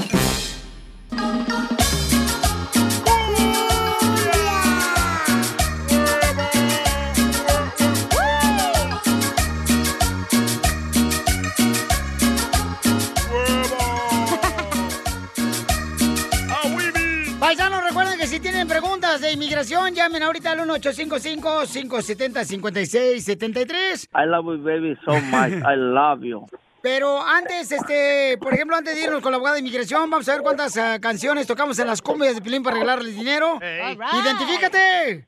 [SPEAKER 3] pues. Paisanos, recuerden que si tienen preguntas de inmigración, llamen ahorita al 1855-570-5673.
[SPEAKER 11] I love you, baby, so much. I love you.
[SPEAKER 3] Pero antes, este, por ejemplo, antes de irnos con la abogada de inmigración, vamos a ver cuántas ah, canciones tocamos en las cumbias de Pilín para regalarles dinero. ¡Identifícate!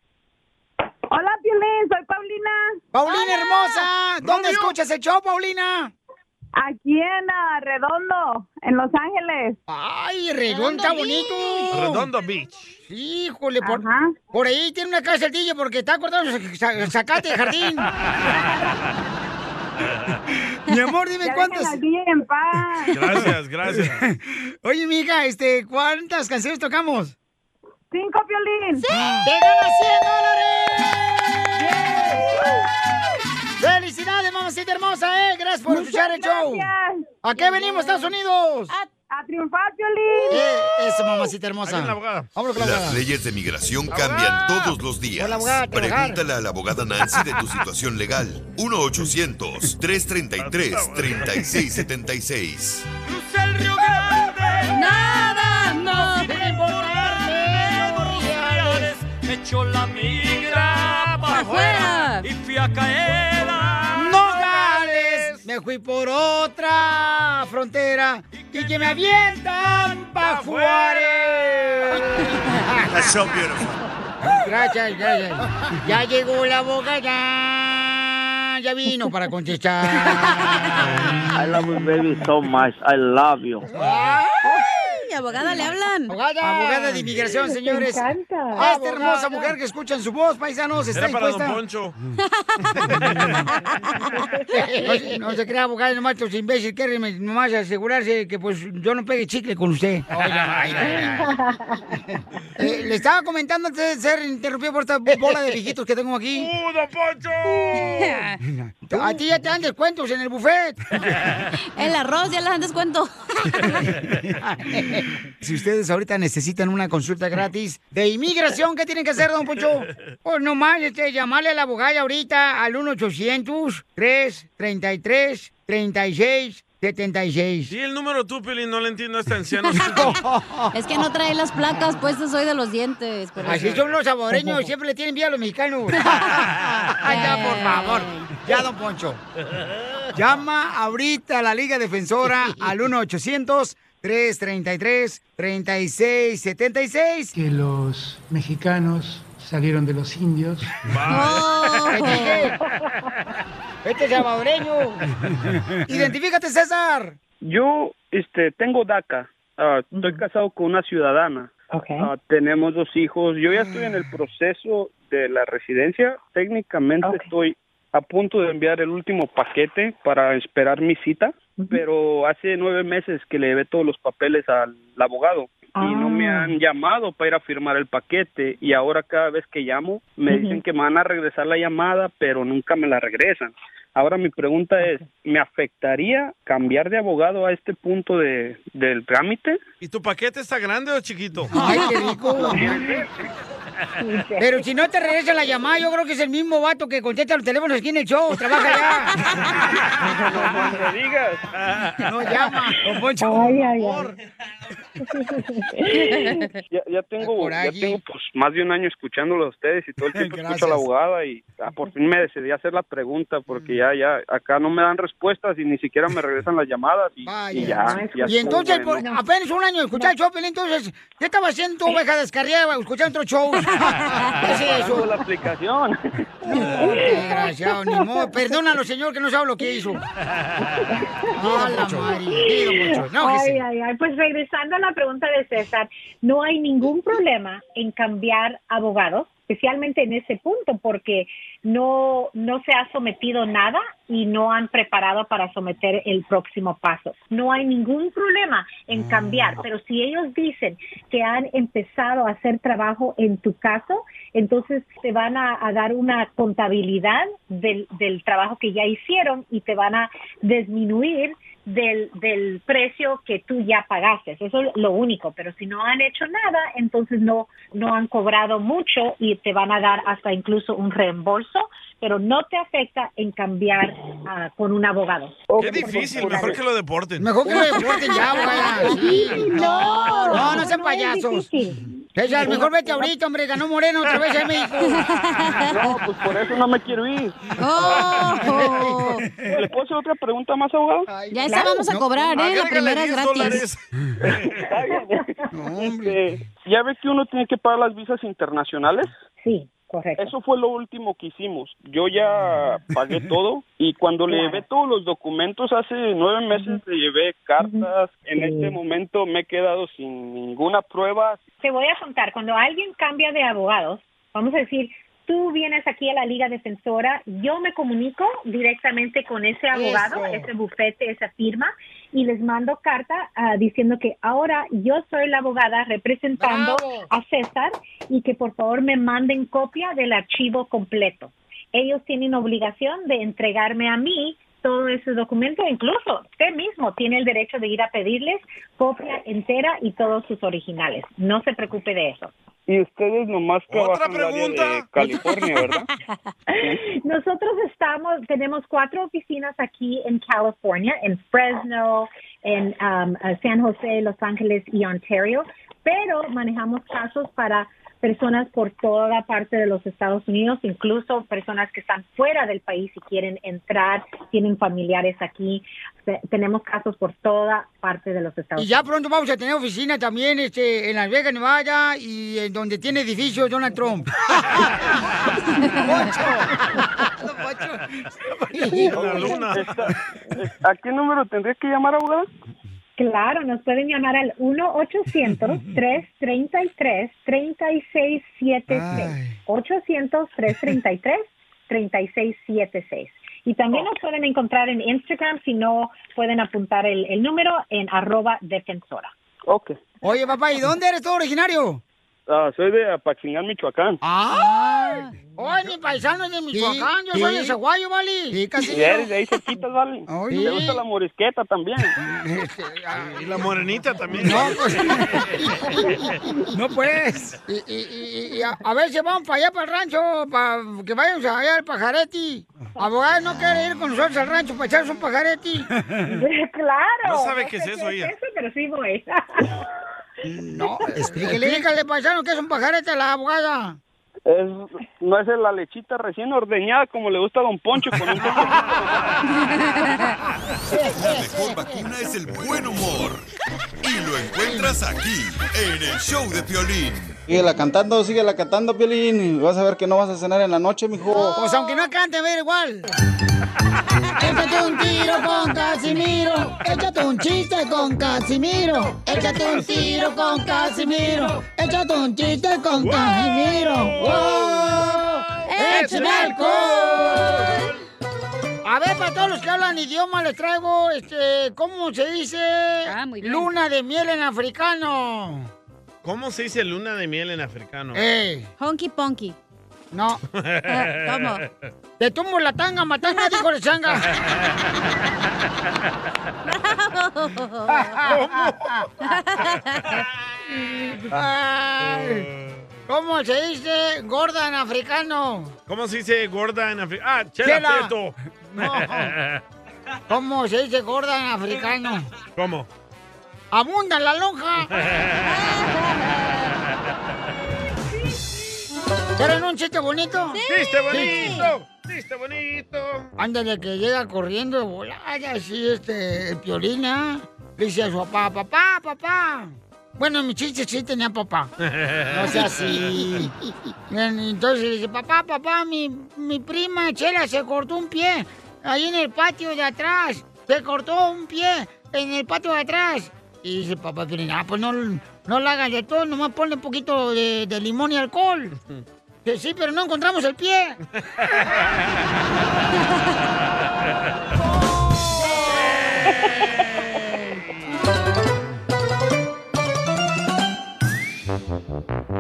[SPEAKER 11] Hola, Pilín, soy Paulina.
[SPEAKER 3] Paulina
[SPEAKER 11] Hola.
[SPEAKER 3] hermosa, ¿dónde
[SPEAKER 11] Rubio.
[SPEAKER 3] escuchas el show, Paulina?
[SPEAKER 11] Aquí en ah, Redondo, en Los Ángeles.
[SPEAKER 3] ¡Ay, Redondo está bonito!
[SPEAKER 2] Redondo Beach.
[SPEAKER 3] Híjole, por, por ahí tiene una casa el DJ porque está cortando sa- zacate de jardín. Mi amor, dime
[SPEAKER 11] Ya
[SPEAKER 3] cuántas.
[SPEAKER 11] dejen al DJ en paz.
[SPEAKER 2] Gracias, gracias.
[SPEAKER 3] Oye, mija, este, ¿cuántas canciones tocamos?
[SPEAKER 11] Cinco violín.
[SPEAKER 3] ¡Te ganas 100 dólares! ¡Felicidades, mamacita hermosa, eh! Gracias por
[SPEAKER 11] Muchas
[SPEAKER 3] escuchar el show.
[SPEAKER 11] gracias.
[SPEAKER 3] ¿A qué venimos, Estados Unidos?
[SPEAKER 11] A, triunfar, violín.
[SPEAKER 3] Eh, eso, mamacita hermosa.
[SPEAKER 11] Ahí viene la
[SPEAKER 3] Vámonos con la
[SPEAKER 7] Las
[SPEAKER 3] abogada.
[SPEAKER 7] leyes de migración cambian todos los días.
[SPEAKER 3] Hola, abogada, trabajar.
[SPEAKER 7] Pregúntale a la abogada Nancy de tu situación legal. 1-800-333-3676.
[SPEAKER 8] Nada
[SPEAKER 3] nos
[SPEAKER 8] debe importarme. Me echó la migra para afuera y fui a caer a
[SPEAKER 3] Nogales, me fui por otra frontera y que me avientan pa' Juárez.
[SPEAKER 8] That's so beautiful.
[SPEAKER 3] Gracias, gracias. Ya llegó la boca, ya, ya vino para contestar.
[SPEAKER 11] I love you, baby, so much. I love you.
[SPEAKER 3] ¡Ay!
[SPEAKER 1] Abogada, le hablan.
[SPEAKER 3] Abogada, abogada de inmigración,
[SPEAKER 1] Me
[SPEAKER 3] señores.
[SPEAKER 1] encanta.
[SPEAKER 3] A esta hermosa
[SPEAKER 1] Abogada.
[SPEAKER 3] mujer que escuchan su voz, paisanos, está
[SPEAKER 2] Era para
[SPEAKER 3] dispuesta.
[SPEAKER 2] Don Poncho.
[SPEAKER 3] No, no se crea, abogada, nomás estos imbéciles quieren nomás asegurarse que pues yo no pegue chicle con usted. Eh, le estaba comentando antes de ser interrumpido por esta bola de viejitos que tengo aquí.
[SPEAKER 2] ¡Uh, don Poncho!
[SPEAKER 3] A ti ya te dan descuentos en el buffet.
[SPEAKER 1] El arroz, ya les dan descuento.
[SPEAKER 3] Si ustedes ahorita necesitan una consulta gratis de inmigración, ¿qué tienen que hacer, don Poncho? Pues nomás, este, llamarle a la abogada ahorita al 1-800-333-3676.
[SPEAKER 2] Sí, el número tú, Pelín, no le entiendo a este anciano.
[SPEAKER 1] Es que no trae las placas puestas hoy de los dientes. por eso.
[SPEAKER 3] Así son los saboreños, siempre le tienen vida a los mexicanos. Ay, ya, por favor. Ya, don Poncho. Llama ahorita a la Liga Defensora al 1-800-333-3676.
[SPEAKER 12] que los mexicanos salieron de los indios.
[SPEAKER 3] Este este es salvadoreño. Identifícate, César.
[SPEAKER 13] Yo este, tengo DACA. Ah, Estoy casado con una ciudadana. Ah, tenemos dos hijos. Yo ya estoy en el proceso de la residencia. Técnicamente estoy a punto de enviar el último paquete para esperar mi cita, pero hace nueve meses que le llevé todos los papeles al abogado y no me han llamado para ir a firmar el paquete y ahora cada vez que llamo me
[SPEAKER 24] Ujú.
[SPEAKER 13] dicen que me van a regresar la llamada, pero nunca me la regresan. Ahora mi pregunta es, ¿me afectaría cambiar de abogado a este punto de, del trámite?
[SPEAKER 2] ¿Y tu paquete está grande o chiquito?
[SPEAKER 3] Ay, qué rico. Pero si no te regresa la llamada, yo creo que es el mismo vato que contesta los teléfonos aquí en el show. Trabaja
[SPEAKER 13] No digas.
[SPEAKER 3] ya. No llama. Don Poncho.
[SPEAKER 13] Ay,
[SPEAKER 3] ay,
[SPEAKER 13] Ya, ya tengo, ya
[SPEAKER 3] Coraje.
[SPEAKER 13] tengo pues, más de un año escuchándolo a ustedes y todo el tiempo escucho a la abogada y ah, por fin me decidí a hacer la pregunta porque ya, ya, acá no me dan respuestas y ni siquiera me regresan las llamadas y, y ya. ya
[SPEAKER 3] y entonces,
[SPEAKER 13] estuvo
[SPEAKER 3] por,
[SPEAKER 13] bueno.
[SPEAKER 3] apenas un año de escuchar el show, Pelín, entonces, ¿qué estaba haciendo tu oveja descarriada escuchando otro show? ¿Qué es
[SPEAKER 13] Pagando
[SPEAKER 3] eso?
[SPEAKER 13] la aplicación.
[SPEAKER 3] No, desgraciado, ni modo. Perdónalo, señor, que no sabe lo que hizo. A la madre. Sí, don Poncho, enójese.
[SPEAKER 25] Ay, ay, ay. Pues regresando a la pregunta de César, no hay ningún problema en cambiar abogado, especialmente en ese punto, porque no, no se ha sometido nada y no han preparado para someter el próximo paso. No hay ningún problema en cambiar, pero si ellos dicen que han empezado a hacer trabajo en tu caso, entonces te van a, a dar una contabilidad del, del trabajo que ya hicieron y te van a disminuir del, del precio que tú ya pagaste. Eso es lo único, pero si no han hecho nada, entonces no, no han cobrado mucho y te van a dar hasta incluso un reembolso, pero no te afecta en cambiar ah, con un abogado.
[SPEAKER 2] Qué difícil, mejor que lo deporten.
[SPEAKER 3] Mejor que lo deporten ya, abogada. Sí.
[SPEAKER 25] No,
[SPEAKER 3] No, no sean
[SPEAKER 25] no es
[SPEAKER 3] payasos. César, mejor vete ahorita, hombre. Ganó Moreno otra vez en México.
[SPEAKER 13] No, pues por eso no me quiero ir.
[SPEAKER 3] Oh.
[SPEAKER 13] ¿Le puedo hacer otra pregunta más, abogado?
[SPEAKER 1] Ya esa vamos a cobrar, ¿eh? La primera es gratis.
[SPEAKER 13] Este, ¿Ya ve que uno tiene que pagar las visas internacionales?
[SPEAKER 25] Sí. Correcto.
[SPEAKER 13] Eso fue lo último que hicimos. Yo ya pagué todo y cuando le llevé todos los documentos hace nueve meses le llevé cartas. En este momento me he quedado sin ninguna prueba.
[SPEAKER 25] Te voy a contar, cuando alguien cambia de abogados, vamos a decir, tú vienes aquí a la Liga Defensora, yo me comunico directamente con ese abogado,
[SPEAKER 15] Eso.
[SPEAKER 25] ese bufete, esa firma, y les mando carta ah, diciendo que ahora yo soy la abogada representando a César y que por favor me manden copia del archivo completo. Ellos tienen obligación de entregarme a mí todo ese documento, incluso usted mismo tiene el derecho de ir a pedirles copia entera y todos sus originales. No se preocupe de eso.
[SPEAKER 13] Y ustedes nomás trabajan en el área de California, ¿verdad?
[SPEAKER 25] Nosotros estamos, tenemos cuatro oficinas aquí en California, en Fresno, en um, eh, San José, Los Ángeles y Ontario, pero manejamos casos para personas por toda la parte de los Estados Unidos, incluso personas que están fuera del país y quieren entrar, tienen familiares aquí. Te- Tenemos casos por toda parte de los Estados
[SPEAKER 3] Y ya pronto vamos a tener oficina también este, en Las Vegas, Nevada, y en donde tiene edificio Donald Trump.
[SPEAKER 8] La luna.
[SPEAKER 13] Está- es- ¿A qué número tendría que llamar, abogada?
[SPEAKER 25] Claro, nos pueden llamar al 1-800-333-3676. 800-333-3676. Y también nos pueden encontrar en Instagram, si no pueden apuntar el, el número en arroba defensora.
[SPEAKER 13] Ok.
[SPEAKER 3] Oye, papá, ¿y dónde eres tú originario?
[SPEAKER 13] Ah, soy de Apachingán, Michoacán.
[SPEAKER 3] ¡Ah! Oye, mi paisano es de Michoacán, yo soy de
[SPEAKER 13] sí.
[SPEAKER 3] Zaguayo, ¿vale? Sí,
[SPEAKER 13] Y eres de ahí cerquitas, ¿vale?
[SPEAKER 3] Ay,
[SPEAKER 13] ¿Te
[SPEAKER 3] sí.
[SPEAKER 13] gusta la morisqueta también?
[SPEAKER 2] Y la morenita también.
[SPEAKER 3] No, pues. No, pues. Y, y- y- y a, a ver si vamos para allá, para el rancho, para que vayamos allá al pajareti. Abogado, ¿no quiere ir con nosotros al rancho para echarse un pajareti?
[SPEAKER 25] claro.
[SPEAKER 2] No sabe qué es eso ella.
[SPEAKER 25] pero sí voy.
[SPEAKER 3] No, explíquele. Explícale, paisano, que es un pajarete a la abogada.
[SPEAKER 13] Es, no es la lechita recién ordeñada como le gusta a Don Poncho con un toque
[SPEAKER 7] La mejor vacuna es el buen humor. Y lo encuentras aquí, en el show de Piolín.
[SPEAKER 16] Síguela cantando, síguela cantando, Piolín. Vas a ver que no vas a cenar en la noche, mijo.
[SPEAKER 3] Pues aunque no cante, ver igual. Échate un tiro con Casimiro. Échate un chiste con Casimiro. Échate un tiro con Casimiro. Échate un chiste con Casimiro. ¡Wow! ¡Échame alcohol! A ver, para todos los que hablan idioma, les traigo, este, ¿cómo se dice? Luna de miel en africano.
[SPEAKER 2] ¿Cómo se dice luna de miel en africano?
[SPEAKER 3] Honky ponky. No.
[SPEAKER 2] ¿Cómo?
[SPEAKER 3] Te tumbo la tanga, matanga, dijo el changa. Ay, ¿Cómo se dice gorda en africano?
[SPEAKER 2] ¿Cómo se dice gorda en africano? Ah, chela,
[SPEAKER 3] Chela.
[SPEAKER 2] Prieto.
[SPEAKER 3] ¿Cómo se dice gorda en africano?
[SPEAKER 2] ¿Cómo?
[SPEAKER 3] ¡Abunda en la lonja! ¿Quieren un chiste bonito?
[SPEAKER 2] ¡Chiste bonito! ¡Chiste bonito!
[SPEAKER 3] Ándale, que llega corriendo de volada, así, este, el piolina. Le dice a su papá, papá, papá. Bueno, mi chiste sí tenía papá. No sea así. Bien, Entonces le dice, papá, papá, mi, mi prima Chela se cortó un pie ahí en el patio de atrás. Se cortó un pie en el patio de atrás. Y dice, papá, Piolín, ah, pues no, no la hagas de todo, nomás ponle un poquito de, de limón y alcohol. Dice, Sí, pero no encontramos el pie.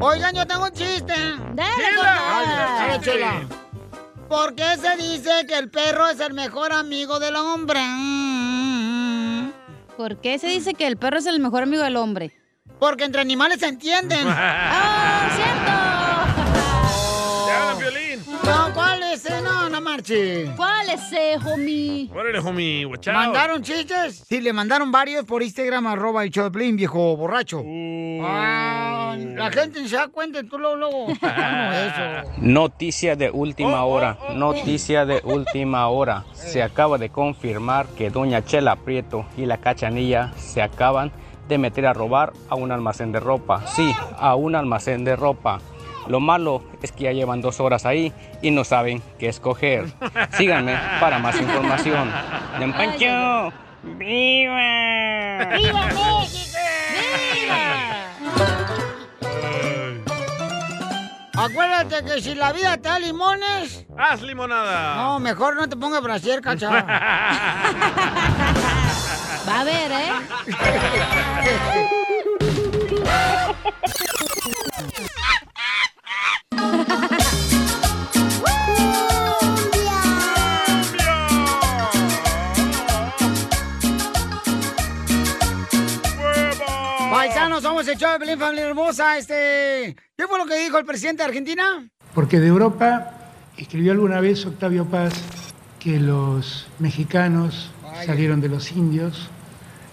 [SPEAKER 3] Oigan, yo tengo un chiste.
[SPEAKER 8] Chela.
[SPEAKER 3] Dale,
[SPEAKER 8] Dale,
[SPEAKER 3] dale, chela.
[SPEAKER 8] chiste.
[SPEAKER 3] ¿Por qué se dice que el perro es el mejor amigo del hombre?
[SPEAKER 1] ¿Por qué se dice que el perro es el mejor amigo del hombre?
[SPEAKER 3] Porque entre animales se entienden. Ah,
[SPEAKER 2] ¡Te habla violín!
[SPEAKER 3] No, ¿cuál es? eh? No, no marche. ¿Cuál es, homie?
[SPEAKER 2] ¡Órale, homie! ¡Watch out!
[SPEAKER 3] ¿Mandaron chistes? Sí, le mandaron varios por Instagram, arroba el Choplin, viejo borracho. Ah, la gente se da cuenta, tú luego, luego. No, eso.
[SPEAKER 17] Noticia de última hora, noticia de última hora. Se acaba de confirmar que Doña Chela Prieto y la cachanilla se acaban de meter a robar a un almacén de ropa. Sí, a un almacén de ropa. Lo malo es que ya llevan dos horas ahí y no saben qué escoger. Síganme para más información. ¡Den Pancho! ¡Viva!
[SPEAKER 8] ¡Viva
[SPEAKER 3] México! Acuérdate que si la vida te da limones...
[SPEAKER 2] ¡Haz limonada!
[SPEAKER 3] No, mejor no te pongas brasier, cachao.
[SPEAKER 1] Va a ver, ¿eh?
[SPEAKER 3] Paisanos, somos el show de Pelín Familia Hermosa. Este, ¿Qué fue lo que dijo el presidente de Argentina?
[SPEAKER 18] Porque de Europa escribió alguna vez Octavio Paz que los mexicanos salieron de los indios,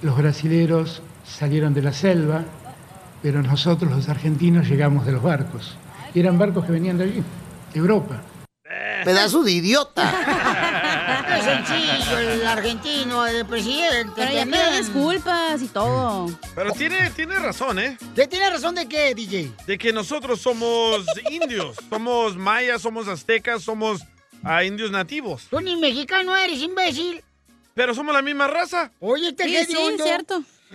[SPEAKER 18] los brasileros salieron de la selva, pero nosotros los argentinos llegamos de los barcos. Y eran barcos que venían de allí, de Europa.
[SPEAKER 3] Pedazo de idiota. Es sencillo el argentino, el presidente.
[SPEAKER 1] Pero ya pidió
[SPEAKER 3] también.
[SPEAKER 1] disculpas y todo.
[SPEAKER 2] Pero tiene, tiene razón, ¿eh?
[SPEAKER 3] ¿Qué tiene razón de qué, DJ?
[SPEAKER 2] De que nosotros somos indios, somos mayas, somos aztecas, somos ah, indios nativos.
[SPEAKER 3] Tú ni mexicano eres, imbécil.
[SPEAKER 2] Pero somos la misma raza.
[SPEAKER 3] Oye, este que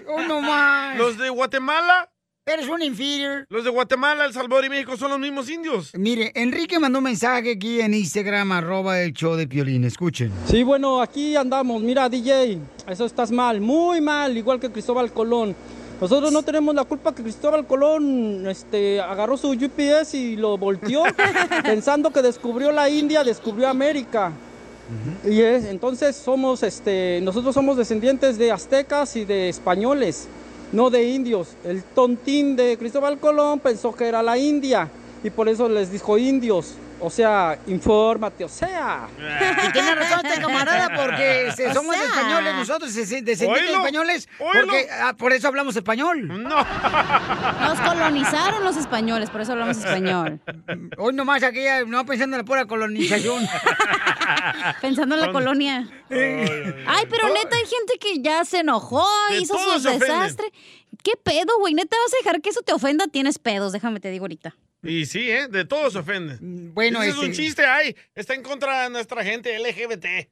[SPEAKER 3] Oh, no más.
[SPEAKER 2] Los de Guatemala.
[SPEAKER 3] Eres un inferior.
[SPEAKER 2] Los de Guatemala, El Salvador y México son los mismos indios.
[SPEAKER 3] Mire, Enrique mandó un mensaje aquí en Instagram, arroba el show de Piolín. Escuchen.
[SPEAKER 20] Sí, bueno, aquí andamos. Mira, DJ, eso estás mal, muy mal, igual que Cristóbal Colón. Nosotros no tenemos la culpa que Cristóbal Colón este, agarró su GPS y lo volteó pensando que descubrió la India, descubrió América. Y es, entonces somos, este, nosotros somos descendientes de aztecas y de españoles, no de indios. El tontín de Cristóbal Colón pensó que era la India y por eso les dijo indios. O sea, infórmate, o sea.
[SPEAKER 3] Y tiene razón este camarada porque este,
[SPEAKER 20] O
[SPEAKER 3] somos
[SPEAKER 20] sea.
[SPEAKER 3] españoles nosotros, este, descendientes
[SPEAKER 20] Oílo,
[SPEAKER 3] españoles,
[SPEAKER 20] oílo.
[SPEAKER 3] porque ah, por eso hablamos español.
[SPEAKER 2] No.
[SPEAKER 1] Nos colonizaron los españoles, por eso hablamos español.
[SPEAKER 3] Hoy nomás aquí ya, no pensando en la pura colonización.
[SPEAKER 1] Pensando en la colonia. Ay, pero neta, hay gente que ya se enojó,
[SPEAKER 3] De
[SPEAKER 1] hizo
[SPEAKER 3] todo
[SPEAKER 1] su
[SPEAKER 3] se ofenden.
[SPEAKER 1] desastre. ¿Qué pedo, güey? Neta, vas a dejar que eso te ofenda, tienes pedos, déjame te digo ahorita.
[SPEAKER 2] Y sí, ¿eh? De todo se ofende.
[SPEAKER 3] bueno,
[SPEAKER 2] Ese es un
[SPEAKER 3] este-
[SPEAKER 2] chiste, ay. Está en contra de nuestra gente LGBT.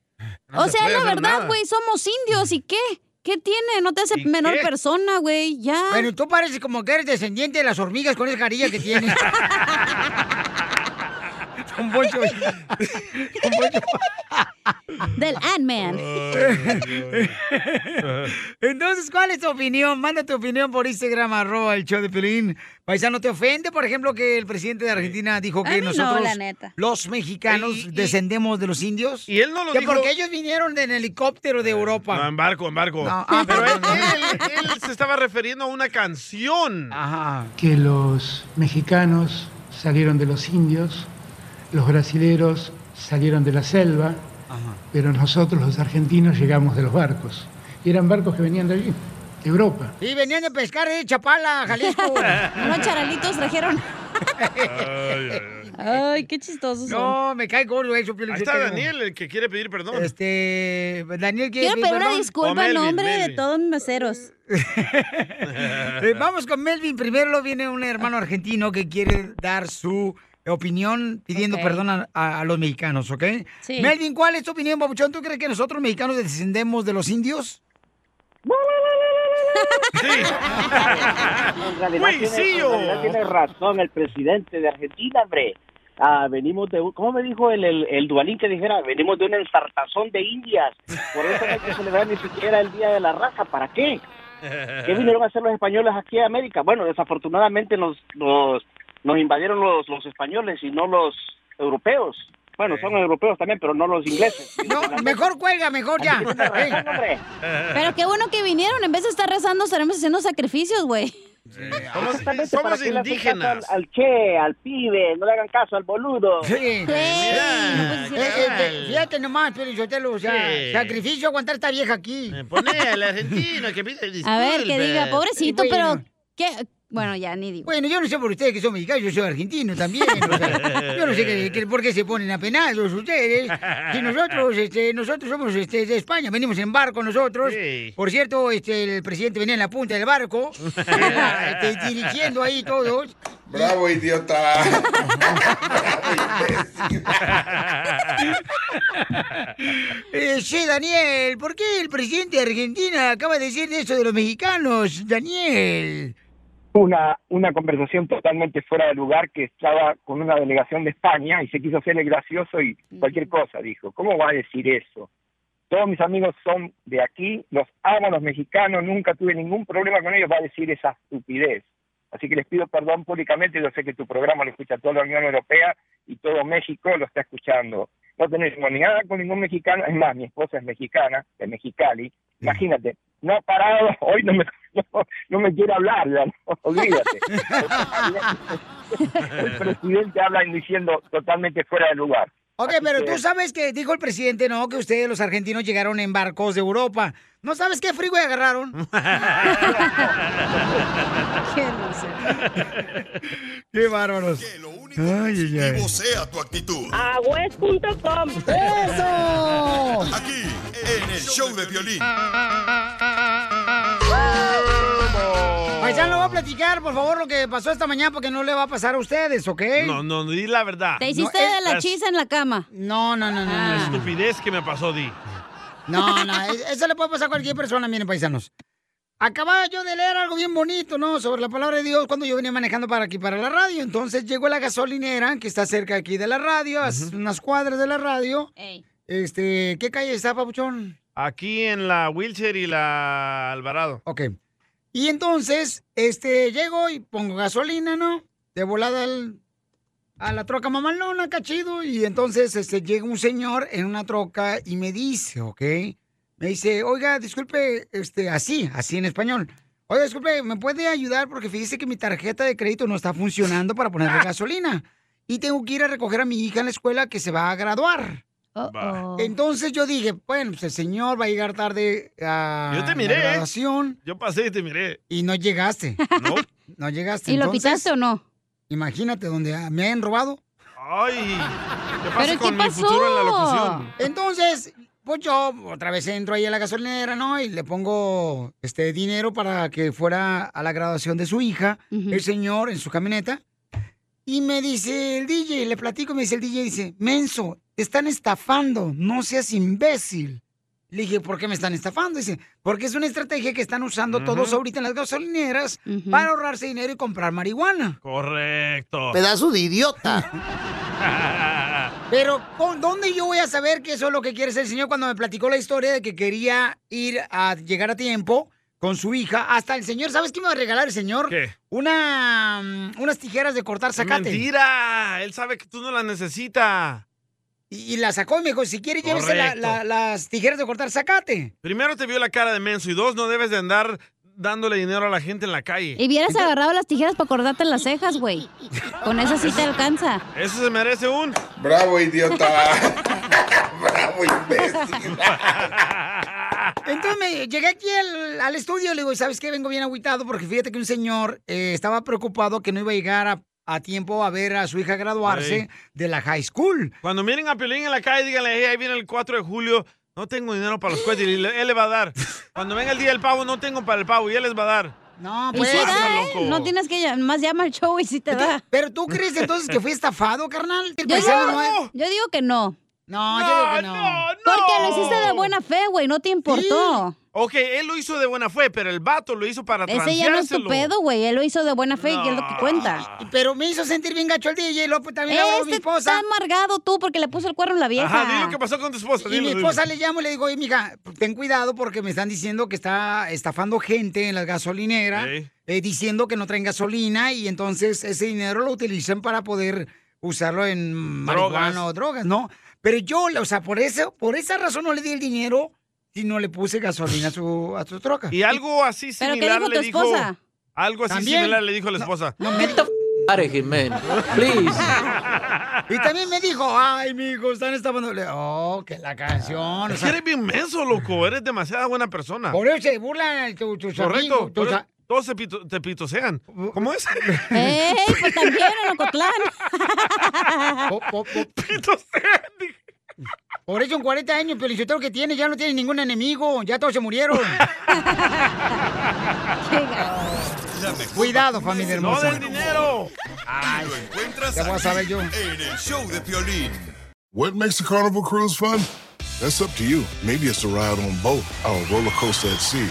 [SPEAKER 2] No
[SPEAKER 1] o
[SPEAKER 2] se
[SPEAKER 1] sea,
[SPEAKER 2] puede
[SPEAKER 1] la
[SPEAKER 2] hacer
[SPEAKER 1] verdad,
[SPEAKER 2] nada.
[SPEAKER 1] güey, somos indios, ¿y qué? ¿Qué tiene? No te hace
[SPEAKER 2] ¿Y
[SPEAKER 1] menor
[SPEAKER 2] qué?
[SPEAKER 1] persona, güey, ya.
[SPEAKER 3] Pero tú pareces como que eres descendiente de las hormigas con esa carilla que tienes. Don Poncho. Don Poncho.
[SPEAKER 1] Del Ant-Man.
[SPEAKER 3] Entonces, ¿cuál es tu opinión? Manda tu opinión por Instagram, arroba el show de Pelín. Paisano, ¿te ofende, por ejemplo, que el presidente de Argentina dijo
[SPEAKER 1] A
[SPEAKER 3] que
[SPEAKER 1] mí no,
[SPEAKER 3] nosotros,
[SPEAKER 1] la neta.
[SPEAKER 3] los mexicanos, descendemos de los indios?
[SPEAKER 2] Y él no lo
[SPEAKER 3] que
[SPEAKER 2] dijo- Eh,
[SPEAKER 3] porque ellos vinieron en helicóptero de Europa.
[SPEAKER 2] No, en barco, en barco.
[SPEAKER 3] No,
[SPEAKER 2] Pero él, él- él se estaba refiriendo a una canción.
[SPEAKER 3] Ajá.
[SPEAKER 18] que los mexicanos salieron de los indios, los brasileros salieron de la selva, pero nosotros los argentinos llegamos de los barcos. Y eran barcos que venían de allí, de Europa.
[SPEAKER 3] Y venían de pescar de Chapala, Jalisco.
[SPEAKER 18] Unos
[SPEAKER 1] charalitos trajeron. Ay, qué chistosos son.
[SPEAKER 3] No, me cae gordo eso, Piolín.
[SPEAKER 2] Ahí está
[SPEAKER 3] Sotelo.
[SPEAKER 2] Daniel, el que quiere pedir perdón.
[SPEAKER 3] Este, Daniel quiere
[SPEAKER 1] Quiero
[SPEAKER 3] pedir
[SPEAKER 1] pedir una
[SPEAKER 3] perdón.
[SPEAKER 2] O
[SPEAKER 1] disculpa en
[SPEAKER 2] Melvin,
[SPEAKER 1] nombre de
[SPEAKER 2] Melvin.
[SPEAKER 1] todos los meseros.
[SPEAKER 3] Eh, vamos con Melvin. Primero lo viene un hermano argentino que quiere dar su opinión pidiendo
[SPEAKER 1] Ok.
[SPEAKER 3] perdón a, a- a los mexicanos, ¿ok?
[SPEAKER 1] Sí.
[SPEAKER 3] Melvin, ¿cuál es tu opinión, Babuchón? ¿Tú crees que nosotros mexicanos descendemos de los indios?
[SPEAKER 16] En realidad, tiene, en
[SPEAKER 3] Juicio.
[SPEAKER 16] realidad tiene razón el presidente de Argentina, hombre. Ah, venimos de, un- ¿cómo me dijo el, el, el Dualín que dijera? Venimos de una ensartazón de indias. Por eso no hay que celebrar ni siquiera el Día de la Raza. ¿Para qué? ¿Qué vinieron a hacer los españoles aquí a América? Bueno, desafortunadamente nos, nos, nos invadieron los, los españoles y no los europeos. Bueno, son europeos también, pero no los ingleses.
[SPEAKER 3] No, mejor cuelga, mejor ya. Eh,
[SPEAKER 1] Pero qué bueno que vinieron. En vez de estar rezando, estaremos haciendo sacrificios, güey.
[SPEAKER 16] Exactamente,
[SPEAKER 1] somos
[SPEAKER 16] ¿para qué le hacen caso
[SPEAKER 1] indígenas.
[SPEAKER 16] Al, al che, al pibe, no le hagan caso al boludo.
[SPEAKER 3] Sí.
[SPEAKER 1] Pues,
[SPEAKER 3] eh, eh, fíjate nomás, Piolín Sotelo, o sea,
[SPEAKER 16] Sí.
[SPEAKER 3] sacrificio aguantar esta vieja aquí.
[SPEAKER 2] Poné al argentino que pide disculpas.
[SPEAKER 1] A ver, que diga, pobrecito,
[SPEAKER 3] Bueno.
[SPEAKER 1] pero qué. Bueno, ya ni digo.
[SPEAKER 3] Bueno, yo no sé por ustedes que son mexicanos, yo soy argentino también. o sea, yo no sé qué- qué- por qué se ponen apenados ustedes. Si nosotros, este, nosotros somos este, de España, venimos en barco nosotros.
[SPEAKER 8] Sí.
[SPEAKER 3] Por cierto, este, el presidente venía en la punta del barco, este, dirigiendo ahí todos.
[SPEAKER 14] Bravo, idiota.
[SPEAKER 3] Eh, sí, Daniel, ¿por qué el presidente de Argentina acaba de decir eso de los mexicanos, Daniel?
[SPEAKER 26] una, una conversación totalmente fuera de lugar que estaba con una delegación de España y se quiso hacer el gracioso y cualquier cosa, dijo. ¿Cómo va a decir eso? Todos mis amigos son de aquí, los amo a los mexicanos, nunca tuve ningún problema con ellos, va a decir esa estupidez. Así que les pido perdón públicamente, yo sé que tu programa lo escucha toda la Unión Europea y todo México lo está escuchando. No tenemos ni nada con ningún mexicano, es más, mi esposa es mexicana, de Mexicali, imagínate, no ha parado, hoy no me, no, no me quiere hablar, ya, no, olvídate. El presidente habla diciendo totalmente fuera de lugar.
[SPEAKER 3] Ok,
[SPEAKER 26] Así
[SPEAKER 3] pero
[SPEAKER 26] que-
[SPEAKER 3] tú sabes que dijo el presidente, ¿no? Que ustedes, los argentinos, llegaron en barcos de Europa. ¿No sabes qué frigo agarraron? ¡Qué bárbaros!
[SPEAKER 7] Ay, positivo sea tu actitud.
[SPEAKER 8] Ah,
[SPEAKER 26] Agüez.com.
[SPEAKER 7] ¡Eso! Aquí, en el show de violín.
[SPEAKER 3] Paisano, voy a platicar, por favor, lo que pasó esta mañana, porque no le va a pasar a ustedes, ¿ok?
[SPEAKER 2] No, no, di la verdad.
[SPEAKER 1] Te hiciste
[SPEAKER 2] No,
[SPEAKER 1] de la Ah.
[SPEAKER 2] es-
[SPEAKER 1] chisa en la cama.
[SPEAKER 3] No, no, no, no.
[SPEAKER 2] La estupidez que me pasó, di.
[SPEAKER 3] No, no, e- eso le puede pasar a cualquier persona, miren, paisanos. Acababa yo de leer algo bien bonito, ¿no? Sobre la palabra de Dios cuando yo venía manejando para aquí, para la radio. Entonces llegó la gasolinera que está cerca aquí de la radio, a unas cuadras de la radio. Este, ¿qué calle está, Papuchón?
[SPEAKER 2] Aquí en la wheelchair y la Alvarado.
[SPEAKER 3] Ok. Y entonces, este, llego y pongo gasolina, ¿no? De volada al- a la troca mamalona, cachido. Y entonces, este, llega un señor en una troca y me dice, ¿ok? Me dice, oiga, disculpe, este, así, así en español. Oiga, disculpe, ¿me puede ayudar? Porque fíjese que mi tarjeta de crédito no está funcionando para ponerle gasolina. Y tengo que ir a recoger a mi hija en la escuela que se va a graduar.
[SPEAKER 1] Oh,
[SPEAKER 8] Oh.
[SPEAKER 3] Entonces yo dije, bueno, pues el señor va a llegar tarde a
[SPEAKER 2] Yo te
[SPEAKER 3] la
[SPEAKER 2] miré, ¿eh?
[SPEAKER 3] graduación.
[SPEAKER 2] Yo pasé y te miré.
[SPEAKER 3] Y no llegaste.
[SPEAKER 2] No.
[SPEAKER 3] No llegaste.
[SPEAKER 2] ¿Y lo
[SPEAKER 3] pitaste o no? Imagínate donde ah, me han robado.
[SPEAKER 2] Ay, ¿qué pasa con mi futuro en la locución?
[SPEAKER 3] Entonces, pues yo otra vez entro ahí a la gasolinera, ¿no? Y le pongo este dinero para que fuera a la graduación de su hija, el señor en su camioneta. Y me dice el DJ, le platico, me dice el DJ, dice, Menso, te están estafando, no seas imbécil. Le dije, ¿por qué me están estafando? Dice, porque es una estrategia que están usando todos ahorita en las gasolineras para ahorrarse dinero y comprar marihuana.
[SPEAKER 2] Correcto.
[SPEAKER 3] Pedazo de idiota. Pero, ¿con dónde yo voy a saber que eso es lo que quiere ser el señor cuando me platicó la historia de que quería ir a llegar a tiempo con su hija? Hasta el señor, ¿sabes qué me va a regalar el señor? Una, mm, unas tijeras de cortar zacate.
[SPEAKER 2] Mentira, él sabe que tú no la necesitas.
[SPEAKER 3] Y, y la sacó y me dijo, si quiere, llévese la-
[SPEAKER 2] Correcto.
[SPEAKER 3] la- las tijeras de cortar zacate.
[SPEAKER 2] Primero te vio la cara de menso y dos, no debes de andar dándole dinero a la gente en la calle.
[SPEAKER 1] Y hubieras agarrado las tijeras para cortarte las cejas, güey. Con esa sí te alcanza.
[SPEAKER 2] Eso se merece un...
[SPEAKER 14] Bravo, idiota.
[SPEAKER 3] Entonces me- llegué aquí al, al estudio, le digo, ¿sabes qué? Vengo bien agüitado porque fíjate que un señor eh, estaba preocupado que no iba a llegar a, a tiempo a ver a su hija graduarse
[SPEAKER 2] Ey.
[SPEAKER 3] de la high school.
[SPEAKER 2] Cuando miren a Piolín en la calle, díganle, "Hey, ahí viene el 4 de julio, no tengo dinero para los cohetes, y le- él le va a dar. Cuando venga el día del pavo, no tengo para el pavo, y él les va a dar.
[SPEAKER 3] No,
[SPEAKER 1] Y
[SPEAKER 2] pues,
[SPEAKER 1] sí da,
[SPEAKER 2] pasa,
[SPEAKER 1] ¿eh?
[SPEAKER 2] loco.
[SPEAKER 1] No tienes que llamar, más llama al show y sí te da.
[SPEAKER 3] Pero tú crees entonces que fui estafado, carnal.
[SPEAKER 1] Yo,
[SPEAKER 3] paisano
[SPEAKER 1] digo,
[SPEAKER 3] no
[SPEAKER 1] yo digo que no.
[SPEAKER 3] No,
[SPEAKER 2] yo digo que no. no, no.
[SPEAKER 1] Porque lo hiciste de buena fe, güey, no te importó.
[SPEAKER 2] Ok, él lo hizo de buena fe, pero el vato lo hizo para
[SPEAKER 1] Ese ya no es tu
[SPEAKER 2] transeárselo.
[SPEAKER 1] pedo, güey. Él lo hizo de buena fe y es lo que cuenta.
[SPEAKER 3] Pero me hizo sentir bien gacho el DJ, lo también le habló
[SPEAKER 1] este
[SPEAKER 3] mi esposa.
[SPEAKER 1] Está amargado tú porque le puso el cuerno a la vieja.
[SPEAKER 2] Ajá, di lo que pasó con tu esposa.
[SPEAKER 3] Y
[SPEAKER 2] dilo,
[SPEAKER 3] mi
[SPEAKER 2] dilo.
[SPEAKER 3] esposa le llamo y le digo, oye, mija, pues, ten cuidado porque me están diciendo que está estafando gente en la gasolineras, eh, diciendo que no traen gasolina y entonces ese dinero lo utilizan para poder usarlo en marihuana o drogas, ¿no? Pero yo, o sea, por eso, por esa razón no le di el dinero, sino le puse gasolina a su, a su troca.
[SPEAKER 2] Y algo así similar le dijo... Algo así
[SPEAKER 3] También.
[SPEAKER 2] similar le dijo la esposa.
[SPEAKER 3] No, me Y también me dijo, ay, mijo, están estafando. Le- Oh, que la canción. o
[SPEAKER 2] Es
[SPEAKER 3] sea,
[SPEAKER 2] que eres bien menso, loco. Eres demasiada buena persona.
[SPEAKER 3] por eso se burlan tu- tus
[SPEAKER 2] Correcto.
[SPEAKER 3] amigos, tus
[SPEAKER 2] pero
[SPEAKER 3] a-
[SPEAKER 2] Todos se pito- te pitosean. ¿Cómo es?
[SPEAKER 1] ¡Ey! Pues también en Ocotlán.
[SPEAKER 3] Por eso en 40 años, pero el que tiene ya no tiene ningún enemigo, ya todos se murieron.
[SPEAKER 7] La mejor
[SPEAKER 3] Cuidado,
[SPEAKER 7] vacuna
[SPEAKER 3] familia
[SPEAKER 7] es el
[SPEAKER 3] hermosa.
[SPEAKER 7] buen humor. y lo encuentras
[SPEAKER 3] ya voy a saber
[SPEAKER 7] aquí,
[SPEAKER 3] yo.
[SPEAKER 7] en el show de Piolín.
[SPEAKER 27] What makes the Carnival cruise fun? That's up to you. Maybe it's a ride on boat, a roller coaster at sea,